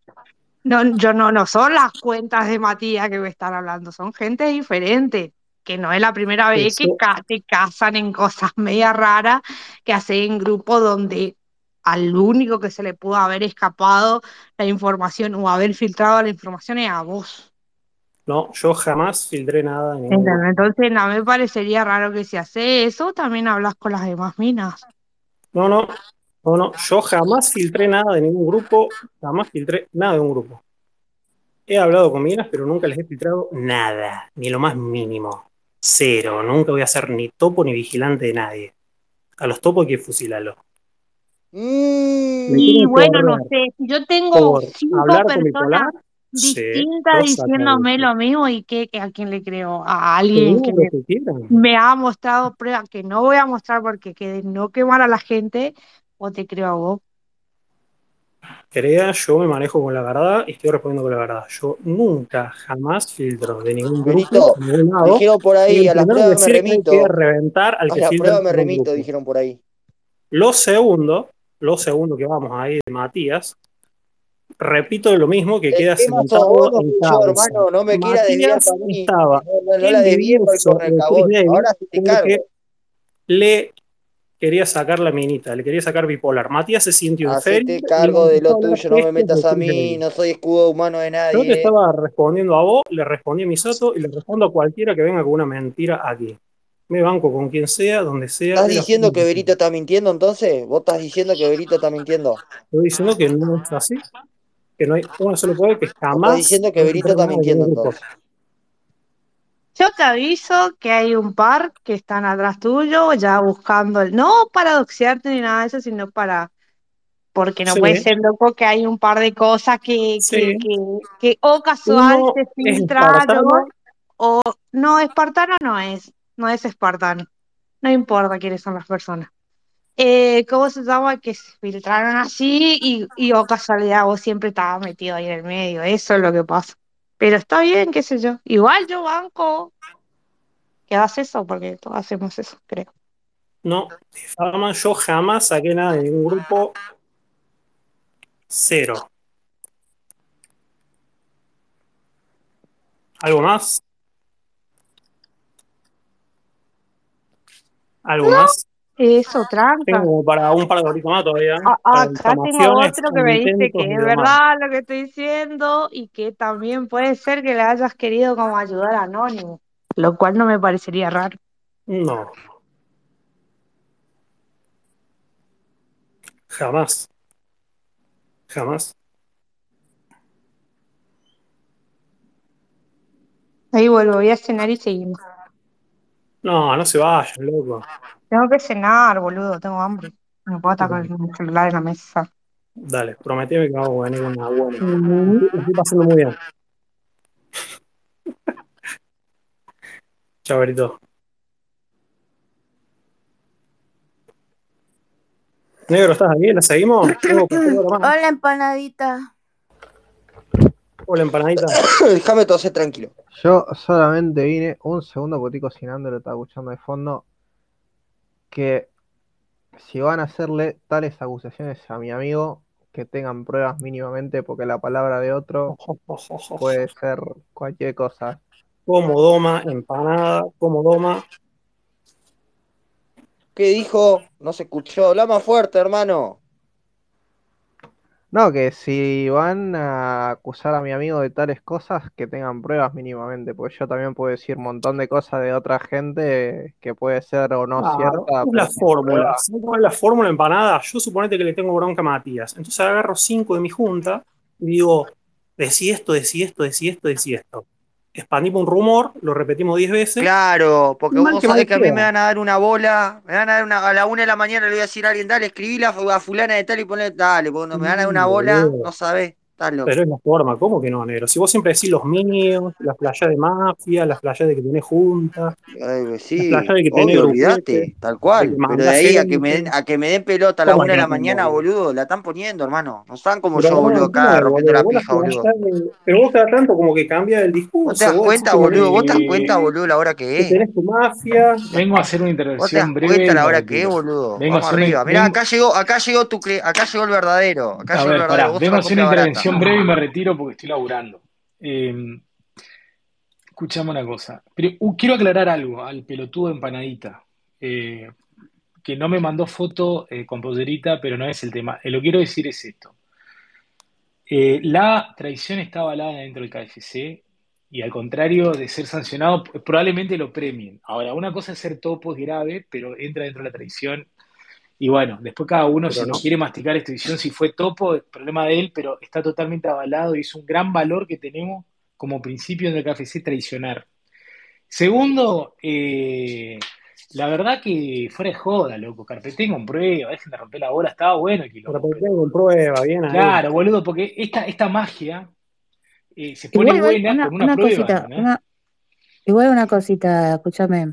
S13: No, yo no, no son las cuentas de Matías que me están hablando, son gente diferente, que no es la primera vez que
S14: Eso.
S13: ca- te casan en cosas media raras, que hacen en grupo donde al único que se le pudo haber escapado la información o haber filtrado la información es a vos.
S14: No, yo jamás filtré nada. en ningún
S13: ¿entendés?
S14: grupo.
S13: Entonces, no me parecería raro que si haces eso, también hablas con las demás minas.
S14: No, no, no, no. Yo jamás filtré nada de ningún grupo, jamás filtré nada de un grupo. He hablado con minas, pero nunca les he filtrado nada, ni lo más mínimo. Cero, nunca voy a ser ni topo ni vigilante de nadie. A los topos hay que fusilarlos. Me
S13: Y
S14: quieren
S13: bueno, no
S14: correr
S13: sé, si yo tengo
S14: por
S13: cinco
S14: hablar con mi polar,
S13: personas
S14: sí,
S13: distintas
S14: los saco.
S13: diciéndome lo mismo y que, a quién le creo, a alguien que
S14: Todo lo
S13: me,
S14: que quieran.
S13: me ha mostrado pruebas que no voy a mostrar porque que de no quemar a la gente, o te creo a vos.
S14: Crea, yo me manejo con la verdad y estoy respondiendo con la verdad. Yo nunca, jamás filtro de ningún grupo,
S11: Benito,
S14: de ningún lado.
S11: dijeron por
S14: Y
S11: ahí,
S14: el
S11: a las
S14: primero que
S11: pruebas me
S14: sirve hay que
S11: remito.
S14: reventar al
S11: A
S14: que
S11: las
S14: filtra
S11: pruebas me
S14: por un
S11: remito,
S14: grupo.
S11: dijeron por ahí.
S14: Lo segundo, lo segundo que vamos ahí de Matías, repito lo mismo que
S11: El
S14: queda
S11: tema sos vos,
S14: sentado
S11: no
S14: en
S11: fui yo,
S14: cabeza.
S11: hermano. No me quiera desviar
S14: Matías
S11: para mí.
S14: estaba
S11: No, no, no la
S14: en
S11: desvíe para el
S14: discurso de Chris
S11: correcabón.
S14: Davis
S11: Ahora sí te
S14: porque
S11: cargo.
S14: le quería sacar la minita, le quería sacar bipolar. Matías se sintió en feria
S11: Hacete
S14: y
S11: cargo de
S14: empezó
S11: lo
S14: a hablar
S11: tuyo, no me
S14: pestes de
S11: metas a
S14: Chris
S11: mí.
S14: Davis.
S11: No soy escudo humano de
S14: Yo te
S11: nadie, eh.
S14: estaba respondiendo a vos, le respondí a Misato y le respondo a cualquiera que venga con una mentira aquí. Me banco con quien sea, donde sea,
S11: ¿Estás
S14: es la forma
S11: diciendo que
S14: que sea.
S11: Berito está mintiendo entonces? ¿Vos estás diciendo que Berito está mintiendo?
S14: Estoy diciendo que no es así, que no hay una sola poder que
S11: ¿Vos estás
S14: jamás
S11: diciendo que
S14: he
S11: Berito
S14: filtrado
S11: está
S14: nada de
S11: mintiendo
S14: ningún grupo.
S11: entonces?
S13: Yo te aviso que hay un par que están atrás tuyo, ya buscando, el, no para doxearte ni nada de eso, sino para porque no
S14: Sí,
S13: puede ser loco que hay un par de cosas que, que,
S14: sí.
S13: que, que o casual
S14: Uno
S13: se
S14: es
S13: filtraron
S14: espartano,
S13: o no, espartano no es, no es espartano, no importa quiénes son las personas. Eh, ¿cómo se llama? Que se filtraron así y, y o casualidad vos siempre estabas metido ahí en el medio, eso es lo que pasa. Pero está bien, qué sé yo. Igual yo banco que hagas eso, porque todos hacemos eso, creo.
S14: no, de fama, yo jamás saqué nada de ningún grupo, cero. ¿Algo más? ¿Algo más?
S13: Eso, tranca.
S14: Tengo como para un par de horitas más todavía,
S13: A-
S14: para
S13: Acá tengo
S14: difamaciones
S13: otro que
S14: o
S13: Ah, me dice
S14: intentos
S13: que
S14: de
S13: es
S14: domar.
S13: verdad lo que estoy diciendo y que también puede ser que le hayas querido como ayudar a Anónimo, lo cual no me parecería raro.
S14: No, jamás, jamás.
S13: Ahí vuelvo, voy a cenar y seguimos.
S14: No, no se vayan, loco.
S13: Tengo que cenar, boludo, tengo hambre. No puedo estar con
S14: Dale,
S13: el celular en la mesa.
S14: dale, prometeme que vamos a venir con una buena.
S13: Mm.
S14: Me estoy pasando muy bien. Chao, Berito. Negro, ¿estás ahí? ¿La seguimos? Oh, Tengo por favor, más.
S9: Hola, empanadita.
S14: Hola, empanadita.
S11: Déjame toser tranquilo.
S18: Yo solamente vine un segundo porque estoy cocinando y lo estaba escuchando de fondo. Que si van a hacerle tales acusaciones a mi amigo, que tengan pruebas mínimamente, porque la palabra de otro puede ser cualquier cosa.
S14: Como doma, empanada, como doma.
S11: ¿Qué dijo? No se escuchó. Habla más fuerte, hermano.
S18: No, que si van a acusar a mi amigo de tales cosas, que tengan pruebas mínimamente, porque yo también puedo decir un montón de cosas de otra gente que puede ser o no
S14: Claro,
S18: cierta,
S14: Ah, es
S18: pero
S14: la
S18: sin
S14: fórmula.
S18: pruebas.
S14: ¿Sabes cuál es la fórmula empanada? Yo suponete que le tengo bronca a Matías. Entonces agarro cinco de mi junta y digo, decí esto, decí esto, decí esto, decí esto. Expandimos un rumor, lo repetimos diez veces.
S11: Claro, porque
S14: Y mal
S11: vos
S14: que mal
S11: sabés que a mí
S14: queda.
S11: me van a dar una bola, me van a dar una, a la una de la mañana le voy a decir a alguien, dale, escribí a fulana de tal y ponle, dale, porque no me van a dar una
S14: Mm,
S11: bola, no
S14: boludo.
S11: sabés. Está loco.
S14: Pero es la forma, ¿cómo que no, negro? Si vos siempre decís los minions, las playas de mafia, las playas de que tenés juntas,
S11: Eh, sí,
S14: las playas de que
S11: obvio,
S14: tenés
S11: olvidate, tal cual. Pero de ahí a que me den, a que me den pelota a la
S14: ¿Cómo
S11: una de la
S14: que no,
S11: mañana,
S14: boludo?
S11: boludo, la están poniendo, hermano. No están como
S14: Pero
S11: yo,
S14: no,
S11: boludo, acá,
S14: claro,
S11: rompiendo la
S14: boludo,
S11: pija,
S14: vos te
S11: boludo.
S14: vas tarde, Pero vos te das tanto como que cambia el discurso.
S11: ¿Vos te das cuenta, boludo? ¿Vos te das cuenta, boludo, la hora que es?
S14: tenés tu mafia.
S19: Vengo a hacer una
S11: ¿Vos te das
S19: intervención breve.
S11: cuenta
S19: y
S11: la
S19: me
S11: hora que es,
S19: retiro.
S11: boludo?
S19: Vengo a
S11: Vamos
S19: hacer una-
S11: arriba. Mirá,
S19: vengo-
S11: acá llegó, acá llegó tu cle- acá llegó el verdadero, acá
S19: A
S11: llegó el
S19: ver,
S11: verdadero,
S19: pará,
S11: vos otra
S19: vengo a hacer una
S11: copia barata.
S19: intervención breve y me retiro porque estoy laburando. Eh, escuchame una cosa. Pero, uh, quiero aclarar algo al pelotudo empanadita. eh, que no me mandó foto eh, con pollerita, pero no es el tema. Eh, lo quiero decir es esto. Eh, la traición está avalada dentro del KFC y al contrario de ser sancionado, p- probablemente lo premien. Ahora, una cosa es ser topo es grave, pero entra dentro de la traición. Y bueno, después cada uno,
S14: Pero
S19: si
S14: no.
S19: quiere masticar esta edición, si fue topo, es problema de él, pero está totalmente avalado y es un gran valor que tenemos como principio en el KFC traicionar. Segundo, eh, la verdad que fuera de joda, loco, carpeté con prueba, dejen de romper la bola, estaba bueno el quilombo.
S14: Pero ¿por qué con prueba? Bien ahí.
S19: Claro, boludo, porque esta, esta magia eh, se pone
S16: Igual hay
S19: buena
S16: una,
S19: con una
S16: una
S19: prueba,
S16: cosita,
S19: ¿entendés?
S16: una, igual una cosita, escúchame.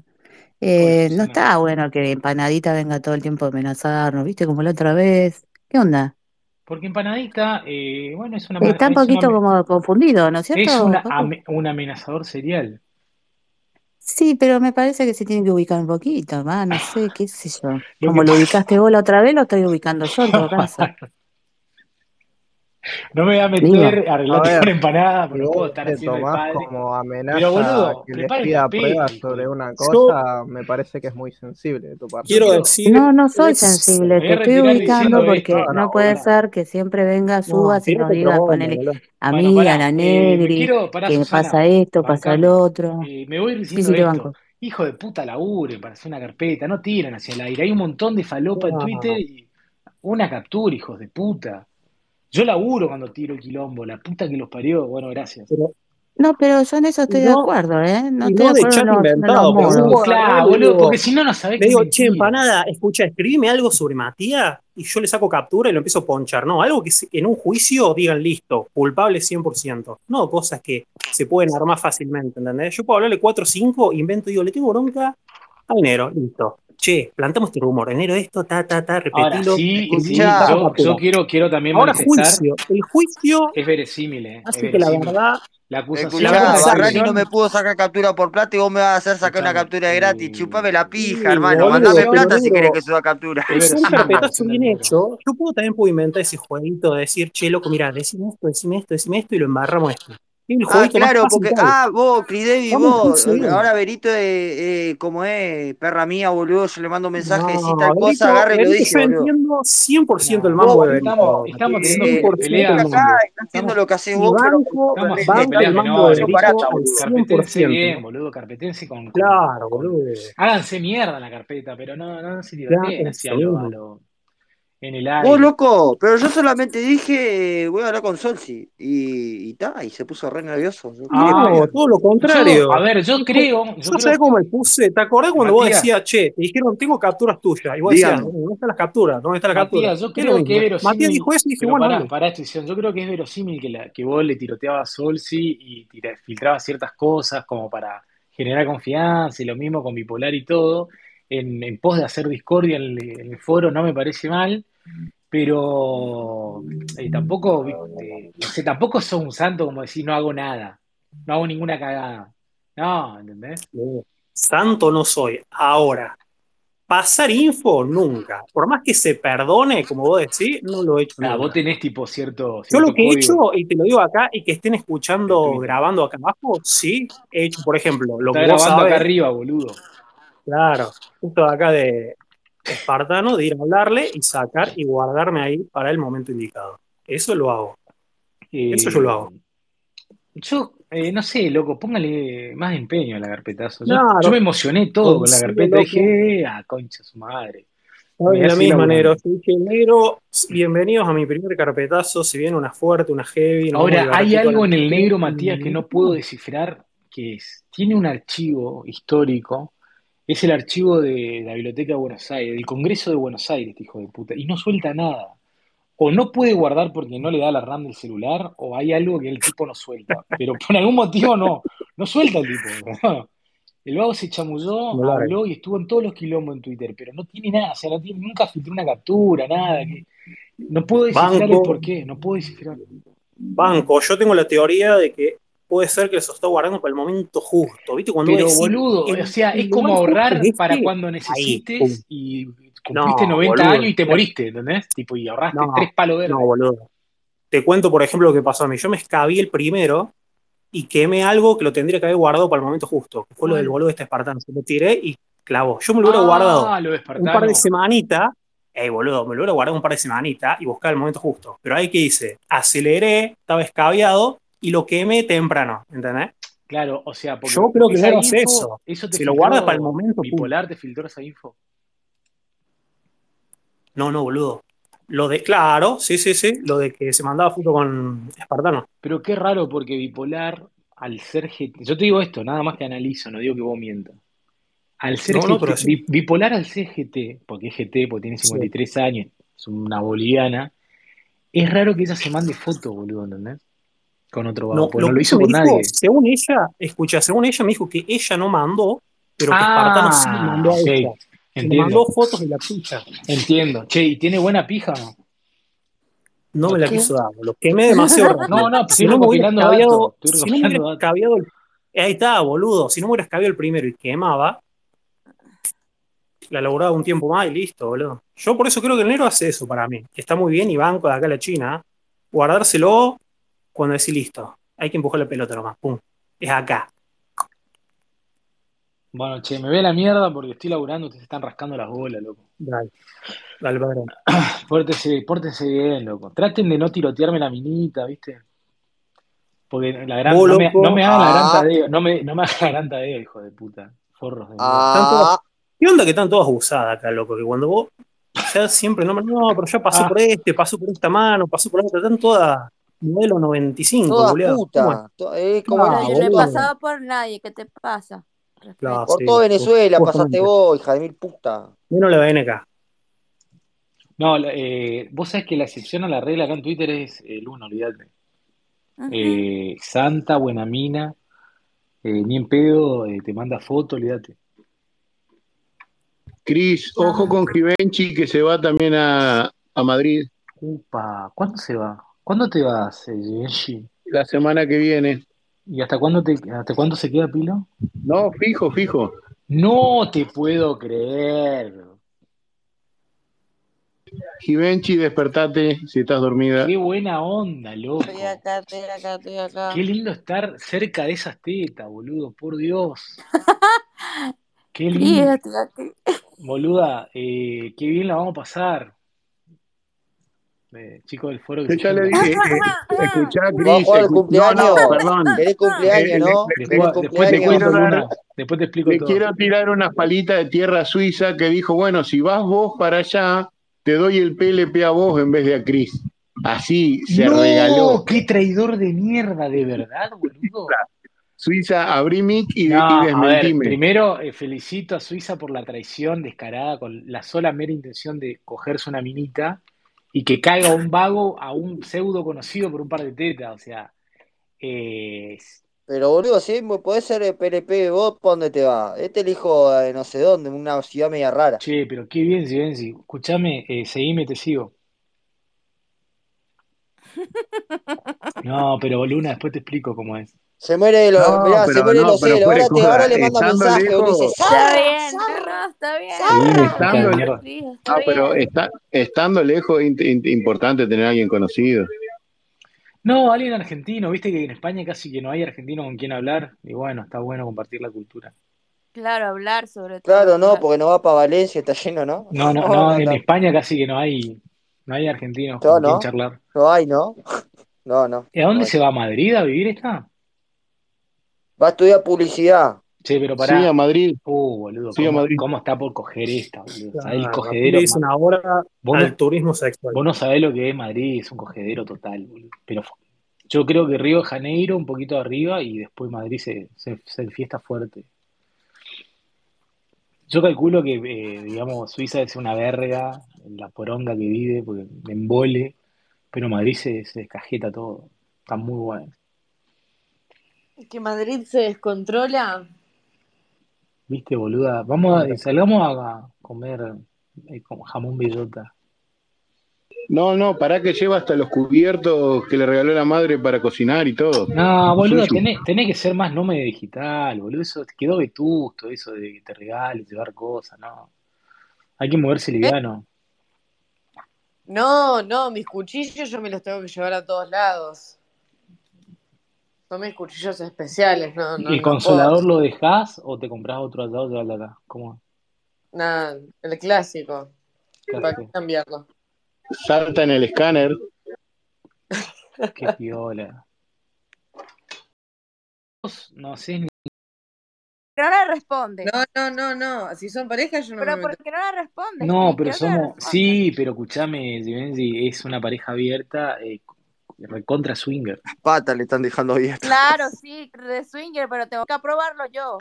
S16: Eh,
S19: Contame.
S16: no está bueno que empanadita venga todo el tiempo a amenazarnos, ¿viste? Como la otra vez. ¿Qué onda?
S19: Porque empanadita, eh, bueno, es una, ma-
S16: Está un
S19: es una,
S16: poquito
S19: ame-
S16: como confundido, ¿no es
S19: es
S16: cierto,
S19: una
S16: Facu?
S19: ame- un amenazador serial.
S16: Sí, pero me parece que se tiene que ubicar un poquito más, no sé, qué sé yo.
S19: Lo que
S16: Como lo
S19: pasa,
S16: ubicaste vos la otra vez, lo estoy ubicando yo en todo caso.
S19: no me voy a
S16: Digo,
S19: meter,
S18: A
S19: arreglate
S18: ver,
S19: con empanada, porque
S18: si
S19: no puedo
S18: vos
S19: estar
S18: te
S19: haciendo el
S18: tomás
S19: padre.
S18: como
S19: Pero
S18: amenaza
S19: boludo,
S18: que les
S19: preparen la
S18: pida pruebas
S19: peli, hijo
S18: sobre
S19: de...
S18: una
S14: Yo
S18: cosa, me parece que es muy sensible de tu parte.
S14: quiero decir
S16: no, no soy
S14: es.
S19: Me voy
S16: sensible,
S19: a
S16: te estoy
S19: retirar
S16: ubicando
S19: diciendo
S16: porque
S19: esto.
S16: no
S18: No,
S16: puede
S18: boludo.
S16: ser que siempre venga,
S14: No,
S16: subas y nos
S14: tirate
S16: diga,
S14: promo,
S16: ponele
S14: boludo.
S16: a
S19: Bueno,
S16: mí, a la
S19: pará, eh, me
S16: Negri,
S19: quiero, pará,
S16: que
S19: Susana,
S16: pasa esto, pasa lo
S19: bancame.
S16: otro.
S19: Eh, me voy
S16: Sí,
S19: diciendo
S16: sí, te
S19: esto.
S16: banco.
S19: Hijo de puta, laburen para hacer una carpeta, no tiran hacia el aire. Hay un montón de falopa en Twitter
S14: No,
S19: y una captura, hijos de puta. Yo laburo cuando tiro el quilombo, la puta que los parió. Bueno, gracias.
S14: pero-
S16: No, pero yo en eso
S14: y
S16: estoy de
S14: no,
S16: acuerdo, ¿eh? No
S14: y
S16: estoy de
S14: no de
S16: acuerdo en
S14: chat
S16: los, en los
S14: inventado, pero
S19: Uh,
S16: modos.
S14: yo agarré,
S19: claro,
S14: le
S19: boludo, porque
S14: digo,
S19: si no, no sabés
S14: le
S19: que es
S14: digo, che,
S19: mentira.
S14: empanada, escucha, escribime algo sobre Matías y yo le saco captura y lo empiezo a ponchar. No, algo que se- en un juicio digan listo, culpable 100%. No, cosas que se pueden armar fácilmente, ¿entendés? Yo puedo hablarle 4 o 5, invento, digo, le tengo bronca al Nero, listo. Che, plantamos este rumor, enero esto, ta, ta, ta,
S19: Ahora,
S14: repetilo,
S19: sí,
S14: escribí,
S19: sí,
S11: Escuchá,
S14: saco
S19: yo, yo
S14: captura.
S19: quiero, quiero también
S14: Ahora
S19: manifestar,
S14: juicio, el juicio
S19: es verosímil, eh, es
S14: hace que la
S19: verosímil.
S14: verdad,
S19: La acusación
S14: la
S19: por
S11: escuchá,
S14: verdad salga.
S11: Barrani no me
S19: traición,
S11: pudo sacar captura por plata y vos me vas a hacer sacar una
S19: escúchame,
S11: captura de gratis. Chupame la pija,
S14: Sí,
S11: hermano. Mandame
S14: boludo, pero
S11: plata si querés
S14: negro,
S11: que suba Ah, captura.
S19: es
S14: si son
S19: verosímil la
S14: carpetazo
S19: versión del
S14: bien
S19: negro.
S14: hecho, yo puedo también puedo inventar ese jueguito de decir, che, loco, mirá, decime esto, decime esto, decime esto y lo embarramos esto. Es el
S11: Ah,
S14: jueguito más
S11: claro,
S14: fácil
S11: porque.
S14: que hay.
S11: Ah, vos, Cris Devi,
S14: Vamos a un
S11: vos.
S14: juicio
S11: eh,
S14: bien.
S11: Ahora Berito, eh, eh, como es, perra mía, boludo. Yo le mando un mensaje, si
S14: No,
S11: tal cosa,
S14: Berito,
S11: agarra y lo
S14: Berito,
S11: dice,
S14: yo
S11: boludo.
S14: entiendo 100% el
S19: No,
S14: mambo
S11: Vos,
S14: de
S19: estamos,
S14: Berito,
S19: estamos
S14: Matías,
S11: eh,
S19: teniendo pe-
S14: 100%
S11: vos
S14: el
S19: peleas,
S11: acá
S14: mambo.
S11: estás haciendo
S19: estamos,
S11: lo que haces
S14: Y
S11: vos, pero con
S14: banco,
S19: estamos
S11: internet,
S19: haciendo
S14: banco
S11: estás
S14: el
S19: peleas
S14: mambo de
S11: haciendo
S19: menores,
S14: Berito
S11: chocarata,
S19: viejo.
S14: al
S11: boludo.
S19: Carpetense
S14: 100%.
S19: bien, boludo, carpetense con, con,
S14: Claro,
S19: con-
S14: boludo.
S19: Háganse mierda en la carpeta, pero no, no, se divertían así a
S14: Eso
S19: lo, a
S14: mismo.
S19: lo, en el
S11: Vos,
S19: aire.
S11: loco, pero yo solamente dije, eh, voy a hablar con Solsi. Y, y ta, y se puso re nervioso. Yo, ¿Qué le voy a
S19: Ah,
S14: No,
S11: hacer?
S14: todo lo
S19: yo, a
S14: contrario.
S19: ver, yo
S14: Dijo,
S19: creo, yo
S14: yo
S19: creo,
S14: sabés cómo me puse. ¿Te acordás cuando vos
S19: Matías,
S14: decías, che, te dijeron, tengo capturas tuyas? Y vos decías,
S11: Dígame.
S14: ¿dónde están las capturas? ¿Dónde están las capturas?
S19: Matías, yo
S14: Es lo
S19: creo que es
S14: mismo. Matías dijo
S19: verosímil,
S14: eso y dije,
S19: pero
S14: bueno,
S19: pará,
S14: dale.
S19: pará, estoy diciendo, yo creo que es verosímil que, la, que vos le tiroteabas a Solsi y tira- filtrabas ciertas cosas como para generar confianza y lo mismo con bipolar y todo, en, en pos de hacer discordia en el, en el foro, no me parece mal, pero eh, tampoco, viste, no sé, tampoco sos un santo como decir no hago nada, no hago ninguna cagada. No, ¿entendés?
S14: Eh, Santo no soy. Ahora, pasar info nunca. Por más que se perdone, como vos decís, no lo he hecho
S19: Ah, vos
S14: nunca.
S19: tenés tipo cierto,
S14: Yo lo
S19: cierto
S14: que he
S19: código
S14: hecho, y te lo digo acá, y que estén
S19: de
S14: escuchando,
S19: Twitter.
S14: grabando acá abajo, sí, he hecho, por ejemplo,
S19: Se
S14: lo
S19: está
S14: que vos
S19: grabando acá
S14: sabés,
S19: arriba, boludo.
S14: claro, esto de acá de, espartano de ir a hablarle y sacar y guardarme ahí para el momento indicado. Eso lo hago. Eso yo lo
S19: Eh,
S14: hago.
S19: Yo, eh, no sé, loco, póngale más empeño a la carpetazo. Yo, yo me
S14: Claro,
S19: emocioné todo con la
S14: coincido,
S19: carpeta.
S14: loco.
S19: Dije, eh, ah, concha su madre. Me
S14: Estaba
S19: voy
S14: en
S19: a
S14: la
S19: seguir
S14: misma, negro.
S19: laburando.
S14: Yo dije, negro, bienvenidos a mi primer carpetazo. Si viene una fuerte, una heavy, nos vamos a
S19: Ahora, hay
S14: divertir toda la
S19: algo en el
S14: noche.
S19: negro Matías que
S14: Y-
S19: no puedo descifrar, que es, tiene un archivo histórico, es el archivo de la Biblioteca de Buenos Aires, del Congreso de Buenos Aires, este hijo de puta, y no suelta nada. o no puede guardar porque no le da la RAM del celular, o hay algo que el tipo no suelta. Pero por algún motivo no, no suelta el tipo. El vago se chamulló,
S20: No la hay.
S19: habló y estuvo en todos los quilombos en Twitter, pero no tiene nada, o sea, no tiene, nunca filtró una captura, nada. que- no puedo descifrar el
S14: Banco.
S19: porqué, no puedo descifrar.
S14: Banco, yo tengo la teoría de que puede ser que los está guardando para el momento justo. ¿Viste? Cuando
S19: Pero
S14: vos decís,
S19: boludo,
S14: "En
S19: o sea,
S14: el
S19: es como
S14: lugar justo
S19: ahorrar
S14: es
S19: para
S14: este".
S19: cuando
S14: Ahí, pum.
S19: necesites y cumpliste
S14: No,
S19: 90
S14: boludo.
S19: años y te moriste, ¿entendés? Tipo, y ahorraste
S14: No,
S19: tres palos verdes.
S14: no, boludo. Te cuento, por ejemplo, lo que pasó a mí. Yo me escabí el primero y quemé algo que lo tendría que haber guardado para el momento justo. que Fue lo del boludo de este espartano. Se lo tiré y clavó. Yo me lo hubiera guardado
S19: Ah, lo de
S14: un par de
S19: Espartano.
S14: semanitas. Ey, boludo, me lo hubiera guardado un par de semanitas y buscar el momento justo. Pero ahí que hice, aceleré, estaba escabiado y lo quemé temprano, ¿entendés?
S19: Claro, o sea, porque
S14: Yo creo que
S19: esa
S14: no hace
S19: info,
S14: eso.
S19: eso te
S14: Se lo guarda para el
S19: filtró
S14: momento justo.
S19: Bipolar te filtró esa info.
S14: No, no, boludo. Lo de, claro, sí, sí, sí, lo de que se mandaba foto con Espartano.
S19: Pero qué raro porque bipolar, al ser... ge- Yo te digo esto, nada más que analizo, no digo que vos mientas. Al ser
S14: No, no, pero
S19: GT
S14: sí.
S19: bi- bipolar al ser GT, porque es GT, porque tiene 53 años, es una boliviana, es raro que ella se mande foto, boludo, ¿entendés? Con otro vago,
S14: No,
S19: porque
S14: lo
S19: no lo
S14: que ella
S19: hizo
S14: me
S19: con
S14: dijo,
S19: nadie.
S14: según ella, escucha, según ella me dijo que ella no mandó, pero que Espartano sí le
S19: Ah,
S14: mandó a ella.
S19: ok,
S14: Que le mandó
S19: entiendo,
S14: fotos de la pija.
S19: entiendo. Che, ¿y tiene buena pija? o no?
S14: No me la
S19: ¿Qué?
S14: quiso dar, lo quemé demasiado rápido.
S19: No, no, estoy
S14: Si no me hubiera
S19: recopilando datos,
S14: escabeado,
S19: estoy
S14: si no me hubiera
S19: recopilando datos.
S14: escabeado el. Ahí está, boludo. Si no me hubiera escabeado el primero y quemaba, la laburaba un tiempo más y listo, boludo. Yo por eso creo que el negro hace eso para mí. que Está muy bien y banco de acá a la China. ¿eh? Guardárselo cuando decís listo. Hay que empujar la pelota nomás. Pum. Es acá.
S19: Bueno, che, me ve la mierda porque estoy laburando, ustedes se están rascando las bolas, loco.
S14: Dale, dale, padrón.
S19: Pórtense, pórtense bien, loco. Traten de no tirotearme la minita, ¿viste? Porque la gran,
S14: Vos,
S19: no me, no
S14: loco.
S19: me hagan la gran
S14: Ah.
S19: tadeo, no me, no me hagan la gran tadeo, hijo de puta. Forros de mierda.
S14: Están
S11: Ah.
S14: todas- ¿Qué onda que están todas usadas acá, loco? Que cuando vos ya siempre, no, no, pero ya pasó
S19: Ah,
S14: por este, pasó por esta mano, pasó por otra, están todas modelo 95,
S11: Todas
S14: boludo.
S11: putas. to- es como el
S14: Ah,
S9: Pero yo no he
S11: fútbol.
S9: pasado por nadie, ¿qué te pasa?
S14: Claro,
S11: Por
S14: sí,
S11: todo Venezuela pasaste
S14: justamente.
S11: vos, hija de mil puta.
S14: Menos la BNK.
S19: no, la- eh, vos sabés que la excepción a la regla acá en Twitter es el uno, olvídate.
S9: Ujú.
S19: Eh, Santa, buena mina, eh, ni en pedo, eh, te manda foto, olvídate.
S1: Cris, ojo con Givenchy que se va también a, a Madrid
S19: Upa, ¿cuándo se va? ¿Cuándo te vas, eh, Givenchy?
S1: la semana que viene.
S19: ¿Y hasta cuándo te, hasta cuándo se queda Pilo?
S1: No, fijo, fijo.
S19: No te puedo creer.
S1: Givenchy, despertate si estás dormida.
S19: Qué buena onda,
S10: Estoy
S19: loco.
S10: acá, estoy acá, estoy acá.
S19: Qué lindo estar cerca de esas tetas, boludo, por Dios. Qué
S9: Cris,
S19: lindo,
S9: estoy aquí.
S19: boluda, eh, qué bien la vamos a pasar. Eh, chicos del foro que
S1: Yo
S19: se
S1: ya le
S19: juntan.
S1: dije, eh, escuchá,
S11: ¿Vas a
S1: Cris,
S11: jugar al
S1: escu- no,
S11: cumpleaños?
S1: no, perdón.
S11: ¿Querés
S1: Eh,
S11: cumpleaños,
S1: eh, le,
S11: no?
S1: le-
S11: ¿Querés
S1: le-
S19: Después, después te
S1: le
S11: cumpleaños?
S1: quiero
S19: cuento,
S1: dar,
S19: Luna. Después te explico
S1: le
S19: todo.
S1: quiero tirar una palita de tierra suiza que dijo, bueno, si vas vos para allá, te doy el PLP a vos en vez de a Cris. Así se
S19: ¡No!
S1: regaló.
S19: ¡Qué traidor de mierda! ¿De verdad, boludo?
S1: Suiza, abrí mic y,
S19: No,
S1: de- y
S19: a ver,
S1: desmentime.
S19: primero eh, felicito a Suiza por la traición descarada con la sola mera intención de cogerse una minita y que caiga un vago a un pseudo conocido por un par de tetas. O sea, eh,
S11: Pero boludo, si me podés ser el PLP vos, ¿pa' dónde te va? Este elijo de no sé dónde, una ciudad media rara.
S19: che, pero qué bien, Silenzi. Escuchame, eh, seguime, te sigo. No, pero Luna, después te explico cómo es.
S11: Se muere de los,
S1: No,
S11: mirá, se
S1: pero
S11: muere de
S1: no,
S11: los
S1: pero
S11: celos.
S1: fuera de
S11: Ahora, te,
S1: joda,
S11: ahora le manda
S1: estando
S11: mensaje, boludo, dice,
S1: lejos,
S9: Está
S11: ¡Zarra!
S9: bien, está, no, está
S19: Seguime, hija
S9: bien. Está
S19: de
S1: estando,
S9: bien,
S19: mierda.
S9: Cris, está
S1: no, pero
S9: bien.
S1: está, estando lejos es in- in- importante tener a alguien conocido.
S19: No, alguien argentino, viste que en España casi que no hay argentino con quien hablar. Y bueno, está bueno compartir la cultura.
S9: Claro, hablar sobre todo,
S11: Claro, no,
S9: hablar.
S11: porque no va para Valencia, está lleno, ¿no?
S19: No, no,
S11: No,
S14: Oh,
S19: no,
S11: no,
S19: en
S11: no.
S19: España casi que no hay, no hay argentinos
S11: No,
S19: con quien
S11: no.
S19: charlar.
S11: No hay, ¿no? No, no,
S19: ¿Y a
S11: no
S19: dónde
S11: hay.
S19: se va? ¿A Madrid a vivir esta?
S11: Va a estudiar publicidad.
S19: Che, pero
S1: Sí,
S19: pará.
S1: a Madrid,
S19: Uh, boludo,
S1: sí, a
S19: ¿cómo,
S1: Madrid.
S19: cómo está por coger esta, boludo? ¿Sabés el
S14: Claro, aquí le
S19: cogedero?
S14: dicen
S19: ma-
S14: ahora
S19: Vos
S14: al
S19: no,
S14: turismo sexual.
S19: vos no sabés lo que es Madrid, es un cogedero total, boludo. Pero fu- yo creo que Río de Janeiro, un poquito arriba, y después Madrid se, se, se enfiesta fuerte. Yo calculo que, eh, digamos, Suiza es una verga, en la poronga que vive, porque me embole. Pero Madrid se, se descajeta todo. Está muy bueno.
S10: Que Madrid se descontrola.
S19: ¿Viste, boluda? Vamos a, salgamos a comer eh, con jamón bellota.
S1: No, no, pará que lleva hasta los cubiertos que le regaló la madre para cocinar y todo.
S19: No, boluda,
S1: Sushi.
S19: tenés, tenés que ser más nómade digital, boludo. Eso te quedó vetusto, eso de que te regales, llevar cosas, no. Hay que moverse liviano.
S10: No, no, mis cuchillos yo me los tengo que llevar a todos lados. Son mis cuchillos especiales, no, no.
S19: ¿El
S10: no
S19: consolador lo dejás o te comprás otro allá o llevas acá? ¿Cómo?
S10: puedo. Nada, el clásico. ¿Para qué cambiarlo?
S1: Salta en el escáner.
S19: Qué piola. Vos No sé ni
S9: Pero no le responde.
S10: No, no, no, no. Si son pareja, yo no
S9: Pero
S10: me
S9: ¿por qué no le responde?
S19: No, pero
S9: Cris? Creo que
S19: somos. Sí, pero escuchame, Givenchy, es una pareja abierta, eh, recontra swinger.
S11: Pata le están dejando abierta.
S9: Claro, sí, de swinger, pero tengo que aprobarlo yo.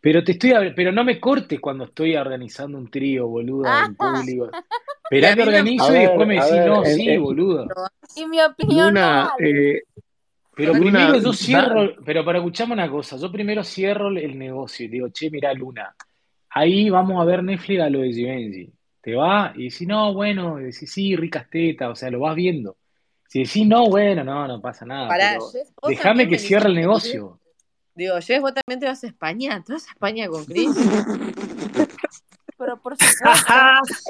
S19: Pero te estoy abri- pero no me cortes cuando estoy organizando un trío, boluda, en
S9: Ah.
S10: Ah.
S19: público. Esperá que organizo
S1: A
S19: y
S1: ver,
S19: después me
S1: a
S19: decís,
S1: ver,
S19: no,
S1: en-
S19: sí,
S1: en-
S19: boludo.
S9: Y mi opinión no
S1: Luna,
S9: vale.
S1: eh,
S19: Pero
S1: Luna,
S19: primero yo
S1: da-
S19: cierro, pero para escucharme una cosa, yo primero cierro el- el negocio y digo, che, mirá, Luna, ahí vamos a ver Netflix a lo de Givenchy. Te va y si no, bueno, decís, sí, ricas tetas, o sea, lo vas viendo. Si decís, no, bueno, no, no pasa nada,
S10: Pará,
S19: pero
S10: Jess, vos
S19: déjame
S10: también
S19: que
S10: venís
S19: cierre el
S10: a Madrid.
S19: negocio.
S10: Digo, Jess, vos también te vas a España. ¿Te vas a España con Chris?
S9: Pero por supuesto,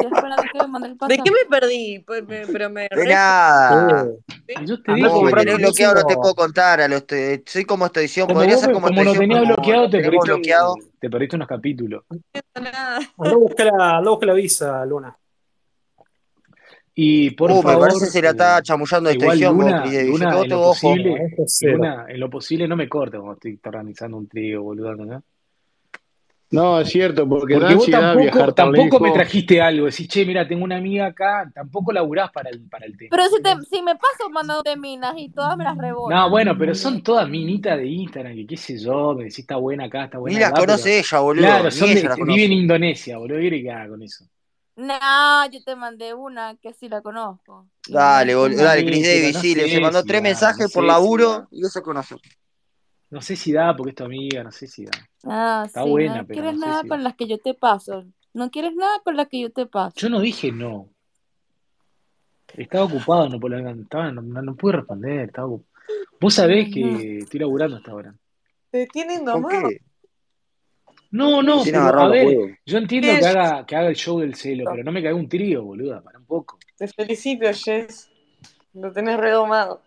S9: yo esperando que me mande el
S10: ¿De
S9: pata.
S10: qué me perdí? Pues me- pero me
S11: De
S10: re-
S11: nada.
S10: ¿sí?
S19: Yo te
S11: A mí como
S19: dije,
S11: me tenés
S19: boludo,
S11: bloqueado no te puedo contar. A los te- soy como estoy diciendo,
S19: como
S11: podría
S19: vos,
S11: ser como
S19: como
S11: estoy
S19: lo
S11: diciendo,
S19: tenías bloqueado, te
S11: tenemos
S19: perdiste,
S11: bloqueado.
S19: un- te perdiste unos capítulos.
S14: Andá a buscar la, andá a buscar la visa, Luna.
S19: Y por
S11: Uh, me parece que
S19: favor,
S11: se la
S19: eh,
S11: está chamullando estoy
S19: igual
S11: diciendo, vos,
S19: Luna,
S11: Cris Davis. Yo
S19: Luna,
S11: tengo
S19: en lo
S11: todo ojo.
S19: posible,
S14: cero.
S19: Luna, en lo posible no me cortes cuando estoy organizando un trío, boludo, ¿no?
S1: no, es cierto, porque
S19: Porque vos
S1: Nancy da a
S19: tampoco,
S1: viajar tan
S19: tampoco me
S1: lejos.
S19: trajiste algo. Decís, che, mira, tengo una amiga acá, tampoco laburás para el, para el tema.
S9: Pero si, te, si me paso mandándote minas y todas me las
S19: No,
S9: rebotan.
S19: bueno, pero son todas minitas de Instagram, que qué sé yo, me decís, está buena acá, está
S11: Ni
S19: buena
S11: las
S19: allá, pero.
S11: conoce ella, boludo.
S19: Claro,
S11: Ni
S19: son de,
S11: ella las
S19: viven en
S11: conoce.
S19: Indonesia, boludo, ¿qué querés que haga con eso?
S9: No, yo te mandé una que sí la conozco. Y me
S11: Dale,
S9: dijo,
S11: boludo.
S9: no.
S11: Dale, Cris
S19: Sí, pero
S11: Davis,
S19: no
S11: sí. Le se
S19: sé
S11: mandó
S19: si da,
S11: tres
S19: no
S11: mensajes por
S19: sé si da.
S11: laburo y eso conoce.
S19: No sé si da porque es tu amiga, no sé si da.
S9: Ah,
S19: Está
S9: sí,
S19: buena,
S9: no
S19: pero
S9: quieres
S19: no sé
S9: nada
S19: si da.
S9: con las que yo te paso. No quieres nada con las que yo te paso.
S19: Yo no dije no. Estaba ocupado, no, por la- estaba- no, no- no pude responder. Estaba ocup- Vos sabés
S9: Ujú.
S19: que estoy laburando hasta ahora.
S10: Te tienen
S11: ¿Con
S10: domado.
S11: qué?
S19: No,
S11: Te
S19: no,
S11: tienen
S19: pero
S11: agarrado
S19: a
S11: los
S19: ver,
S11: huevos.
S19: yo entiendo que
S10: Jess,
S19: haga, que haga el show del celo, pero no me cae un trío, boluda, para un poco.
S10: te felicito, Jess. Lo tenés redomado.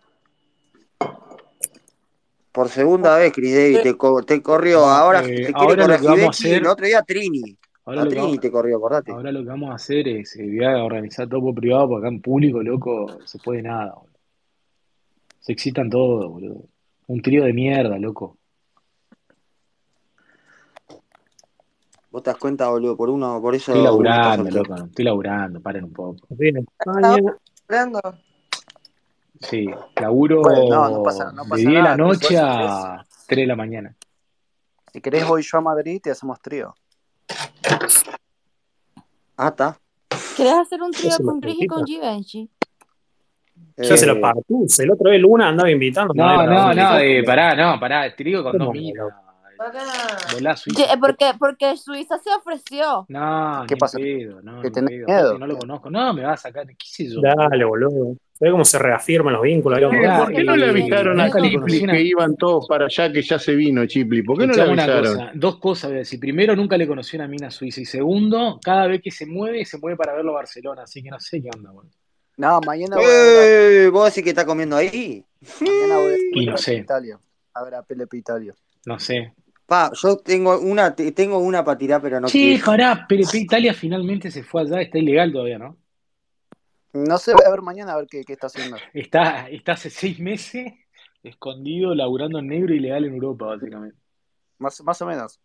S11: Por segunda vez, Cris Davis, te, co- te corrió.
S19: No,
S11: Ahora
S19: eh,
S11: te quiere
S19: ahora lo
S11: correr
S19: que vamos a
S11: Givenchy y el
S19: hacer,
S11: otro día a Trini.
S19: ahora
S11: A
S19: lo que,
S11: Trini
S19: va-
S11: te corrió, acordate.
S19: ahora lo que vamos a hacer es, eh, voy a organizar todo por privado, porque acá en público, loco, se puede nada, boludo. Se excitan todos, boludo. Un trío de mierda, loco.
S11: Vos te das cuenta, boludo, por uno, por
S19: Estoy
S11: eso uno está
S19: laburando,
S11: soltero.
S19: loco, estoy laburando, paren un poco.
S14: Bien.
S10: ¿Estás
S14: Mañana.
S10: hablando?
S19: Sí,
S4: Bueno, no, no pasa,
S19: laburo
S4: no
S19: de
S4: pasa
S19: 10 de la
S4: nada, Cris.
S19: noche
S4: Igual si querés,
S19: a 3 de la mañana.
S4: si querés voy yo a Madrid y te hacemos trío.
S11: Ah, está.
S9: ¿Querés hacer un
S14: Ya
S9: trío
S14: se la
S9: con Chris y
S14: partita.
S9: con Givenchy?
S14: Ya se la
S11: Eh,
S14: partusa. El otro día Luna andaba invitando a
S19: No, no,
S14: grabar.
S19: no, eh, pará, no, pará, te digo con dos
S14: ¿Cómo,
S19: minas.
S14: boludo?
S19: Volá a
S9: Ye- eh,
S19: Suiza.
S9: porque, porque Suiza se ofreció.
S19: No, ni
S4: ¿Qué
S19: en
S4: pasa?
S19: pedo, no, ni
S4: ¿Que
S19: en
S4: tenés
S19: pedo. Aparte
S4: miedo?
S19: no lo conozco. No, me va a sacar, qué sé yo,
S14: Dale,
S19: boludo.
S14: boludo. ¿Sabés cómo se reafirman los vínculos ahí
S1: Eh,
S19: Mirá,
S1: ¿Por
S9: Porque
S1: qué
S9: no
S1: no
S9: le
S1: le
S9: tienen
S19: eh,
S1: avisaron a
S19: nunca
S9: miedo.
S19: conocí
S1: Chipli que
S19: una...
S1: iban todos para allá, que ya se vino Chipli? ¿Por qué no le
S19: Escuchame una
S1: avisaron?
S19: cosa, dos cosas voy a decir. Primero, nunca le conocí una mina suiza. Y segundo, cada vez que se mueve, se mueve para verlo a Barcelona. Así que no sé qué onda, boludo.
S4: No, mañana voy a ver a,
S11: eh, ¿Vos decís que está comiendo ahí?
S4: mañana voy, voy
S19: Y no
S4: para
S19: sé,
S4: Pitalio. A ver a Pele Pitalio.
S19: no sé.
S11: Pa, yo tengo una, te- tengo una para tirar, pero no
S19: Che,
S11: quiero.
S19: pará, Perepe Italia finalmente se fue allá, está ilegal todavía, ¿no?
S4: No sé, voy a ver mañana a ver qué, qué está haciendo.
S19: Está, está hace seis meses escondido, laburando en negro ilegal en Europa, básicamente.
S4: Más, más o menos.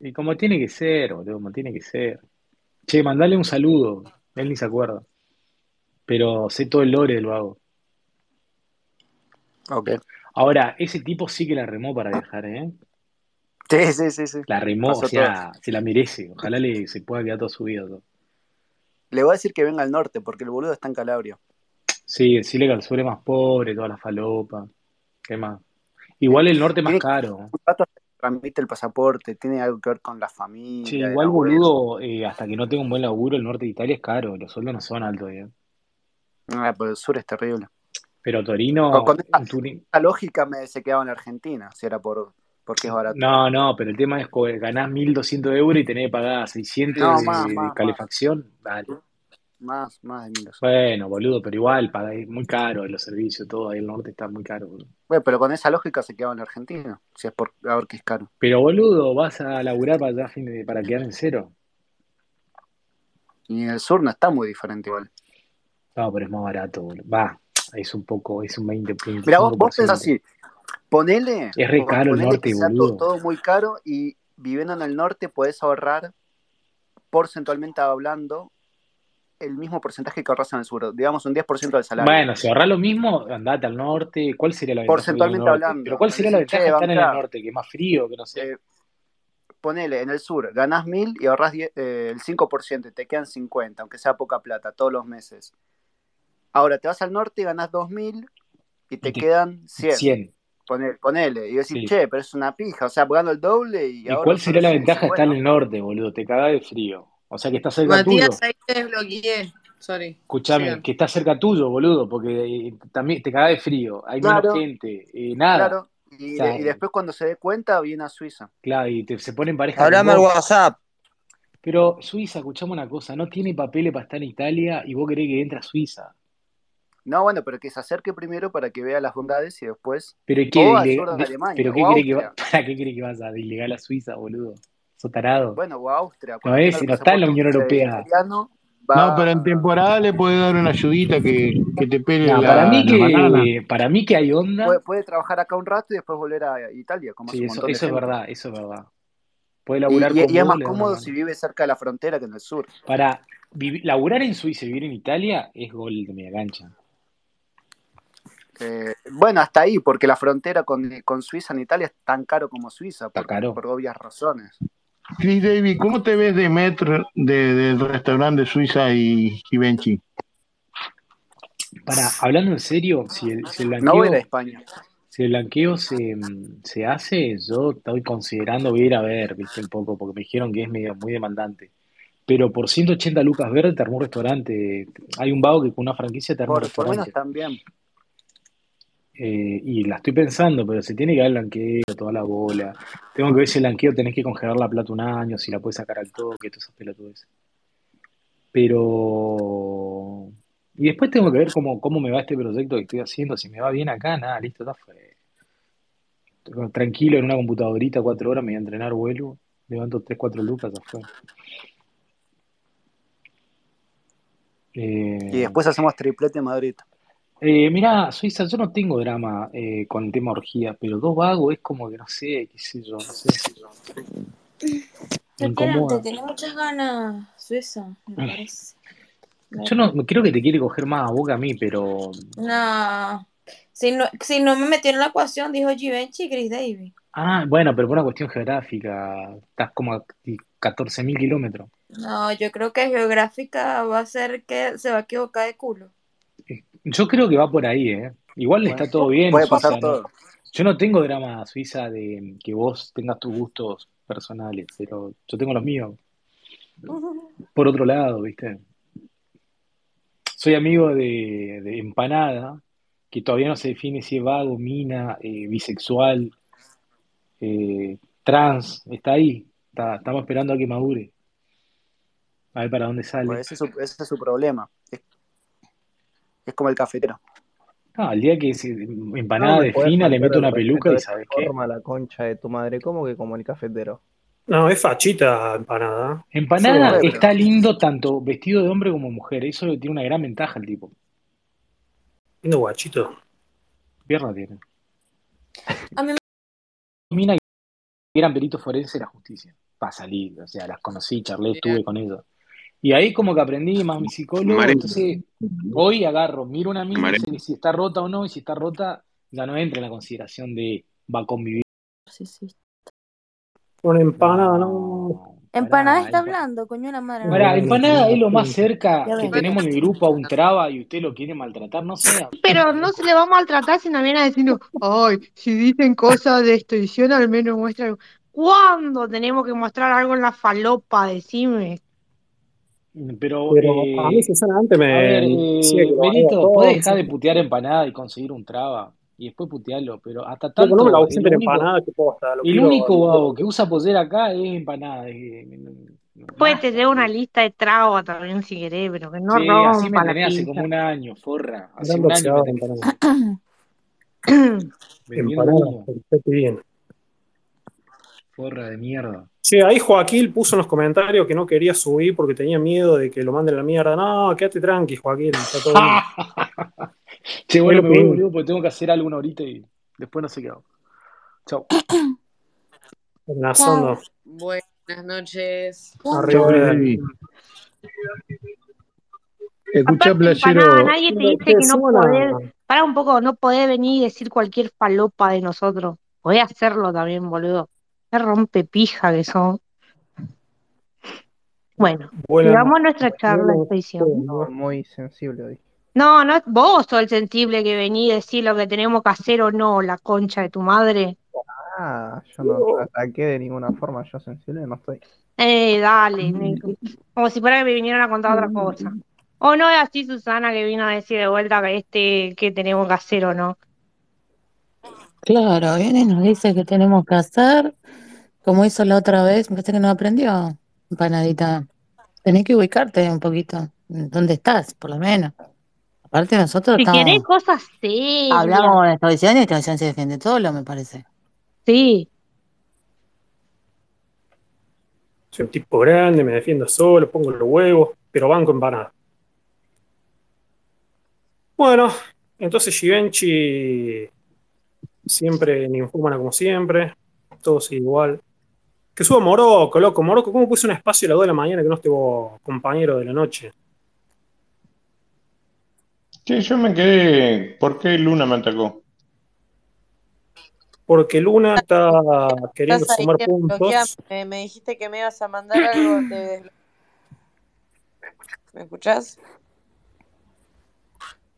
S19: Y como tiene que ser, boludo, como tiene que ser. Che, mandale un saludo, él ni se acuerda, pero sé todo el lore del vago.
S4: Ok.
S19: Ahora, ese tipo sí que la remó para viajar, ¿eh?
S4: Sí, sí, sí, sí.
S19: La remó, o
S4: Pasó todo.
S19: sea, se la merece. Ojalá le se pueda quedar toda su vida. todo.
S4: Le voy a decir que venga al norte, porque el boludo está en Calabria.
S19: Sí, decirle que al sur es más pobre, toda la falopa. ¿Qué más? Igual el norte es más caro.
S4: Un rato transmite el pasaporte, tiene algo que ver con la familia.
S19: Sí,
S4: el
S19: igual,
S4: abuelo.
S19: boludo, eh, hasta que no tenga un buen laburo, el norte de Italia es caro. Los sueldos no son altos. eh.
S4: Ah, pero el sur es terrible.
S19: Pero Torino.
S4: Con, con esta,
S19: Turín-
S4: esta lógica me se quedaba en Argentina, si era por porque es barato.
S19: No, no, pero el tema es que ganás 1.200 euros y tenés que pagar 600
S4: No,
S19: de,
S4: más,
S19: de
S4: más, más.
S19: calefacción. Dale.
S4: Más, más de mil dólares.
S19: Bueno, boludo, pero igual, pagáis muy caro los servicios, todo. Ahí el norte está muy caro, boludo.
S4: Bueno, pero con esa lógica se quedaba en Argentina, si es por a ver qué es caro.
S19: Pero boludo, vas a laburar para allá fin de- para quedar en cero.
S4: Y en el sur no está muy diferente igual.
S19: No, pero es más barato, boludo. Va, es un poco, es un 20,
S4: Mira, vos, vos pensás
S19: 25%.
S4: así, ponele,
S19: Es re
S4: pon-
S19: caro el
S4: ponele
S19: norte,
S4: que sea to-
S19: boludo.
S4: todo muy caro y viviendo en el norte podés ahorrar porcentualmente hablando el mismo porcentaje que ahorras en el sur, digamos un 10% del salario.
S19: Bueno, si ahorrás lo mismo, andate al norte. ¿Cuál sería la ventaja de ir al
S4: porcentualmente
S19: norte?
S4: hablando.
S19: Pero ¿cuál sería la
S4: Decís,
S19: ventaja
S4: che,
S19: de estar en el
S4: bancá,
S19: norte? Que es más frío, que no sé.
S4: eh, ponele, en el sur ganás 1000 y ahorrás 10, eh, el 5%, y te quedan 50, aunque sea poca plata, todos los meses. Ahora te vas al norte y ganás 2000 y te
S19: te-
S4: quedan 100.
S19: 100.
S4: Ponele, ponele. y decís,
S19: Sí.
S4: che, pero es una pija, o sea, gano el doble y
S19: ¿Y
S4: ahorro
S19: cuál
S4: solo
S19: sería la
S4: 100.
S19: ventaja de estar en
S4: Bueno,
S19: el norte, boludo? Te cagás de frío. O sea, que está cerca tuyo.
S10: Matías, ahí te desbloqueé. Sorry.
S19: Escuchame,
S10: Sigan.
S19: que está cerca tuyo, boludo, porque eh, también te cagás de frío. Hay menos
S4: claro,
S19: gente, eh, nada.
S4: claro.
S19: O
S4: Y, de-
S19: sea, eh.
S4: y después cuando se dé cuenta viene a Suiza.
S19: claro, y te- se pone en pareja con
S11: Hablame al
S19: vos.
S11: WhatsApp.
S19: Pero Suiza, escuchame una cosa, no tiene papeles para estar en Italia y vos querés que entre a Suiza.
S4: No, bueno, pero que se acerque primero para que vea las bondades y después.
S19: ¿Pero qué, de
S4: O al
S19: ilega-
S4: sur de
S19: de-
S4: Alemania,
S19: pero
S4: o
S19: qué
S4: a
S19: querés que va-
S4: Austria.
S19: ¿Para qué querés que vas a de ilegal a Suiza, boludo? Sotarado.
S4: Bueno, o a Austria.
S19: No
S4: Cuando tenga
S19: es,
S4: el
S19: no está en la
S4: pasaporte
S19: Unión
S4: eh,
S19: Europea.
S4: italiano,
S1: No,
S4: va.
S1: pero en temporada le puede dar una ayudita que, que te pele
S19: No, para
S1: la,
S19: mí
S1: la banana.
S19: que, para mí que hay onda.
S4: Puede, puede trabajar acá un rato y después volver a Italia, como hace
S19: Sí,
S4: un
S19: eso,
S4: montón de
S19: eso es
S4: gente.
S19: verdad, eso es verdad. Puede
S4: Y,
S19: laburar con
S4: y- y es
S19: vos,
S4: más
S19: le da una
S4: cómodo si
S19: mano.
S4: vive cerca de la frontera que en el sur.
S19: Para vivi- laburar en Suiza y vivir en Italia es gol de media cancha.
S4: Eh, bueno, hasta ahí, porque la frontera con, con Suiza en Italia es tan caro como Suiza,
S19: Está
S4: por,
S19: caro.
S4: por obvias razones.
S1: Chris Davis, ¿cómo te ves de metro de- del restaurante de Suiza y, y Benchi?
S19: Para, hablando en serio, si el, si el
S4: No voy a ir a
S19: blanqueo,
S4: España.
S19: si el blanqueo se, mm, se hace, yo estoy considerando voy a ir a ver, viste, un poco, porque me dijeron que es medio, muy demandante. Pero por 180 lucas verdes te arma un restaurante. Hay un vago que con una franquicia te arma un
S4: Por, por menos
S19: restaurante.
S4: también.
S19: Eh, y la estoy pensando, pero se tiene que dar el blanqueo, toda la bola. Tengo que ver si el blanqueo tenés que congelar la plata un año, si la puedes sacar al toque, todas esas pelotudes. Pero. Y después tengo que ver cómo, cómo me va este proyecto que estoy haciendo. Si me va bien acá, nada, listo, está fue. Tranquilo, en una computadorita, cuatro horas, me voy a entrenar, vuelvo. Levanto tres, cuatro lucas, ya fue.
S4: Y
S19: Eh,
S4: después hacemos triplete en Madrid.
S19: eh, mirá, Suiza, yo no tengo drama eh, con el tema orgía, pero dos vagos es como que no sé, qué sé yo, no sé. Me
S9: Te, quieren, te
S19: incomoda.
S9: tiene muchas ganas Suiza, me parece.
S19: Yo no creo que te quiere coger más a boca a mí, pero
S9: No. Si no, si no me metió en la ecuación, dijo Givenchy y Chris Davis.
S19: Ah, bueno, pero por una cuestión geográfica, estás como a 14.000 kilómetros.
S9: No, yo creo que geográfica va a ser que se va a equivocar de culo.
S19: Yo creo que va por ahí, ¿eh? Igual
S4: Bueno,
S19: está todo bien,
S4: puede pasar
S19: Suiza, ¿no?
S4: todo.
S19: Yo no tengo drama, Suiza, de que vos tengas tus gustos personales, pero yo tengo los míos. Por otro lado, ¿viste? Soy amigo de, de Empanada, que todavía no se define si es vago, mina, eh, bisexual, eh, trans, está ahí. Está- estamos esperando a que madure, a ver para dónde
S4: Pues
S19: sale.
S4: ese es su, ese es su problema. Es, es como el cafetero.
S19: No, al día que se
S18: No
S19: empanada
S18: me
S19: de
S18: podés
S19: fina, le
S18: faltar
S19: meto
S18: el
S19: una peluca
S18: respeto
S19: y
S18: de esa
S19: ¿sabes qué?
S18: forma, la concha de tu madre, como que como el cafetero.
S14: No, es fachita empanada.
S18: Sí,
S19: Empanada
S18: re,
S19: está
S18: pero
S19: lindo tanto vestido de hombre como mujer. Eso tiene una gran ventaja el tipo.
S14: Lindo guachito.
S19: Pierna tiene.
S9: A mí me
S19: Mina que eran peritos forenses de la justicia. Para salir, o sea, las conocí, charlé, estuve con ellas. Y ahí como que aprendí más mi psicólogo.
S17: Mare-
S19: Entonces, hoy agarro, miro una mina y
S17: mare-
S19: sé si está rota o no. Y si está rota, ya no entra en la consideración de va a convivir.
S9: sí, sí.
S14: Con empanada, no.
S19: No.
S9: Empanada está hablando, coño la madre.
S19: Pará, empanada es lo más cerca
S9: Ya
S19: que
S9: ven.
S19: tenemos en el grupo a un traba y usted lo quiere maltratar, no sea.
S21: Pero no se le va a maltratar si también a decirnos, ay, si dicen cosas de extorsión, al menos muestra algo. ¿Cuándo tenemos que mostrar algo en la falopa? Decime.
S19: Pero,
S14: Pero
S19: eh,
S14: a mí, sinceramente,
S19: a
S14: me.
S19: ver, eh,
S14: sí, que lo haga
S19: Benito,
S14: todo,
S19: podés dejar
S14: sí.
S19: de putear empanada y conseguir un traba y después putearlo, pero hasta
S14: Loco, no me la
S19: tanto, el
S14: ausenten
S19: único,
S14: empanada que posta, lo
S19: el
S14: quiero.
S19: único
S14: lo quiero.
S19: vago que usa pollera acá es empanada. eh,
S13: Puede tener una lista de tragos también si querés, pero que no
S19: che, así me
S13: rompa la
S19: tenés hace como
S13: pinta.
S19: un año, forra, hace
S14: Gran
S19: un año me
S14: boxeador,
S19: tenés
S14: empanada.
S19: vendiendo
S14: Empanada,
S19: humo,
S14: perfecto y bien.
S19: forra de mierda.
S14: Che, ahí Joaquín puso en los comentarios que no quería subir porque tenía miedo de que lo manden a la mierda. No, quédate tranqui, Joaquín, está todo bien.
S19: Che,
S14: Fue
S19: bueno,
S14: lo
S19: me voy,
S14: primero.
S19: boludo, porque tengo que hacer algo una horita y después no sé qué hago. Chau.
S14: En
S19: Ah,
S14: la sonda.
S8: Buenas noches.
S3: Chao, Chris Davis. Escuchá,
S13: Aparte, empanada,
S3: Placero.
S13: nadie te dice que no podés, para un poco, no podés venir y decir cualquier falopa de nosotros. Podés hacerlo también, boludo. Qué rompe pija que son. Bueno,
S18: Buena-
S13: sigamos nuestra charla de traición.
S18: Muy sensible hoy.
S13: No, no, vos sos el sensible que venís y decís lo que tenemos que hacer o no, la concha de tu madre.
S18: Ah, yo no te ataqué de ninguna forma, yo sensible no estoy.
S13: Eh, dale, negro. Como si fuera que me vinieran a contar otra cosa. O no es así, Susana, que vino a decir de vuelta que este, que tenemos que hacer o no.
S16: Claro, viene y nos dice que tenemos que hacer, como hizo la otra vez, me parece que no aprendió, empanadita. Tenés que ubicarte un poquito, ¿dónde estás, por lo menos? Aparte nosotros
S13: Si querés
S16: estamos,
S13: cosas serias,
S16: hablamos de tradición y tradición se defiende todo lo me parece.
S13: sí.
S14: Soy un tipo grande, me defiendo solo, pongo los huevos, pero banco empanada. Bueno, entonces Givenchy siempre en Infumana como siempre, todo sigue igual. Que suba Morocco, loco, Morocco, ¿cómo puse un espacio a las 2 de la mañana que no estuvo compañero de la noche?
S17: Sí, yo me quedé. ¿Por qué Luna me atacó?
S14: Porque Luna está queriendo
S8: Estás ahí,
S14: sumar puntos.
S8: desbloqueame. Me dijiste que me ibas a mandar algo de desblo- ¿Me escuchás?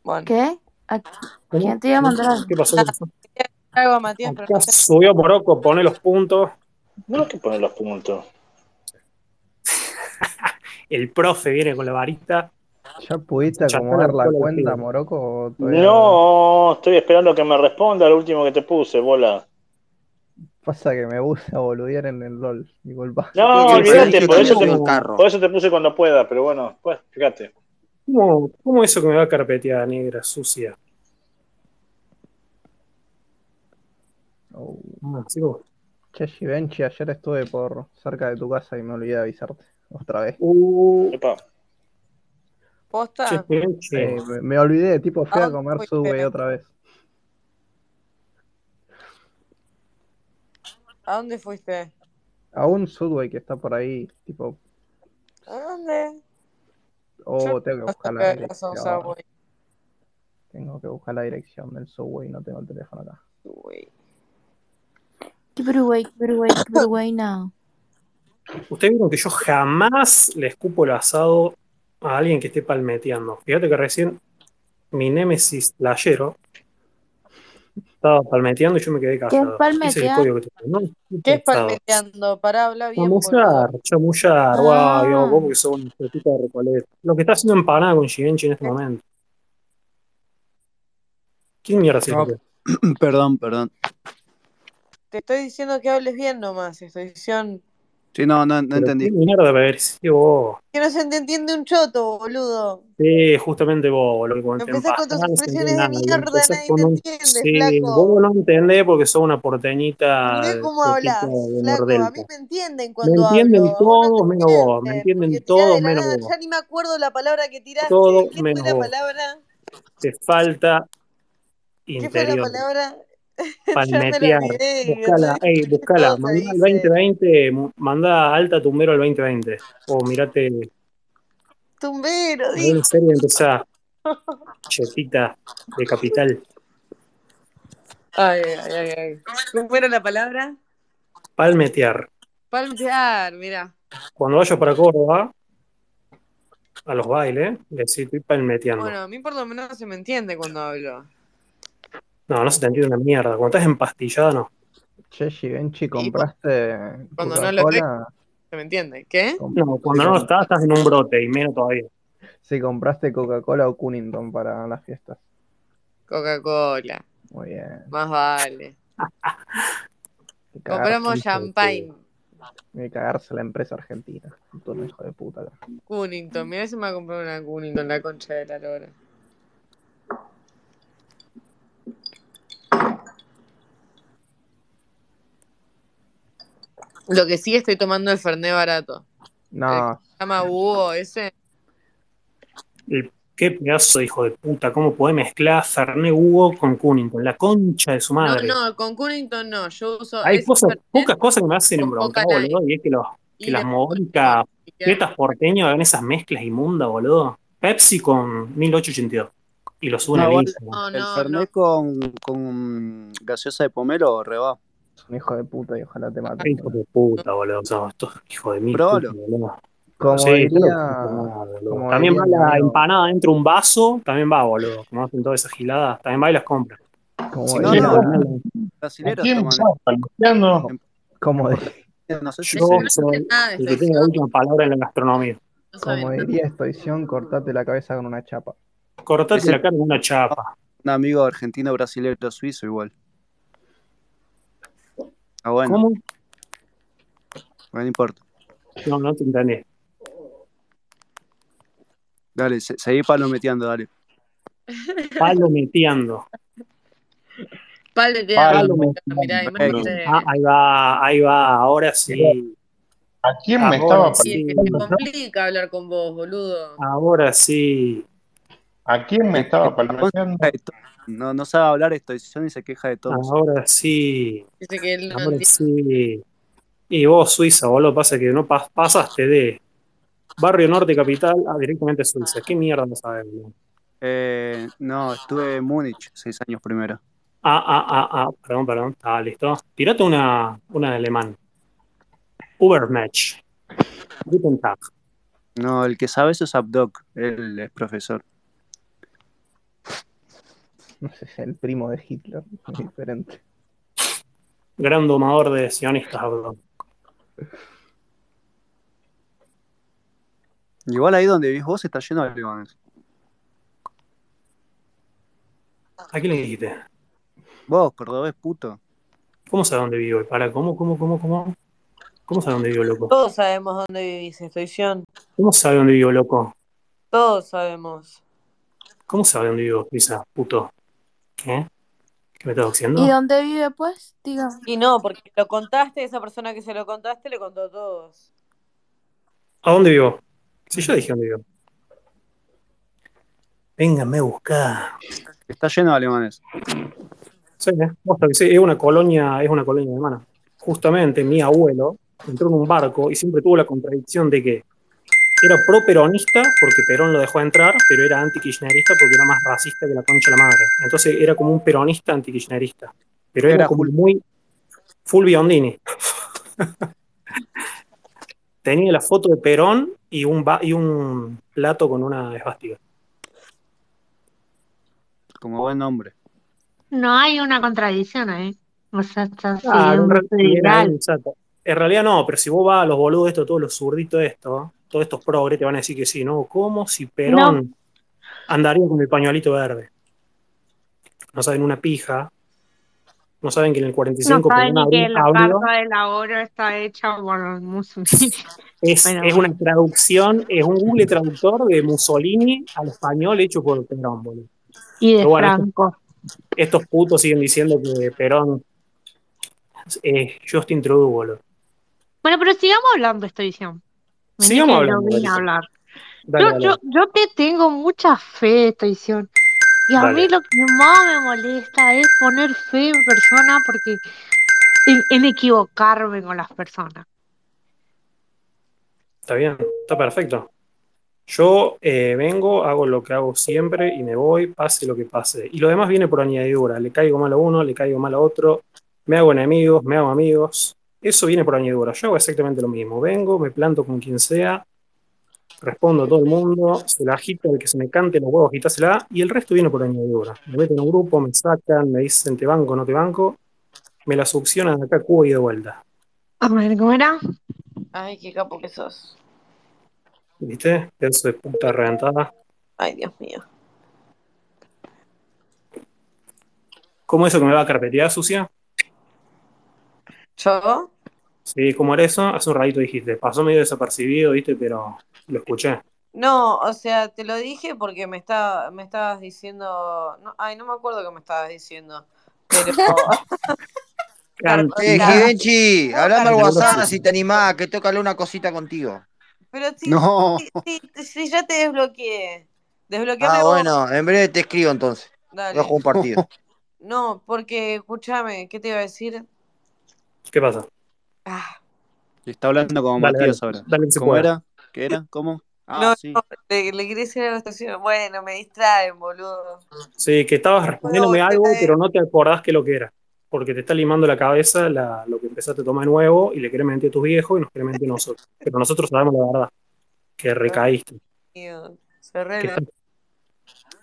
S8: Bueno.
S9: ¿Qué? ¿A
S14: ¿Cómo?
S9: quién te iba a mandar algo?
S14: ¿Qué pasó? ¿Qué pasó?
S8: Algo a Matías, pero
S14: Acá subió Morocco, pone los puntos.
S22: No hay que poner los puntos.
S14: El profe viene con la varita.
S18: ¿Ya pudiste
S14: Chacala
S18: acomodar la
S14: toda la
S18: cuenta,
S14: piedra.
S18: Morocco? o todavía
S22: No, estoy esperando que me responda lo último que te puse, bola.
S18: Pasa que me gusta boludear en el LOL, disculpa.
S22: No,
S23: Porque el
S22: olvídate,
S23: Sergio
S22: por eso,
S23: también
S22: te,
S23: subió un carro.
S22: por eso te puse cuando pueda, pero bueno, pues fíjate.
S14: ¿Cómo, cómo eso que me va carpeteada negra, sucia?
S18: Oh.
S14: Ah, sigo.
S18: Che, Givenchy, ayer estuve por cerca de tu casa y me olvidé de avisarte. Otra vez.
S14: Uh, Che,
S8: posta.
S14: Givenchy.
S18: Eh, me, me olvidé, tipo,
S8: ¿A
S13: Ah,
S18: fui a
S8: dónde
S18: comer
S8: fuiste?
S18: sube otra vez.
S8: ¿A dónde fuiste?
S18: A un Subway que está por ahí, tipo,
S8: ¿A dónde? Yo
S18: oh, tengo que
S8: no sé
S18: buscar la
S8: qué es un
S18: dirección.
S8: Subway.
S18: Tengo que buscar la dirección del Subway, no tengo el teléfono acá.
S8: Subway.
S9: Qué vergüenza, qué vergüenza, qué vergüenza.
S14: Ustedes vieron que yo jamás le escupo el asado a alguien que esté palmeteando. Fíjate que recién mi némesis playero estaba palmeteando y yo me quedé
S9: ¿Qué es
S14: callado. Ese es el
S9: palmetear?
S14: código que tengo. No escupo
S8: ¿Qué es
S14: asado.
S8: palmeteando? Pará, habla bien, boludo.
S14: Chamullar, chamullar, guau, Dios, vos
S9: Ah,
S14: porque sos un pelotita de Recoleta. Lo que está haciendo empanada con Givenchy en este momento. ¿Quién mierda se
S4: No,
S14: escucha?
S4: perdón, perdón.
S8: Te estoy diciendo que hables bien nomás. Estoy diciendo
S4: Sí, no, no, no
S14: Pero
S4: entendí.
S14: qué mierda ver, sí, vos.
S8: que no se te entiende un choto, boludo.
S14: Sí, justamente vos, lo que cuando te
S8: Empezás con tus
S14: empastás, no entendés
S8: expresiones de
S14: nada. Y
S8: mierda,
S14: empezás
S8: nadie
S14: con
S8: te
S14: un.
S8: entiende,
S14: Sí,
S8: flaco.
S14: vos no entendés porque sos una porteñita
S8: Mirá
S14: de
S8: cómo
S14: cosita
S8: hablas,
S14: de
S8: flaco. A mí
S14: Nordelta.
S8: me entienden
S14: Me
S8: cuando
S14: entienden
S8: hablo. A vos no te
S14: todos menos vos, me
S8: entienden, porque
S14: entienden
S8: tirás de
S14: todos
S8: la
S14: menos
S8: nada.
S14: vos.
S8: Ya ni me acuerdo la palabra que tiraste.
S14: Todo
S8: ¿Qué fue
S14: menos
S8: la
S14: vos.
S8: palabra?
S14: Te falta
S8: ¿Qué fue la
S14: interior.
S8: palabra? ya me la
S14: palmetear.
S8: olvidé. y No
S14: Buscala,
S8: sé
S14: ey,
S8: qué
S14: buscala.
S8: cosa
S14: Mandá al
S8: hice.
S14: 2020, mu- mandá alta tumbero al 2020. O mirate
S8: Tumbero,
S14: alguna
S8: dijo.
S14: serie y empezá, chetita de capital.
S8: Ay, ay, ay, ay. ¿Cómo era la palabra?
S14: Palmetear.
S8: Palmear, mira.
S14: Cuando vayas para Córdoba, a los bailes, decís, estoy palmeteando.
S10: Bueno, a mí por lo menos se me entiende cuando hablo.
S14: No, no se te entiende una mierda. Cuando estás empastillada, no.
S18: Che, Givenchy, compraste
S10: Cuando no lo
S18: Coca-Cola.
S10: Se me entiende. ¿Qué?
S14: No, cuando no lo estás, estás en un brote y menos todavía.
S18: Si compraste Coca-Cola o Cunnington para las fiestas.
S10: Coca-Cola.
S18: Muy bien.
S10: Más vale. Compramos champagne.
S18: Me cagarse la empresa argentina. Todo hijo de puta.
S10: Cunnington. Mira si me va a comprar una Cunnington, la concha de la lora. Lo que sí estoy tomando el Fernet barato.
S18: No,
S10: Se llama Búho ese.
S14: El- qué pedazo de hijo de puta. ¿Cómo podés mezclar Fernet Hugo con Cunnington? La concha de su
S10: No,
S14: madre.
S10: no, con Cunnington no. Yo uso
S14: Hay
S10: ese
S14: cosas,
S10: Fernet
S14: pocas cosas que me hacen
S10: con
S14: embroncar,
S10: Coca Light.
S14: boludo, y es que, los,
S10: Y
S14: que las
S10: la-
S14: mogólicas
S10: ya.
S14: tetas porteñas hagan esas mezclas inmundas, boludo. Pepsi con 1882. Y lo suben
S4: No,
S14: al
S4: igual,
S14: Instagram.
S4: el Fernet con, con gaseosa de pomelo, reba.
S18: un hijo de puta y ojalá te mate.
S14: Hijo de puta, boludo. Son estos hijos de mil
S4: Probalo.
S14: putas, boludo.
S18: Como
S14: Sí,
S18: diría-
S14: claro que sí, boludo.
S18: como
S14: También
S18: diría
S14: va
S18: mi
S14: la
S18: amigo-
S14: empanada dentro de un vaso, también va, boludo. Como hacen todas esas giladas, también va y las compra.
S18: Como
S4: Si no,
S18: diría-
S4: no,
S24: ¿A
S4: brasileros
S24: quién
S4: toman.
S24: estás palmeando?
S18: como di-
S4: No sé si
S14: Yo
S4: se...
S14: soy
S10: nada de
S14: el que tiene la última palabra en la gastronomía.
S18: como diría Estoición, cortate la cabeza con una chapa.
S14: Cortate
S4: Ese-
S14: la cara con una chapa.
S4: Un amigo argentino, brasilero, suizo igual. Ah, bueno,
S14: ¿Cómo?
S4: no importa.
S14: No, no te entendí.
S4: Dale, se- seguí palometeando, dale.
S14: Palometeando.
S10: Palmeteando.
S14: Palometeando.
S10: Mirá, imagínate.
S14: Ah, ahí va, ahí va, ahora sí.
S24: ¿A quién me estaba
S14: Ahora
S10: Y es
S14: sí,
S10: que se complica hablar con vos, boludo.
S14: ahora sí.
S24: ¿A quién me estaba palmeando?
S4: No, no sabe hablar estoición y se queja de todo.
S14: Ahora sí.
S10: Dice que él no
S14: Ahora
S10: entiende.
S14: sí. Y vos, Suiza, boludo, pasa que no pas- pasaste de Barrio Norte Capital a directamente a Suiza. ¿Qué mierda no sabes, boludo?
S4: Eh, no, estuve en Múnich seis años primero.
S14: Ah, ah, ah, ah, perdón, perdón. Ah, listo. Tirate una, una de alemán. Ubermatch. Guten Tag.
S4: No, el que sabe eso es Abdoc, él es profesor.
S18: No sé, es el primo de Hitler.
S1: Ah.
S18: Es diferente.
S14: Gran domador de sionistas, boludo.
S4: Igual ahí donde vivís vos está lleno de alemanes.
S14: ¿A quién le dijiste?
S4: Vos, cordobés puto.
S14: ¿Cómo sabe dónde vivo? Para, ¿cómo, cómo, cómo, cómo? ¿Cómo sabe dónde vivo, loco?
S10: Todos sabemos dónde vivís, Estoición.
S14: ¿Cómo sabe dónde vivo, loco?
S10: Todos sabemos.
S14: ¿Cómo sabe dónde vivo, Luisa? Puto. ¿Qué? ¿Qué me estás
S8: ¿Y
S14: diciendo?
S8: dónde vive, pues? Dígame.
S10: Y no, porque lo contaste, esa persona que se lo contaste le contó a todos.
S14: ¿A dónde vivo? Si yo dije dónde vivo. Véngame a buscar.
S4: Está lleno de alemanes.
S14: Sí, eh, posta que sí, es una colonia, es una colonia alemana. Justamente mi abuelo entró en un barco y siempre tuvo la contradicción de que era pro-peronista porque Perón lo dejó entrar, pero era anti-kirchnerista porque era más racista que la concha de la madre. Entonces era como un peronista anti-kirchnerista. Pero era
S4: Era
S14: como
S4: Julio.
S14: muy full biondini. Tenía la foto de Perón y un, ba- y un plato con una esvástica.
S4: Como buen hombre.
S13: No hay una contradicción ahí. O sea, está
S14: Claro, en,
S13: siguiendo
S14: real-
S13: su
S14: mira, ahí,
S13: ideal.
S14: exacto. En realidad no, pero si vos vas a los boludos esto, todos los zurditos esto, todos estos progres te van a decir que sí, ¿no? ¿Cómo si
S13: No,
S14: Perón andaría con el pañuelito verde? No saben una pija, no saben que en el
S13: no
S14: 45
S13: sabe
S14: Perón
S13: ni que
S14: abri-
S13: la
S14: abrió,
S13: carta del ahorro está hecha por los musulmanes.
S14: es,
S13: Bueno,
S14: es una traducción, es un Google traductor de Mussolini al español hecho por Perón, boludo.
S13: y de
S14: Pero bueno, estos,
S13: Franco.
S14: estos putos siguen diciendo que Perón eh, es Justin Trudeau, boludo.
S13: Bueno, pero sigamos hablando de esta edición. Vení
S14: Sigamos
S13: que yo
S14: hablando,
S13: vine a
S14: Larisa.
S13: hablar. Yo,
S14: Dale, dale,
S13: yo, yo te tengo mucha fe, Toición. Y a mí
S14: dale.
S13: lo que más me molesta es poner fe en persona porque en, en equivocarme con las personas.
S14: Está bien, está perfecto. Yo eh, vengo, hago lo que hago siempre y me voy, pase lo que pase. Y lo demás viene por añadidura. Le caigo mal a uno, le caigo mal a otro, me hago enemigos, me hago amigos. Eso viene por añadidura. Yo hago exactamente lo mismo. Vengo, me planto con quien sea, respondo a todo el mundo, se la agito al que se me cante los huevos, agitásela, y el resto viene por añadidura. Me meten a un grupo, me sacan, me dicen te banco, no te banco, me la succionan de acá, a Cuba y de vuelta.
S13: A ver, ¿cómo era?
S8: Ay, qué capo que sos.
S14: ¿Viste? Eso de puta reventada.
S8: Ay, Dios mío.
S14: ¿Cómo eso que me va a carpetear, sucia?
S8: ¿Yo?
S14: Sí, ¿cómo era eso? Hace un ratito dijiste. Pasó medio desapercibido, ¿viste? Pero lo escuché.
S8: No, o sea, te lo dije porque me estaba, me estabas diciendo. no, ay, no me acuerdo qué me estabas diciendo. Pero.
S11: Oye,
S8: Claro.
S11: Givenchy, hablando al
S8: Claro.
S11: WhatsApp, si te animás, que tócale una cosita contigo.
S8: pero sí,
S11: No.
S8: sí, sí, sí, ya te desbloqueé. Desbloqueame
S11: Ah,
S8: vos.
S11: bueno, en breve te escribo entonces.
S8: Dale.
S11: Voy a jugar un partido.
S8: No, porque, escúchame, ¿qué te iba a decir?
S14: ¿Qué pasa?
S8: Ah.
S4: Está hablando como
S14: Dale,
S4: Matías
S14: dale,
S4: ahora.
S14: dale que se
S4: ¿Cómo
S14: pueda.
S4: era? ¿Qué era? ¿Cómo? Ah,
S8: no,
S4: sí.
S8: no, le, le quería decir a la estación. Bueno, me distraen, boludo.
S14: Sí, que estabas respondiéndome algo, pero no te acordás que lo que era. Porque te está limando la cabeza la- lo que empezaste a tomar nuevo y le querés mentir a tus viejos y nos querés mentir a nosotros. Pero nosotros sabemos la verdad, que recaíste.
S8: Mío, Cerré
S14: Que
S8: la-
S14: estás-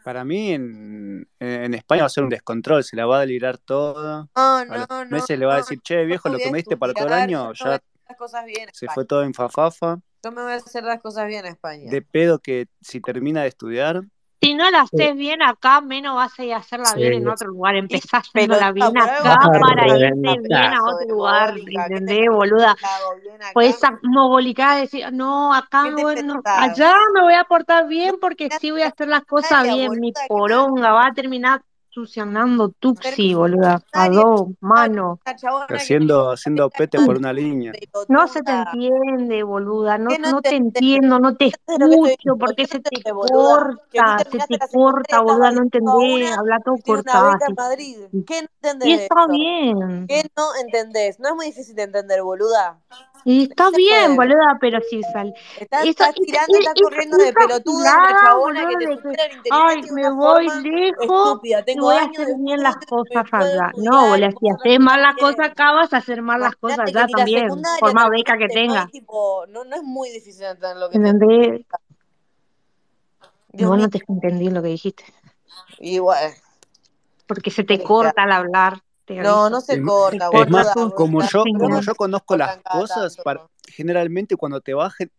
S4: Para mí en, en España va a ser un descontrol, se la va a delirar toda.
S8: No,
S4: a los
S8: no, no,
S4: meses le va a decir, che, viejo,
S8: no
S4: lo
S8: voy
S4: que
S8: a
S4: me diste para todo el
S8: estudiar, yo
S4: año
S8: me voy a
S4: ya
S8: hacer las cosas bien en
S4: se
S8: España.
S4: fue todo en fafafa.
S8: Yo me voy a hacer las cosas bien en España.
S4: De pedo que si termina de estudiar,
S13: Si no la haces bien acá, menos vas a ir a hacerla
S4: Sí.
S13: bien en otro lugar. Empezás
S8: Pero,
S13: haciéndola bien
S8: pará,
S13: acá
S8: vos tenés
S13: para
S8: que
S13: irte bien a
S8: Eso
S13: otro
S8: de
S13: lugar,
S8: mogólica, ¿qué te
S13: ¿entendés, boluda?
S8: hago bien acá?
S13: Por esa mogólica de decir, no, acá,
S8: ¿Qué te
S13: bueno,
S8: pensás?
S13: allá me voy a portar bien porque sí voy a hacer las cosas
S8: Área,
S13: bien. Mi
S8: boluda, que nada,
S13: poronga va a terminar succionando tuxi, boluda. A
S8: área,
S13: dos manos.
S8: una chabona que
S4: haciendo, haciendo pete por una línea.
S13: No se te entiende, boluda, no,
S8: ¿Qué no
S13: no
S8: te
S13: te entiendo, no te
S8: es lo que estoy
S13: escucho, porque se te
S8: diciendo, boluda? Que no
S13: corta, se
S8: terminaste
S13: te
S8: la secundaria,
S13: corta,
S8: estás
S13: boluda, no
S8: bailando a una
S13: entendés, habla todo
S8: que tiene una
S13: cortado.
S8: beca en
S13: así.
S8: Madrid. ¿Qué no
S13: Y
S8: entendés de
S13: está
S8: eso?
S13: bien,
S8: ¿Qué no entendés? No es muy difícil de entender, boluda.
S13: y está
S8: Se
S13: bien,
S8: puede.
S13: boluda, pero si sal.
S8: Estás,
S13: Eso,
S8: estás
S13: esa,
S8: tirando, estás corriendo de
S13: esa
S8: pelotuda una
S13: gilada,
S8: chabona que
S13: boluda,
S8: te
S13: de que,
S8: supera la
S13: ay,
S8: inteligencia de
S13: me
S8: una
S13: voy
S8: forma
S13: lejos
S8: estúpida.
S13: y
S8: Tengo
S13: voy a
S8: años
S13: hacer
S8: de
S13: bien las
S8: estudio, me
S13: cosas
S8: puedo
S13: allá. No,
S8: estudiar y
S13: boluda, si
S8: puedo
S13: haces mal las
S8: bien.
S13: cosas acá, vas a hacer mal las cosas
S8: Imagínate que
S13: allá
S8: ni la
S13: también,
S8: secundaria
S13: por más beca que
S8: terminaste, no es
S13: tengas,
S8: tipo, no, no es muy difícil de entender lo que te.
S13: ¿entendés?
S8: Dios
S13: Vos
S8: mío,
S13: no te entendí lo que dijiste.
S8: igual.
S13: porque se te corta al hablar, te
S8: No,
S13: aviso.
S8: no
S4: Es
S8: se
S4: ma-
S8: corta,
S4: es más, como yo,
S8: boluda, boluda. Pero
S4: como
S8: vos
S4: yo conozco las
S8: cortan cada
S4: cosas,
S8: tanto.
S4: par- generalmente cuando te bajen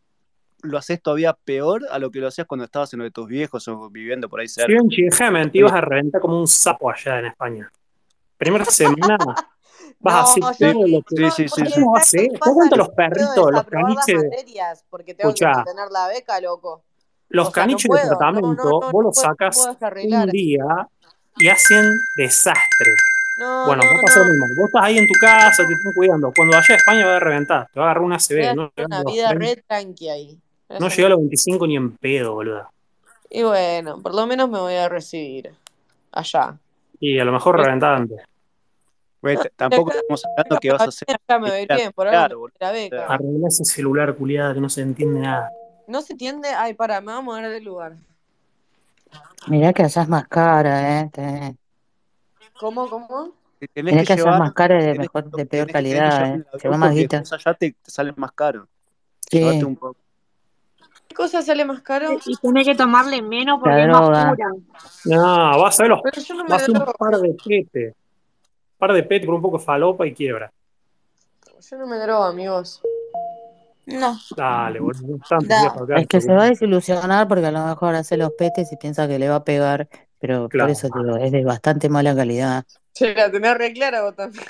S4: lo haces todavía peor a lo que lo hacías cuando estabas en lo de tus viejos o viviendo por ahí cerca.
S14: Givenchy, deja de mentir, ibas a reventar como un sapo allá en España. Primera semana vas a
S8: No,
S14: hacer
S8: yo,
S14: todo lo que.
S8: yo
S14: ¿Sabés
S8: porque
S14: cómo va a
S8: ¿sabes
S14: ser?
S8: lo que
S14: ¿Vos
S8: pasa?
S14: cuánto los
S8: Yo puedo
S14: perritos, los
S8: desaprobar las
S14: caniches?
S8: materias porque tengo que
S14: Escuchá,
S8: mantener la beca, loco.
S14: los
S8: O sea, no
S14: caniches de
S8: puedo, no, no,
S14: tratamiento, vos
S8: no, no
S14: los
S8: puedo, no puedo
S14: sacás un
S8: descarrilar.
S14: día y hacen desastre.
S8: No,
S14: Bueno,
S8: no,
S14: vos pasás lo
S8: no,
S14: mismo. Vos estás ahí en tu casa, te están cuidando. Cuando vayas a España va a reventar. Te va a agarrar una
S8: voy a
S14: CB.
S8: hacer
S14: No, llegás
S8: una
S14: a los
S8: vida
S14: 30,
S8: re tranqui ahí. Voy a
S14: no
S8: hacer-
S14: llegás a los 25 ni en pedo, boluda.
S8: Y bueno, por lo menos me voy a recibir allá.
S14: Y a lo mejor
S8: Pues
S14: reventar antes.
S4: Güey, t- tampoco estamos hablando que vas a hacer
S8: Allá me va a ir bien, por ahora me
S4: claro,
S8: voy
S4: boludo.
S8: a ir a la beca.
S14: Arreglá ese celular culiada que no se entiende nada.
S8: No se entiende, ay, para, me voy a mover del lugar.
S16: Mirá que allá es más cara, ¿eh? Te-
S8: ¿Cómo, cómo?
S4: Te tenés
S16: Mirá
S4: que
S16: que allá es
S4: llevar,
S16: más cara y de,
S4: tenés,
S16: mejor, de peor
S4: tenés que tenés que
S16: calidad,
S4: llevar en
S16: ¿eh?
S4: el avión
S16: Lleva más
S4: porque
S16: guita.
S4: después allá te, te sale más caro. Llévate
S16: Sí,
S4: un poco.
S8: ¿Qué cosa sale más caro?
S13: Y tiene que tomarle menos
S16: la
S13: porque es más
S16: droga.
S13: pura.
S14: No, vas a ver los,
S8: Pero yo no me
S14: vas a un
S8: drogo,
S14: par de pete. Par de pete por un poco de falopa y quiebra.
S8: yo no me drogo, amigos.
S10: No.
S14: Dale, boludo. no Están tus
S10: No.
S14: viejos acá,
S16: Es que se
S14: seguro.
S16: va a desilusionar porque a lo mejor hace los petes y piensa que le va a pegar, pero por
S14: Claro.
S16: eso te digo, es de bastante mala calidad.
S8: Che, la tenés re clara vos también.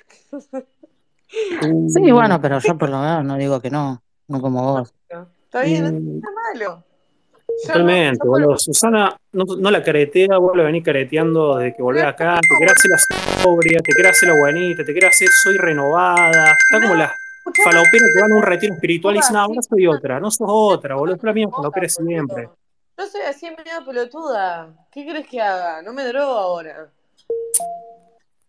S16: Sí,
S14: Uh,
S16: bueno, pero yo por lo menos no digo que no, no como vos.
S8: Está bien,
S14: uh,
S8: está malo. Yo no,
S14: totalmente,
S8: yo por
S14: boludo. Susana no, no la caretea, vos la venís careteando desde que volvés acá. Te querés hacer la sobria, te querés hacer la guanita, te querés hacer soy renovada. Está como las
S8: escuchame,
S14: faloperas que van a un retiro espiritual y dicen, ah, ahora soy otra. No sos otra, boludo. Es la misma
S8: joda,
S14: falopera siempre.
S8: boludo. Yo soy así medio pelotuda. ¿Qué crees que haga? No me drogo ahora.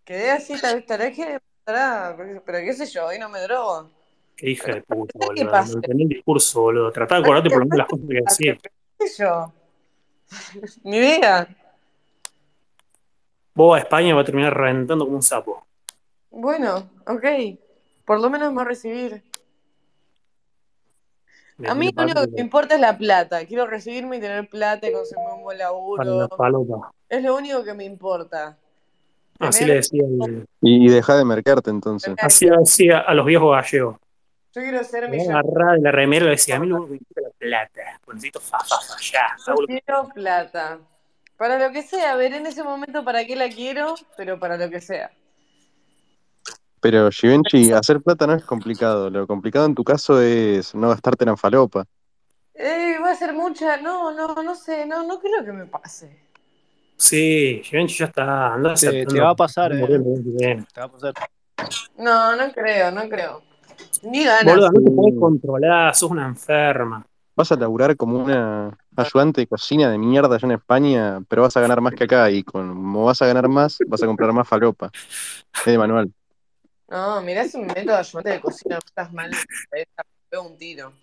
S8: Quedé así, tal vez tal vez que me matará, pero qué sé yo, hoy no me drogo.
S14: Qué hija de puta,
S8: ¿Qué que
S14: boludo.
S8: pase?
S14: Mantén el discurso, boludo. Tratá de acordarte por lo menos las cosas que decís.
S8: ¿Qué sé yo? Ni idea.
S14: Vos a España va a terminar reventando como un sapo.
S8: Bueno, ok. Por lo menos me va a recibir. A
S14: Bien,
S8: mí lo
S14: parte
S8: único que
S14: de-
S8: me importa es la plata. Quiero recibirme y tener plata y conseguirme un buen
S14: para la
S8: laburo.
S14: paloma.
S8: Es lo único que me importa.
S14: Así le decía, el-
S20: Y, y deja de mercarte entonces.
S14: así decía a los viejos gallegos.
S8: Yo quiero ser
S14: Me
S8: millonario.
S14: agarraba de la remera y le decía, a mí lo único que me importa es la plata. Necesito fa, fa, fa, ya.
S8: Yo quiero plata. Para lo que sea, veré en ese momento para qué la quiero, pero para lo que sea.
S20: Pero, Givenchy, hacer plata no es complicado. Lo complicado en tu caso es no gastarte en falopa.
S8: Eh, voy a hacer mucha. No, no, no sé. No, no creo que me pase.
S14: Sí, Givenchy ya está. Andá
S4: Te- te
S14: aceptando.
S4: va a pasar, eh.
S14: Muriendo bien.
S4: Te va a pasar.
S8: No, no creo, no creo. Ni ganas.
S14: Boludo, no te podés controlar, sos una enferma.
S20: Vas a laburar como una ayudante de cocina de mierda allá en España, pero vas a ganar más que acá. Y como vas a ganar más, vas a comprar más falopa. Es de manual.
S8: No, mirá si me meto de ayudante de cocina, no estás mal. Me pego un tiro.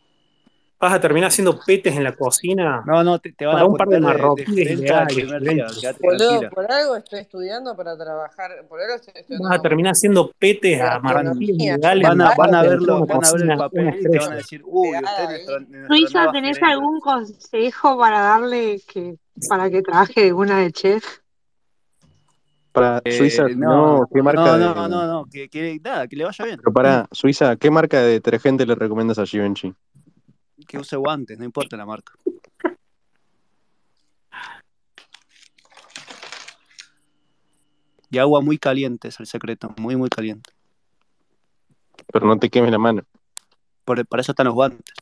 S14: Vas a terminar haciendo petes en la cocina.
S4: No, no, te, van
S14: para
S4: a
S14: un par de
S4: apuntar de- de
S14: marroquíes
S4: gerente al
S14: legales,
S4: primer
S14: Givenchy.
S4: día, quédate
S8: Boludo,
S10: pues,
S4: tranquila.
S8: por algo estoy estudiando para trabajar. Por algo estoy estudiando
S14: Vas a terminar haciendo petes a marroquíes legales.
S4: Van a,
S14: para
S4: van a
S14: tener
S4: verlo,
S14: una
S4: van a ver el
S14: cocina, una
S4: papel y te van a
S14: estrella.
S4: decir, uy, usted es nuestro, nuestro
S13: Luisa,
S4: nuevo
S13: ¿tenés
S4: gerente.
S13: algún consejo para darle que, para que trabaje de una de chef?
S20: Para Suiza,
S4: Eh, no,
S20: no, ¿qué marca
S4: no,
S20: de...?
S4: no, no, no, que, que nada, que le vaya bien,
S20: Pero para Suiza, ¿qué marca de detergente le recomiendas a Givenchy?
S4: que use guantes, no importa la marca. Y agua muy caliente es el secreto, muy, muy caliente.
S20: Pero no te quemes la mano.
S4: Por- para eso están los guantes.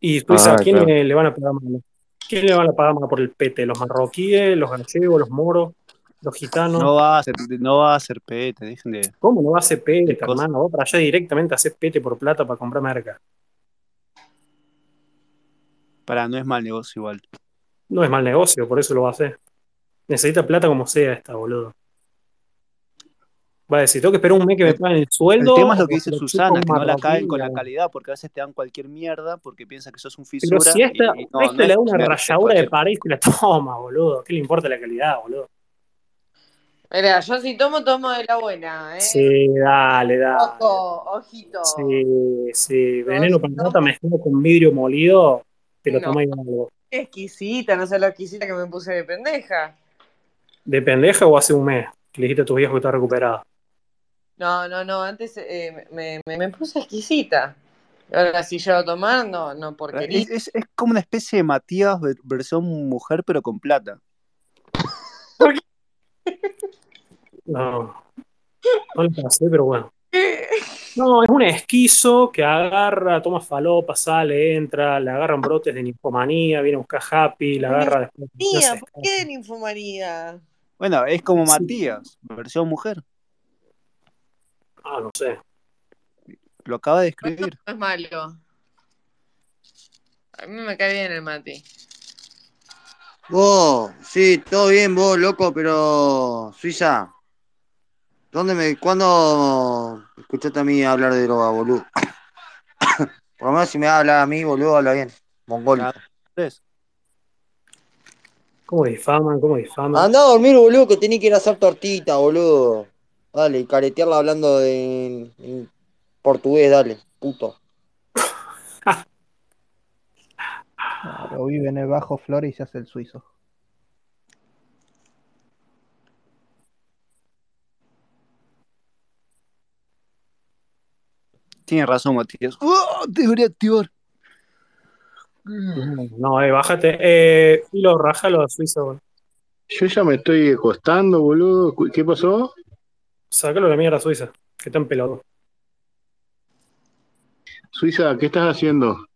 S14: Y Suiza,
S20: Ah,
S14: ¿a quién
S20: claro.
S14: le, le van a pagar más? ¿Quién le van a pagar más por el pete? ¿Los marroquíes, los gallegos, los moros, los gitanos?
S4: No va a ser, no va a ser pete, dejen de,
S14: ¿Cómo no va a hacer pete,
S4: de cosas.
S14: hermano? Vos para allá directamente haces pete por plata para comprar marca.
S4: Para, no es mal negocio igual.
S14: No es mal negocio, por eso lo va a hacer. Necesita plata como sea esta, Ah, boludo. Va a decir, tengo que esperar un mes que me
S4: El,
S14: paguen el
S4: el
S14: sueldo
S4: tema es lo que
S14: o
S4: dice
S14: lo chupa
S4: Susana,
S14: un
S4: que no la caen
S14: marroquí.
S4: con la
S14: la-
S4: calidad, porque a veces te dan cualquier mierda porque piensan que sos un
S14: Pero si
S4: fisura
S14: a esta,
S4: y, y
S14: a
S4: no, no
S14: esta
S4: es,
S14: le da una
S4: no es, es
S14: rayadura de
S4: cualquier.
S14: pared y la toma, boludo. ¿Qué le importa la calidad, boludo?
S8: Mira, yo si tomo, tomo de la buena, ¿eh?
S14: Sí, dale, dale.
S8: Ojo, ojito.
S14: Sí, sí. Veneno para nata mezclado con vidrio molido, te lo
S8: No,
S14: tomáis algo.
S8: qué exquisita, no sé lo exquisita que me puse de pendeja.
S14: ¿De pendeja o hace un mes? Que le dijiste a tus viejos que está recuperada.
S8: No, no, no, antes eh, me, me- me puse exquisita. Ahora si yo a tomar, no, no porquería.
S4: Es, es- es como una especie de Matías ver- versión mujer, pero con plata.
S14: No, no lo pasé, pero bueno. No, es un esquizo que agarra, toma falopa, sale, entra, le agarran brotes de ninfomanía, viene a buscar Happy, la agarra después. no
S8: Mía,
S14: sé.
S8: ¿por qué de ninfomanía?
S4: Bueno, es como
S14: Sí.
S4: Matías, versión mujer.
S14: Ah, no sé.
S4: Lo acaba de
S8: Bueno,
S4: escribir.
S8: no es malo. A mí me cae bien el Mati.
S11: Vos, sí, todo bien vos, loco, pero Suiza, ¿dónde me, cuándo escuchaste a mí hablar de droga, boludo? Por lo menos si me habla a mí, boludo, habla bien, mongólico.
S14: ¿Cómo difaman? ¿Cómo difaman?
S11: Andá a dormir, boludo, que tenés que ir a hacer tortita, boludo. Dale, y caretearla hablando de, en- en portugués, dale, puto.
S25: Claro, vive en el Bajo Flores y se hace el suizo.
S4: Tiene razón, Matías. ¡Oh! Debería activar.
S14: No, eh, bájate. Eh, Filo, rajalo a Suiza, boludo.
S1: Yo ya me estoy acostando, boludo. Cu- ¿Qué pasó?
S14: Sácalo a la mierda a Suiza, que están pelados.
S1: Suiza, ¿qué estás haciendo?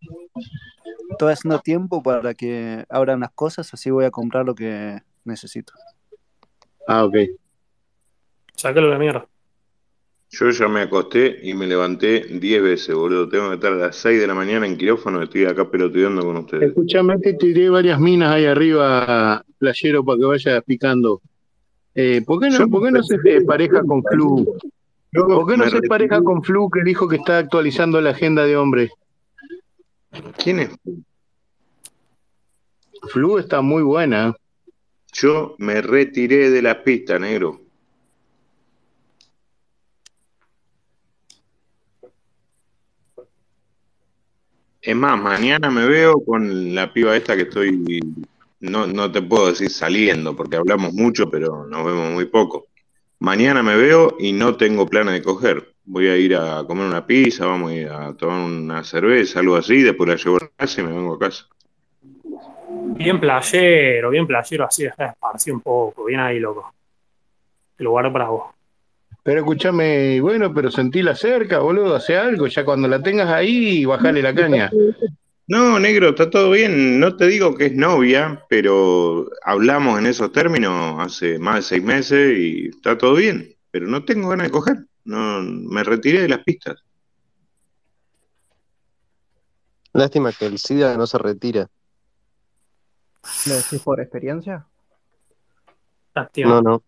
S4: Estoy haciendo tiempo para que abran las cosas, así voy a comprar lo que necesito.
S1: Ah, ok.
S14: Sácalo a la mierda.
S17: Yo ya me acosté y me levanté 10 veces, boludo. Tengo que estar a las 6 de la mañana en quirófano. Estoy acá pelotudeando con ustedes.
S1: Escuchame, te tiré varias minas ahí arriba, playero, para que vayas picando. Eh, ¿por qué
S17: Yo
S1: no, por qué no haces eh, pareja con Flu? ¿Por qué no
S17: me
S1: haces pareja
S17: retiré.
S1: con Flu que dijo que está actualizando la agenda de hombres?
S17: ¿Quién es?
S1: Flu está muy buena.
S17: Yo me retiré de la pista, negro. Es más, mañana me veo con la piba esta que estoy, no, no te puedo decir saliendo, porque hablamos mucho, pero nos vemos muy poco. Mañana me veo y no tengo planes de coger. Voy a ir a comer una pizza, vamos a ir a tomar una cerveza, algo así, después la llevo a casa y me vengo a casa.
S14: Bien playero, bien playero, así deja de esparcir un poco, bien ahí, loco. Te lo guardo para vos.
S1: Pero escúchame, bueno, pero sentila cerca, boludo, hace algo, ya cuando la tengas ahí, bajale la caña.
S17: No, negro, está todo bien. No te digo que es novia, pero hablamos en esos términos hace más de seis meses y está todo bien. Pero no tengo ganas de coger. No, me retiré de las pistas.
S6: Lástima que el SIDA no se retira.
S18: ¿Lo decís por experiencia?
S6: No, no.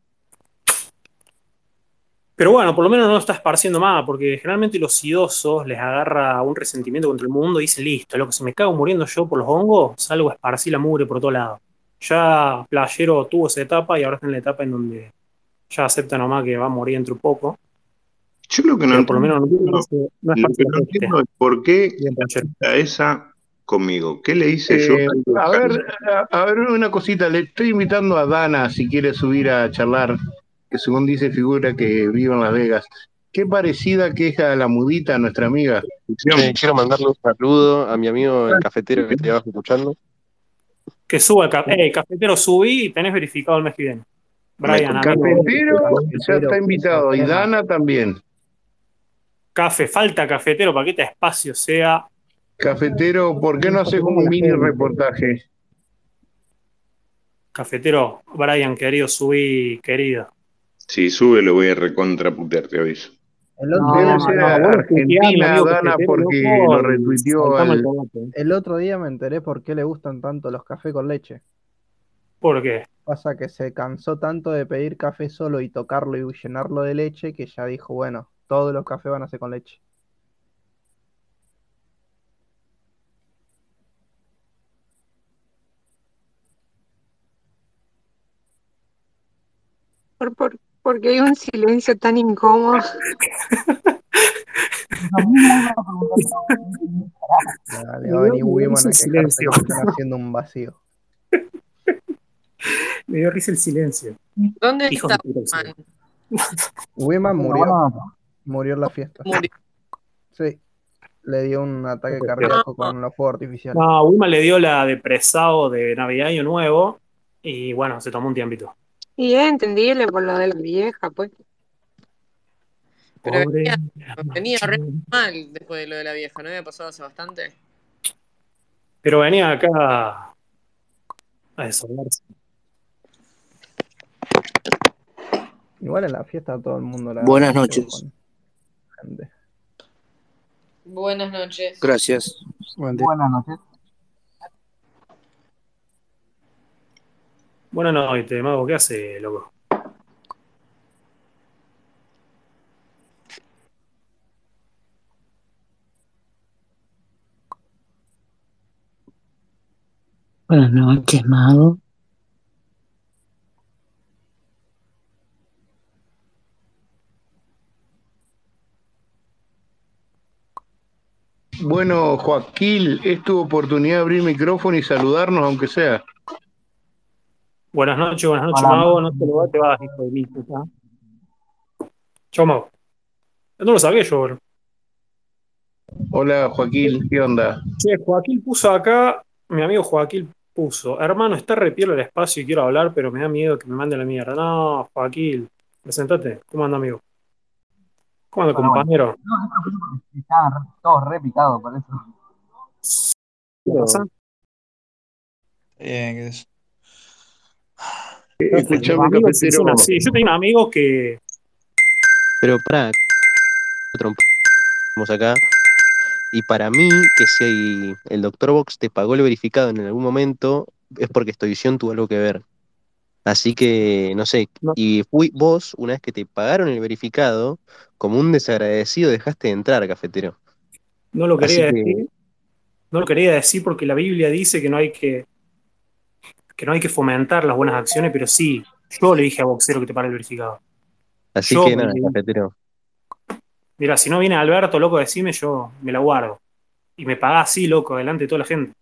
S14: Pero bueno, por lo menos no está esparciendo más, porque generalmente los idosos les agarra un resentimiento contra el mundo y dicen, listo, lo que se me cago muriendo yo por los hongos, salgo a esparcir la mugre por todo lado. Ya Playero tuvo esa etapa y ahora está en la etapa en donde ya acepta nomás que va a morir dentro de poco.
S17: Yo creo que no
S14: Pero por lo menos no,
S17: entiendo-
S14: no- no es
S17: lo que
S14: este. parte de
S17: no
S14: la gente.
S17: entiendo es por qué la chica esa conmigo. ¿Qué le hice yo?
S1: Eh, a ver, a- a ver una cosita, le estoy invitando a Dana si quiere subir a charlar, que según dice figura que vive en Las Vegas. Qué parecida que es a la mudita, nuestra amiga.
S6: Eh, quiero mandarle un saludo a mi amigo el cafetero que está ahí abajo escuchando.
S14: Que suba, ca- eh, cafetero, subí y tenés verificado el mes que viene. Brian, amigo.
S1: Cafetero ya está invitado y Dana también.
S14: Café, falta cafetero para que este espacio sea.
S1: Cafetero, ¿por qué no haces un mini reportaje?
S14: Cafetero, Brian, querido, subí, querido.
S17: Si sube, lo voy a recontraputear, te aviso.
S14: No,
S1: Debe ser
S14: no, vos puteame,
S1: Argentina,
S14: amigo,
S1: Dana,
S14: que te
S1: porque
S14: loco,
S1: lo
S14: y
S1: retuiteó
S14: saltame el
S1: al...
S14: tomate.
S18: El otro día me enteré por qué le gustan tanto los cafés con leche.
S14: ¿Por qué?
S18: Pasa que se cansó tanto de pedir café solo y tocarlo y llenarlo de leche que ya dijo, bueno, todos los cafés van a ser con leche.
S20: ¿Por, por, por qué hay un silencio tan incómodo?
S18: Dale, va a venir Wiman a quejarse que están haciendo un vacío.
S14: Me dio risa el silencio.
S10: ¿Dónde
S14: Hijo
S10: está
S14: de puta que soy.
S18: Wiman murió.
S14: Bueno.
S18: Murió en la fiesta.
S10: Murió.
S18: Sí, le dio un ataque cardíaco con los fuegos artificiales.
S14: No, Wilma le dio la depresado de Navidad y Año Nuevo y bueno, se tomó un tiempito.
S20: Y es entendible por lo de la vieja, pues.
S10: Pero
S14: Pobre.
S10: venía, venía re mal después de lo de la vieja, ¿no había pasado hace bastante?
S14: Pero venía acá a desahogarse.
S18: Igual en la fiesta todo el mundo la
S4: Buenas
S18: la llevó
S4: noches.
S18: con gente.
S10: Buenas noches.
S4: Gracias.
S15: Buenas noches.
S14: Buenas noches, mago, ¿qué hace, loco?
S26: Buenas noches, mago.
S1: Bueno, Joaquín, es tu oportunidad de abrir micrófono y saludarnos, aunque sea.
S14: Buenas noches, buenas noches,
S1: Hola,
S14: mago, no te lo vas, te vas, hijo de mil puta. Chau, mago. No lo sabía yo, bro.
S1: Hola, Joaquín, ¿qué onda?
S14: Che, Joaquín puso acá, mi amigo Joaquín puso, hermano, está repielo el espacio y quiero hablar, pero me da miedo que me mande a la mierda. No, Joaquín, presentate. ¿Cómo anda, amigo? ¿Cómo anda,
S15: Bueno, bueno.
S14: compañero?
S15: Estaban re- todos re picados por eso.
S14: ¿Qué pasa?
S15: Bien,
S4: Eh,
S15: qué sé yo.
S14: Los
S1: Eh, Escuchame,
S14: amigos se dicen
S1: cafetero.
S14: así. Yo tengo un amigo que.
S6: Pero para trompamos acá. Y para mí, que si hay- el doctor Vox te pagó el verificado en algún momento, es porque esta edición tuvo algo que ver. Así que, no sé, y fui vos, una vez que te pagaron el verificado, como un desagradecido dejaste de entrar, cafetero.
S14: No lo
S6: Así
S14: quería
S6: que-
S14: decir. No lo quería decir porque la Biblia dice que no hay que, que no hay que fomentar las buenas acciones, pero sí, yo le dije a Boxero que te pare el verificado.
S6: Así
S14: Yo
S6: que
S14: me
S6: nada,
S14: leí.
S6: cafetero.
S14: Mira, si no viene Alberto, loco, decime, yo me la guardo. y me pagá así, loco, delante de toda la gente.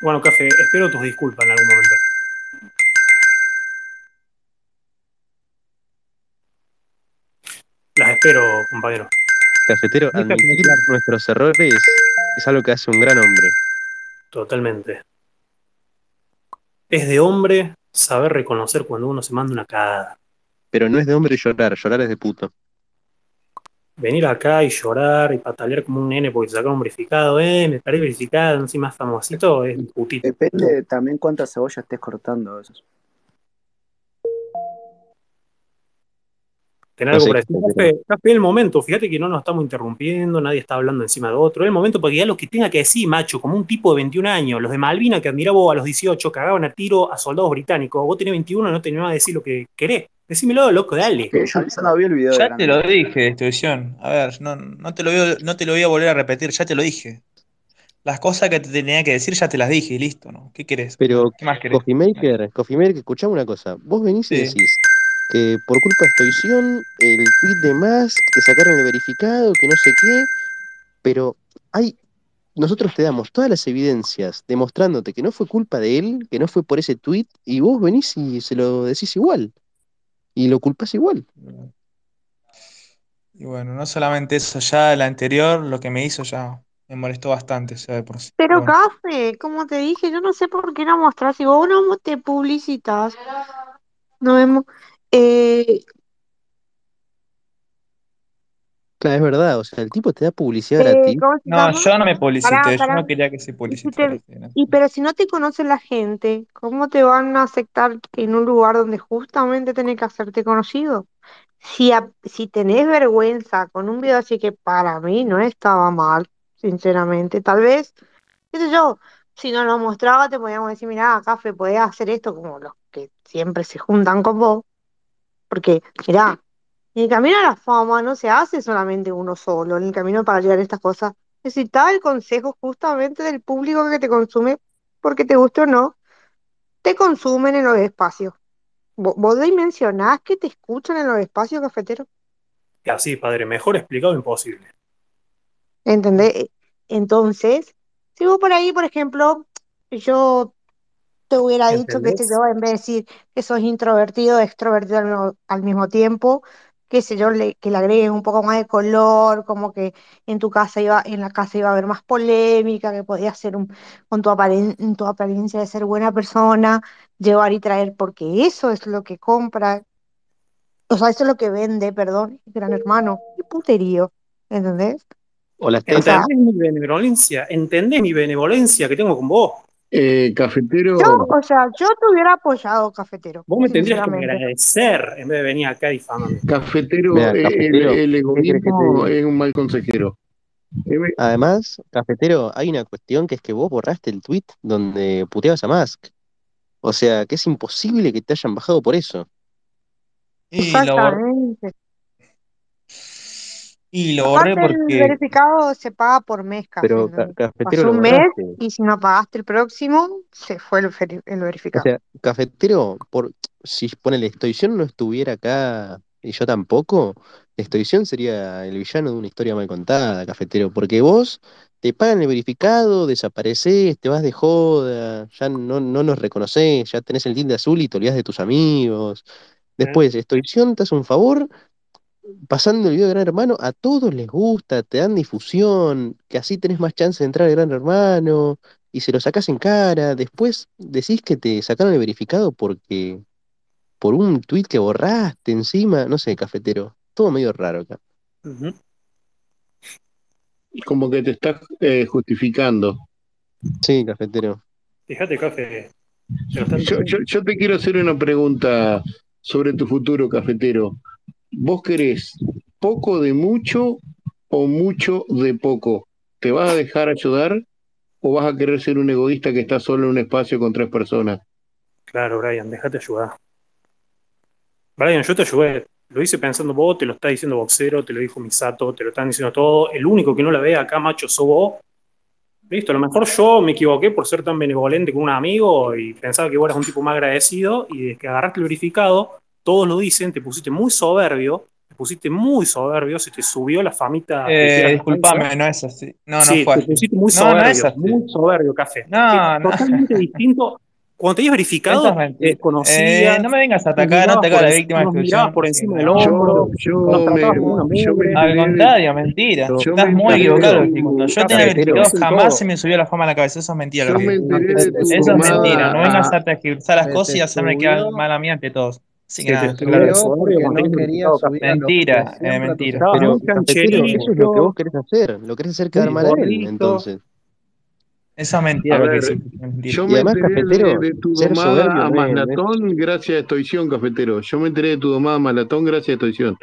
S14: Bueno, Café, espero tus disculpas en algún momento. Las espero, compañero.
S20: Cafetero, admitir nuestros errores es algo que hace un gran hombre.
S14: Totalmente. Es de hombre saber reconocer cuando uno se manda una cagada.
S20: Pero no es de hombre llorar, llorar es de puto.
S14: Venir acá y llorar y patalear como un nene porque te sacaron verificado, eh, me paré verificado, no soy más famosito, es putito.
S4: Depende también cuántas cebollas estés cortando. eso.
S14: Tener algo
S20: No sé
S14: para
S20: qué
S14: decir.
S20: quiere.
S14: Café, Café, el momento, fíjate que no nos estamos interrumpiendo, nadie está hablando encima de otro. Es el momento para que diga lo que tenga que decir, macho, como un tipo de 21 años. Los de Malvina que admiraba vos a los 18, cagaban a tiro a soldados británicos. Vos tenés 21, no tenés nada que decir lo que querés. Decímelo, loco, dale.
S4: no vi el video.
S5: Ya te lo dije, destrucción. A ver, no, no, te lo voy, no te lo voy a volver a repetir, ya te lo dije. Las cosas que te tenía que decir ya te las dije y listo, ¿no? ¿Qué querés?
S20: Pero,
S5: ¿Qué más querés?
S20: Coffee Maker, Coffee Maker, escuchame una cosa. Vos venís y
S5: Sí.
S20: decís que por culpa de Stoición, el tweet de más, que te sacaron el verificado, que no sé qué, pero hay. Nosotros te damos todas las evidencias demostrándote que no fue culpa de él, que no fue por ese tweet, y vos venís y se lo decís igual. Y lo culpás igual.
S5: Y bueno, no solamente eso, ya el anterior, lo que me hizo ya me molestó bastante, ya de por sí.
S13: Pero
S5: Bueno,
S13: Café, como te dije, yo no sé por qué no mostrás. Si vos no te publicitas, no vemos. Eh,
S20: Claro, es verdad. O sea, el tipo te da publicidad
S13: eh,
S20: gratis.
S13: ¿cómo se
S5: no,
S13: llama?
S5: yo no me publicité,
S13: Pará,
S5: yo
S13: pará.
S5: no quería que se
S13: Y, si
S5: publicitara.
S13: te- y pero si no te conoce la gente, ¿cómo te van a aceptar que en un lugar donde justamente tenés que hacerte conocido? Si, a- si tenés vergüenza con un video así que para mí no estaba mal, sinceramente, tal vez, qué sé yo, si no lo mostraba te podíamos decir, mirá, Café, podés hacer esto como los que siempre se juntan con vos, porque mirá, en el camino a la fama no se hace solamente uno solo, en el camino para llegar a estas cosas necesitaba el consejo justamente del público que te consume, porque te guste o no, te consumen en los espacios. ¿Vo- ¿Vos dimensionás que te escuchan en los espacios, cafetero?
S14: Y Así, padre, mejor explicado imposible.
S13: ¿Entendés? Eh, Entonces, si vos por ahí, por ejemplo, yo te hubiera dicho, qué sé
S14: ¿Entendés?
S13: yo, en vez de decir que sos introvertido, extrovertido al, mismo- al mismo tiempo, qué sé yo, le- que le agregues un poco más de color, como que en tu casa iba, en la casa iba a haber más polémica, que podías ser un, con tu aparen- en tu apariencia de ser buena persona, llevar y traer, porque eso es lo que compra, o sea, eso es lo que vende, perdón, Gran Hermano, qué puterío, ¿entendés?
S20: O las
S13: O sea,
S14: ¿Entendés mi benevolencia? ¿Entendés mi benevolencia que tengo con vos?
S13: yo,
S1: Eh, cafetero.
S13: o sea, yo te hubiera apoyado, cafetero,
S14: Vos me tendrías que
S13: sinceramente.
S14: agradecer en vez de venir acá difamándome.
S1: Cafetero,
S20: Mirá,
S1: eh,
S20: cafetero,
S1: el, el
S20: ¿qué querés que te
S1: egoísmo
S20: diga?
S1: es un mal consejero. Eh, me-
S20: Además, cafetero, hay una cuestión que es que vos borraste el tweet donde puteabas a Musk. O sea, que es imposible que te hayan bajado por eso.
S5: Y lo, bor-
S13: Exactamente.
S5: y lo borré
S13: Aparte, el
S5: porque
S13: verificado se paga por mes casi.
S20: Pero, ca-
S13: ¿entendés?
S20: cafetero,
S13: Pasó
S20: lo
S13: un mes
S20: borraste.
S13: y si no pagaste el próximo, se fue el, feri- el
S20: O
S13: verificado.
S20: sea, cafetero, por, si ponele Estoición no estuviera acá y yo tampoco, Estoición sería el villano de una historia mal contada, cafetero, porque vos te pagan el verificado, desapareces, te vas de joda, ya no, no nos reconoces, ya tenés el tilde azul y te olvidás de tus amigos. Después, Estoición te hace un favor pasando el video de Gran Hermano, a todos les gusta, te dan difusión, que así tenés más chance de entrar al Gran Hermano, y se lo sacás en cara, después decís que te sacaron el verificado porque por un tuit que borraste encima, no sé, cafetero, todo medio raro acá.
S1: eh, Como que te estás eh, justificando.
S20: Sí, cafetero.
S14: Fíjate, Café, te lo están
S1: Yo, yo-
S14: diciendo.
S1: yo te quiero hacer una pregunta sobre tu futuro, cafetero. ¿Vos querés poco de mucho o mucho de poco? ¿Te vas a dejar ayudar o vas a querer ser un egoísta que está solo en un espacio con tres personas?
S14: Claro, Brian, déjate ayudar. Brian, yo te ayudé. Lo hice pensando vos, te lo está diciendo Boxero, te lo dijo Misato, te lo están diciendo todo. El único que no la ve acá, macho, sos vos. Listo, a lo mejor yo me equivoqué por ser tan benevolente con un amigo y pensaba que vos eras un tipo más agradecido y desde que agarraste el verificado, todos lo dicen, te pusiste muy soberbio, te pusiste muy soberbio, se te subió la famita.
S5: Eh,
S14: de que eras
S5: disculpame,
S14: panza.
S5: no es así. No, no
S14: Sí,
S5: fue
S14: te
S5: así.
S14: pusiste muy
S5: No, no
S14: soberbio,
S5: es así.
S14: muy soberbio, café.
S5: No,
S14: Sí,
S5: no.
S14: Totalmente distinto. Cuando te habías verificado,
S5: Eso es mentira.
S14: desconocías,
S5: Eh, no me vengas a
S14: nos
S5: atacar, no
S14: mirabas
S5: atacar a
S14: por
S5: la
S14: enci-
S5: víctima de
S14: Nos
S5: exclusión,
S14: mirabas por
S5: sí,
S14: encima
S5: no.
S14: del
S5: Yo-
S14: hombro,
S5: yo
S14: nos
S5: me-
S14: tratabas como una
S5: yo me
S14: mugre.
S5: Al contrario, mentira.
S1: Yo
S5: Estás
S1: me
S5: muy
S1: enteré
S5: equivocado,
S1: de
S5: chico.
S1: tu-
S5: Cuando yo tenía
S1: Cafetero.
S5: verificado,
S1: Dicen
S5: jamás
S1: todo.
S5: se me subió la fama a la cabeza. Eso es mentira lo
S1: Yo
S5: que
S1: me
S5: digo.
S1: enteré de tu
S5: Eso es mentira.
S1: fumada
S5: No vengas
S1: a-
S5: a tergiversar
S14: Eh,
S5: las
S1: se
S5: cosas
S1: te
S5: y hacerme quedar
S1: subió,
S5: mal a mí ante todos. Así que
S1: se te
S5: nada, claro que sí.
S1: subió porque no querías subir a los que
S5: Mentira, eh,
S1: siempre a tus
S5: mentira.
S14: Estabas
S20: Pero,
S14: muy
S20: cafetero, eso es lo que
S14: cancherito,
S20: vos querés hacer. Lo querés hacer quedar
S14: muy
S20: mal a él,
S14: gordito.
S20: entonces.
S5: Eso es mentira
S1: A
S5: lo que
S1: ver,
S5: hiciste. es mentira.
S1: yo
S20: Y
S1: me
S20: además,
S1: enteré de,
S20: cafetero,
S1: de tu
S20: ser soberbio
S1: domada a
S20: no es, no es,
S1: Malatón gracias a Estoición, cafetero. Yo me enteré de tu domada a Malatón gracias a Estoición.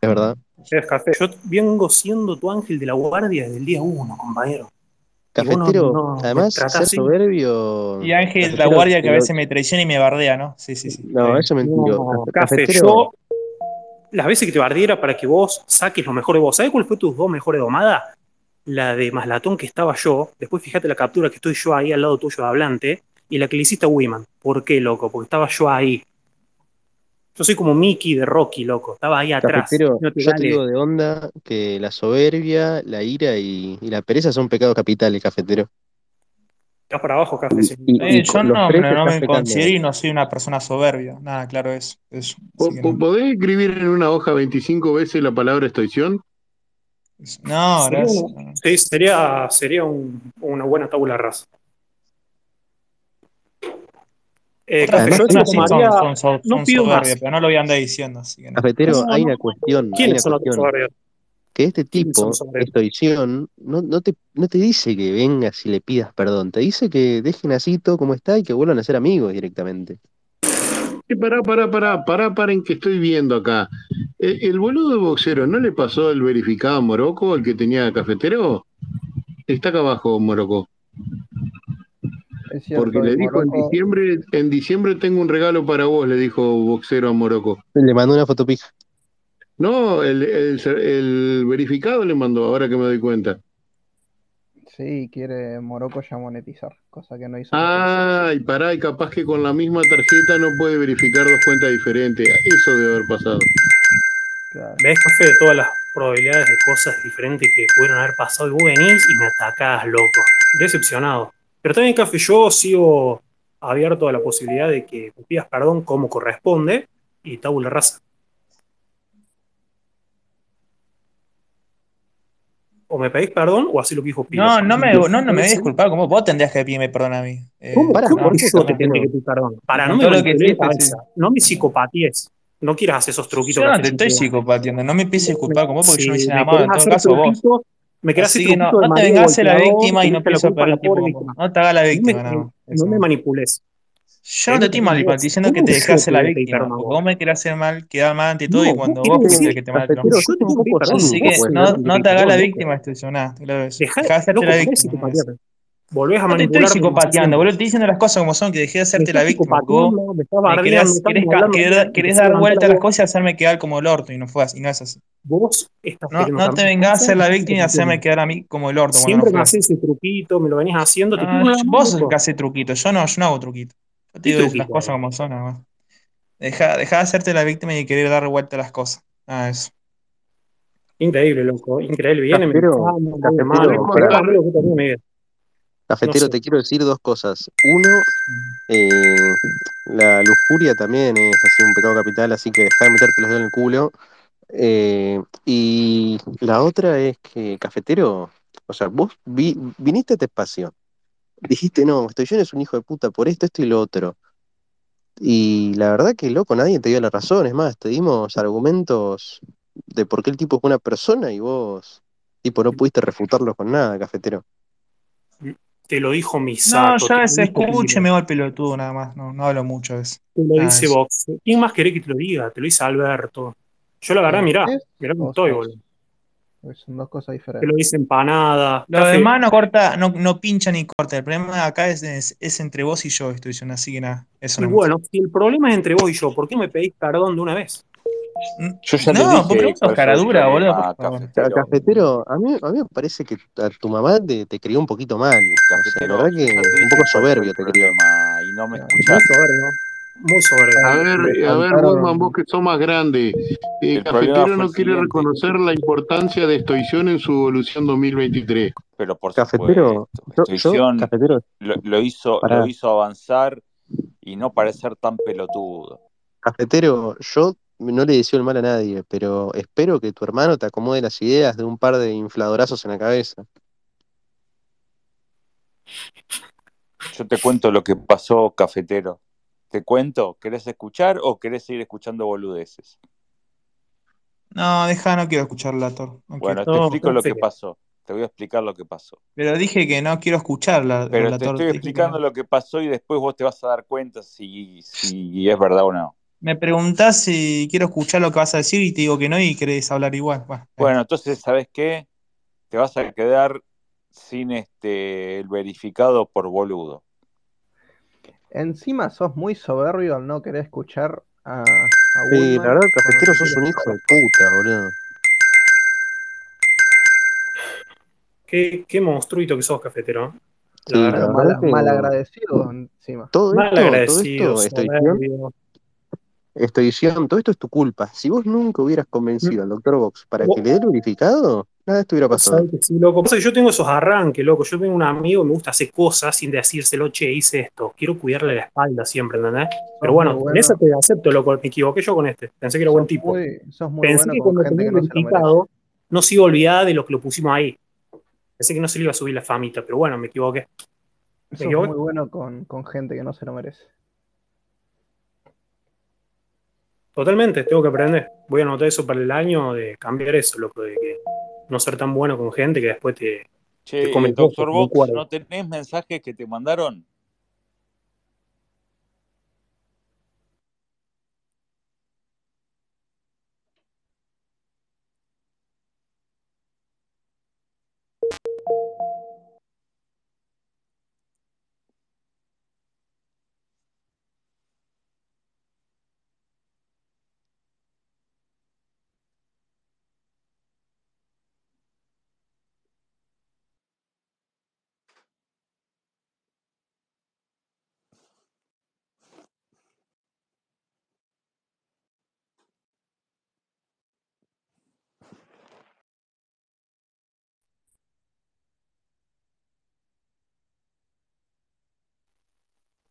S20: es verdad.
S14: Es café. Yo vengo siendo tu ángel de la guardia desde el día uno, compañero. Y vos no,
S20: Cafetero,
S14: no me
S20: además,
S14: tratás
S20: ser
S14: así.
S20: soberbio,
S5: Y Ángel la
S20: cafetero,
S5: guardia que a
S20: lo-
S5: veces me traiciona y me bardea, ¿no? Sí, sí, sí. está
S20: no,
S5: bien.
S20: eso es mentira.
S14: No, café,
S20: Cafetero,
S14: yo las veces que te bardiera para que vos saques lo mejor de vos. ¿Sabés cuál fue tus dos mejores domadas? La de Maslatón que estaba yo, después fíjate la captura que estoy yo ahí al lado tuyo de hablante, y la que le hiciste a Wiman. ¿Por qué, loco? Porque estaba yo ahí. Yo soy como Mickey de Rocky, loco. Estaba ahí atrás.
S20: Cafetero,
S14: No te
S20: yo te
S14: dale.
S20: digo de onda que la soberbia, la ira y, y la pereza son pecados capitales, cafetero.
S14: Estás para abajo, café.
S20: Y,
S14: sí.
S20: y- y
S5: Eh,
S20: co-
S5: yo
S20: los
S5: no,
S20: tres
S5: me- no
S20: estás
S5: me
S20: pecando.
S5: considero y no soy una persona soberbia. Nada, claro, eso. eso. Así
S1: ¿Po-
S5: que
S1: po-
S5: no.
S1: ¿Podés escribir en una hoja 25 veces la palabra Estoición?
S5: No,
S14: Sería,
S5: gracias.
S14: una- sí, sería, sería un- una buena tabula rasa. Eh,
S5: Otras
S14: café,
S20: Además,
S14: yo te
S20: hay
S5: personas sí son,
S20: como,
S14: tomaría,
S5: son, son,
S14: no
S5: son
S14: pido
S5: soberbias,
S14: más.
S5: pero no lo voy a andar diciendo, así que no.
S20: cafetero,
S14: No,
S20: hay
S14: no.
S20: una cuestión, hay
S14: ¿Quiénes
S20: una
S14: son los
S20: cuestión.
S14: soberbios?
S20: que este
S14: ¿Quiénes son
S20: tipo,
S14: los soberbios?
S20: estoición, no, no te, no te dice que vengas y le pidas perdón, te dice que dejen así todo como está y que vuelvan a ser amigos directamente.
S1: Eh, pará, pará, pará, pará, paren que estoy viendo acá. Eh, ¿El boludo boxero no le pasó el verificado a Morocco, el que tenía cafetero? Está acá abajo, Morocco.
S15: Es
S1: Porque
S15: cierto, y
S1: le dijo en
S15: Morocco,
S1: diciembre, en diciembre tengo un regalo para vos, le dijo boxero a Morocco.
S20: Le mandó una fotopija.
S1: No, el, el- el verificado le mandó, ahora que me doy cuenta.
S15: sí, quiere Morocco ya monetizar, cosa que no hizo cafetero.
S1: Ah, y pará, y capaz que con la misma tarjeta no puede verificar dos cuentas diferentes. Eso debe haber pasado.
S15: Claro.
S14: ¿Ves, café, de todas las probabilidades de cosas diferentes que pudieron haber pasado y vos venís y me atacás, loco? Decepcionado. Pero también, café, yo sigo abierto a la posibilidad de que me pidas perdón como corresponde y tabula rasa. O me pedís perdón o así lo que dijo Pilo.
S5: No, no me, no, no me voy a
S14: Entonces,
S5: disculpar como vos tendrías que pedirme perdón a mí. Eh,
S14: ¿Cómo,
S20: Pará,
S14: cómo
S5: no,
S20: ¿por qué
S14: yo te
S5: no.
S14: tendré que
S20: cafetero?
S14: pedir perdón?
S5: Y
S14: Para, no
S5: con
S14: me
S5: todo lo que
S14: golpees la
S5: hiciste, sí.
S14: cabeza. No me
S5: No.
S14: psicopatíes. No quieras hacer esos truquitos
S5: Yo
S14: que
S5: no
S14: haces
S5: te
S14: yo
S5: estoy
S14: te hago.
S5: psicopateando, no me empiegues a
S14: Me-
S5: disculpar con vos porque yo no
S14: Si
S5: hice nada
S14: me
S5: malo,
S14: querés
S5: en todo
S14: hacer
S5: caso vos.
S14: truquito, me querés hacer
S5: Así que no,
S14: truquito de
S5: no te
S14: María
S5: vengas a la
S14: golpeador
S5: víctima
S14: y
S5: y
S14: le
S5: no
S14: echa la
S5: pienso
S14: culpa a
S5: perder
S14: la
S5: el tiempo
S14: pobre
S5: con vos.
S14: víctima.
S5: No te hagas la
S14: No me,
S5: víctima, nada más.
S14: no
S5: Eso
S14: me
S5: no.
S14: manipules.
S5: Yo
S14: No
S5: no te estoy
S14: me
S5: manipulando, te
S14: manipules.
S5: estoy diciendo que
S14: ¿Cómo
S5: te
S14: yo
S5: dejas
S14: te
S5: la
S14: voy a pedir
S5: víctima,
S14: perdón a
S5: porque
S14: vos?
S5: vos me querés hacer mal, quedar mal ante todo y
S14: No, vos
S5: cuando vos
S14: querés
S5: fuiste el
S14: decir,
S5: que te maltrató.
S14: yo
S20: Cafetero, sos
S14: te
S20: un
S14: tengo que pedir
S20: poco
S14: perdón.
S5: Así
S20: cínico
S5: que
S14: Sí,
S20: cuando
S5: no,
S14: loco.
S5: no
S20: te pedís
S5: te hagas la
S20: perdón, loco.
S5: víctima, extorsionada, claro eso.
S14: Dejá,
S5: Dejá de hacerte la
S14: loco, pará de
S5: víctima, nada más.
S14: psicopatear. Volvés a
S5: No te estoy
S14: manipular como
S5: psicopateando,
S14: siempre.
S5: boludo, te estoy diciendo las cosas como son, que dejé de
S14: Me
S5: hacerte
S14: estás
S5: la víctima, porque vos
S14: psicopateando, me estás
S5: me
S14: bardeando, me
S5: querés,
S14: estás
S5: querés, ca-
S14: hablando a mí,
S5: querés,
S14: me
S5: querés
S14: empezás a
S5: dar
S14: levantar a
S5: vuelta a las
S14: vos.
S5: cosas y hacerme quedar como el orto, y no fue así, y no es así.
S14: Vos estás
S5: No,
S14: queriendo
S5: no te
S14: cambiar
S5: vengas a
S14: cosas
S5: ser
S14: y
S5: la
S14: yo te
S5: víctima y hacerme
S14: entiendo.
S5: quedar a mí como el orto cuando no
S14: Siempre me
S5: fue así.
S14: haces ese truquito, me lo venís haciendo, te pido
S5: No,
S14: una
S5: yo-
S14: mano,
S5: vos sos el que
S14: loco.
S5: hace truquitos, yo no, yo no hago truquitos. Yo te
S14: ¿Qué
S5: digo las
S14: truquito
S5: cosas
S14: era?
S5: como son, nada más. Deja, deja de hacerte la víctima y querer dar vuelta a las cosas. Ah, eso.
S14: Increíble, loco, increíble. Viene,
S5: Ah,
S14: me
S20: Cafetero,
S14: llama, me doy
S1: ¿Podés
S14: mano.
S20: cafetero, pará.
S14: Nunca
S1: contar?
S14: más lo que tenía en mi vida. No
S20: Cafetero,
S14: sé.
S20: te quiero decir dos cosas. Uno, eh, la lujuria también es así un pecado capital, así que dejá de meterte los dedos en el culo. Eh, y la otra es que, cafetero, o sea, vos vi- viniste a este espacio, dijiste, no, Estoyón es un hijo de puta por esto, esto y lo otro. Y la verdad que, loco, nadie te dio la razón, es más, te dimos argumentos de por qué el tipo es buena persona y vos, tipo, no pudiste refutarlo con nada, cafetero.
S14: Te lo dijo
S5: No,
S14: Misato,
S5: yo a
S14: te
S5: veces
S14: lo dijo
S5: escucho y
S14: Pilo,
S5: me hago el pelotudo nada más. No, no hablo mucho de eso.
S14: te lo
S5: Ah,
S14: dice
S5: eso.
S14: Vox. ¿Quién más querés que te lo diga? Te lo dice Alberto. Yo la verdad,
S15: ¿Son
S14: mirá,
S15: tres
S14: mirá cómo estoy,
S15: cosas?
S14: boludo.
S15: porque Son dos cosas
S14: Te lo
S15: diferentes.
S14: dice empanada,
S5: Lo
S14: café.
S5: demás no corta, no, no pincha ni corta. El problema acá es, es, es entre vos y yo, estoy diciendo, así que nada, eso
S14: Y
S5: nomás.
S14: bueno, si el problema es entre vos y yo, ¿por qué me pedís perdón de una vez?
S5: N-
S7: Yo ya le
S5: No, porque
S7: dije
S5: vos sos
S7: cuál fue
S5: cara
S7: el
S5: dura, boludo, por
S7: problema,
S5: favor.
S20: Ca-
S7: cafetero.
S20: Cafetero, a mí, a mí me parece que a tu mamá te, te crió un poquito mal, o sea, la
S7: Cafetero,
S20: verdad
S7: yo
S20: que
S7: ya te
S20: un
S7: dije cuál
S20: poco
S7: fue el
S20: soberbio te crió. Eh,
S7: problema y no me
S15: Claro.
S14: Muy
S7: escuchaste.
S14: soberbio. Muy soberbio.
S1: A ver, a ver, Goldman, vos que sos más grande. Eh,
S7: El problema
S1: Cafetero
S7: fue
S1: no
S7: el
S1: quiere
S7: siguiente.
S1: reconocer la importancia de Estoición en su evolución 2023.
S7: Pero por
S1: Cafetero,
S7: supuesto, Estoición Pues, lo, lo hizo,
S1: Pará.
S7: lo hizo avanzar y no parecer tan pelotudo.
S20: Cafetero, yo no le deseo el mal a nadie, pero espero que tu hermano te acomode las ideas de un par de infladorazos en la cabeza.
S7: Yo te cuento lo que pasó, cafetero. ¿Te cuento? ¿Querés escuchar o querés seguir escuchando boludeces?
S5: No, deja, no quiero escuchar la Thor. No
S7: Bueno,
S5: quiero.
S7: te explico lo que pasó. Te voy a explicar lo que pasó.
S5: Pero dije que no quiero escuchar la,
S7: Pero
S5: la
S7: te
S5: Thor,
S7: estoy
S5: dije que
S7: explicando
S5: no.
S7: lo que pasó y después vos te vas a dar cuenta si, si es verdad o no.
S5: Me preguntás si quiero escuchar lo que vas a decir y te digo que no y querés hablar igual. Bueno,
S7: Bueno, entonces, ¿sabes qué? Te vas a quedar sin este el verificado por boludo.
S18: Encima sos muy soberbio al no querer escuchar a, a
S20: Sí,
S18: Goldman
S20: la verdad,
S18: cuando
S20: cafetero,
S18: te
S20: sos
S18: quiere
S20: un hijo de puta, boludo.
S14: Qué, qué monstruito que sos, cafetero. ¿eh? La
S20: Sí,
S14: verdad.
S20: la verdad que-
S18: malagradecido encima.
S20: Todo
S14: Mal
S20: esto, todo
S14: agradecido,
S20: esto, Estoición,
S14: soberbio.
S20: Estoición, todo esto es tu culpa. Si vos nunca hubieras convencido al doctor Vox para que
S14: Mm. Vos-
S20: le dé el verificado, nada estuviera
S14: vos
S20: pasando.
S14: sabés que sí, loco. Pasa que yo tengo esos arranques, loco. Yo tengo un amigo, me gusta hacer cosas sin decírselo, che, hice esto. Quiero cuidarle la espalda siempre, ¿entendés? Pero
S20: Ah,
S18: Sos
S14: bueno,
S18: muy
S14: en
S18: bueno.
S14: esa te acepto, loco. Me equivoqué yo con este. Pensé que era buen tipo.
S18: Muy, sos muy
S14: Pensé
S18: bueno
S14: que
S18: con
S14: cuando
S18: gente
S14: tenía
S18: que
S14: el
S18: no se lo merece.
S14: verificado, no se iba a olvidar de lo que lo pusimos ahí. Pensé que no se le iba a subir la famita, pero bueno, me equivoqué. Me
S18: Sos
S14: equivoqué.
S18: muy bueno con, con gente que no se lo merece.
S14: Totalmente, tengo que aprender. Voy a anotar eso para el año de cambiar eso, loco, de que no ser tan bueno con gente que después te,
S7: Che,
S14: te come
S7: eh,
S14: el coco
S7: doctor
S14: como un
S7: Vox,
S14: cuervo.
S7: ¿no tenés mensajes que te mandaron?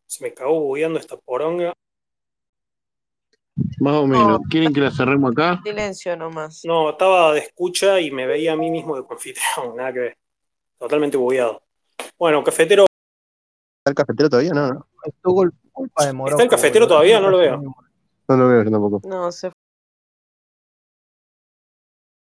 S14: Se me cagó bugueando esta poronga.
S1: Más o menos. ¿Quieren que la cerremos acá?
S27: Silencio nomás.
S14: No, estaba de escucha y me veía a mí mismo de confitrión, nada que ver. Totalmente bugueado. Bueno, cafetero,
S20: ¿Está el cafetero todavía? No, no.
S18: Es tu gol- culpa de
S14: ¿está el
S18: Morocco,
S14: cafetero
S18: boludo.
S14: todavía? No lo
S18: Siempre
S14: veo.
S18: es
S20: No lo veo yo tampoco.
S27: No, se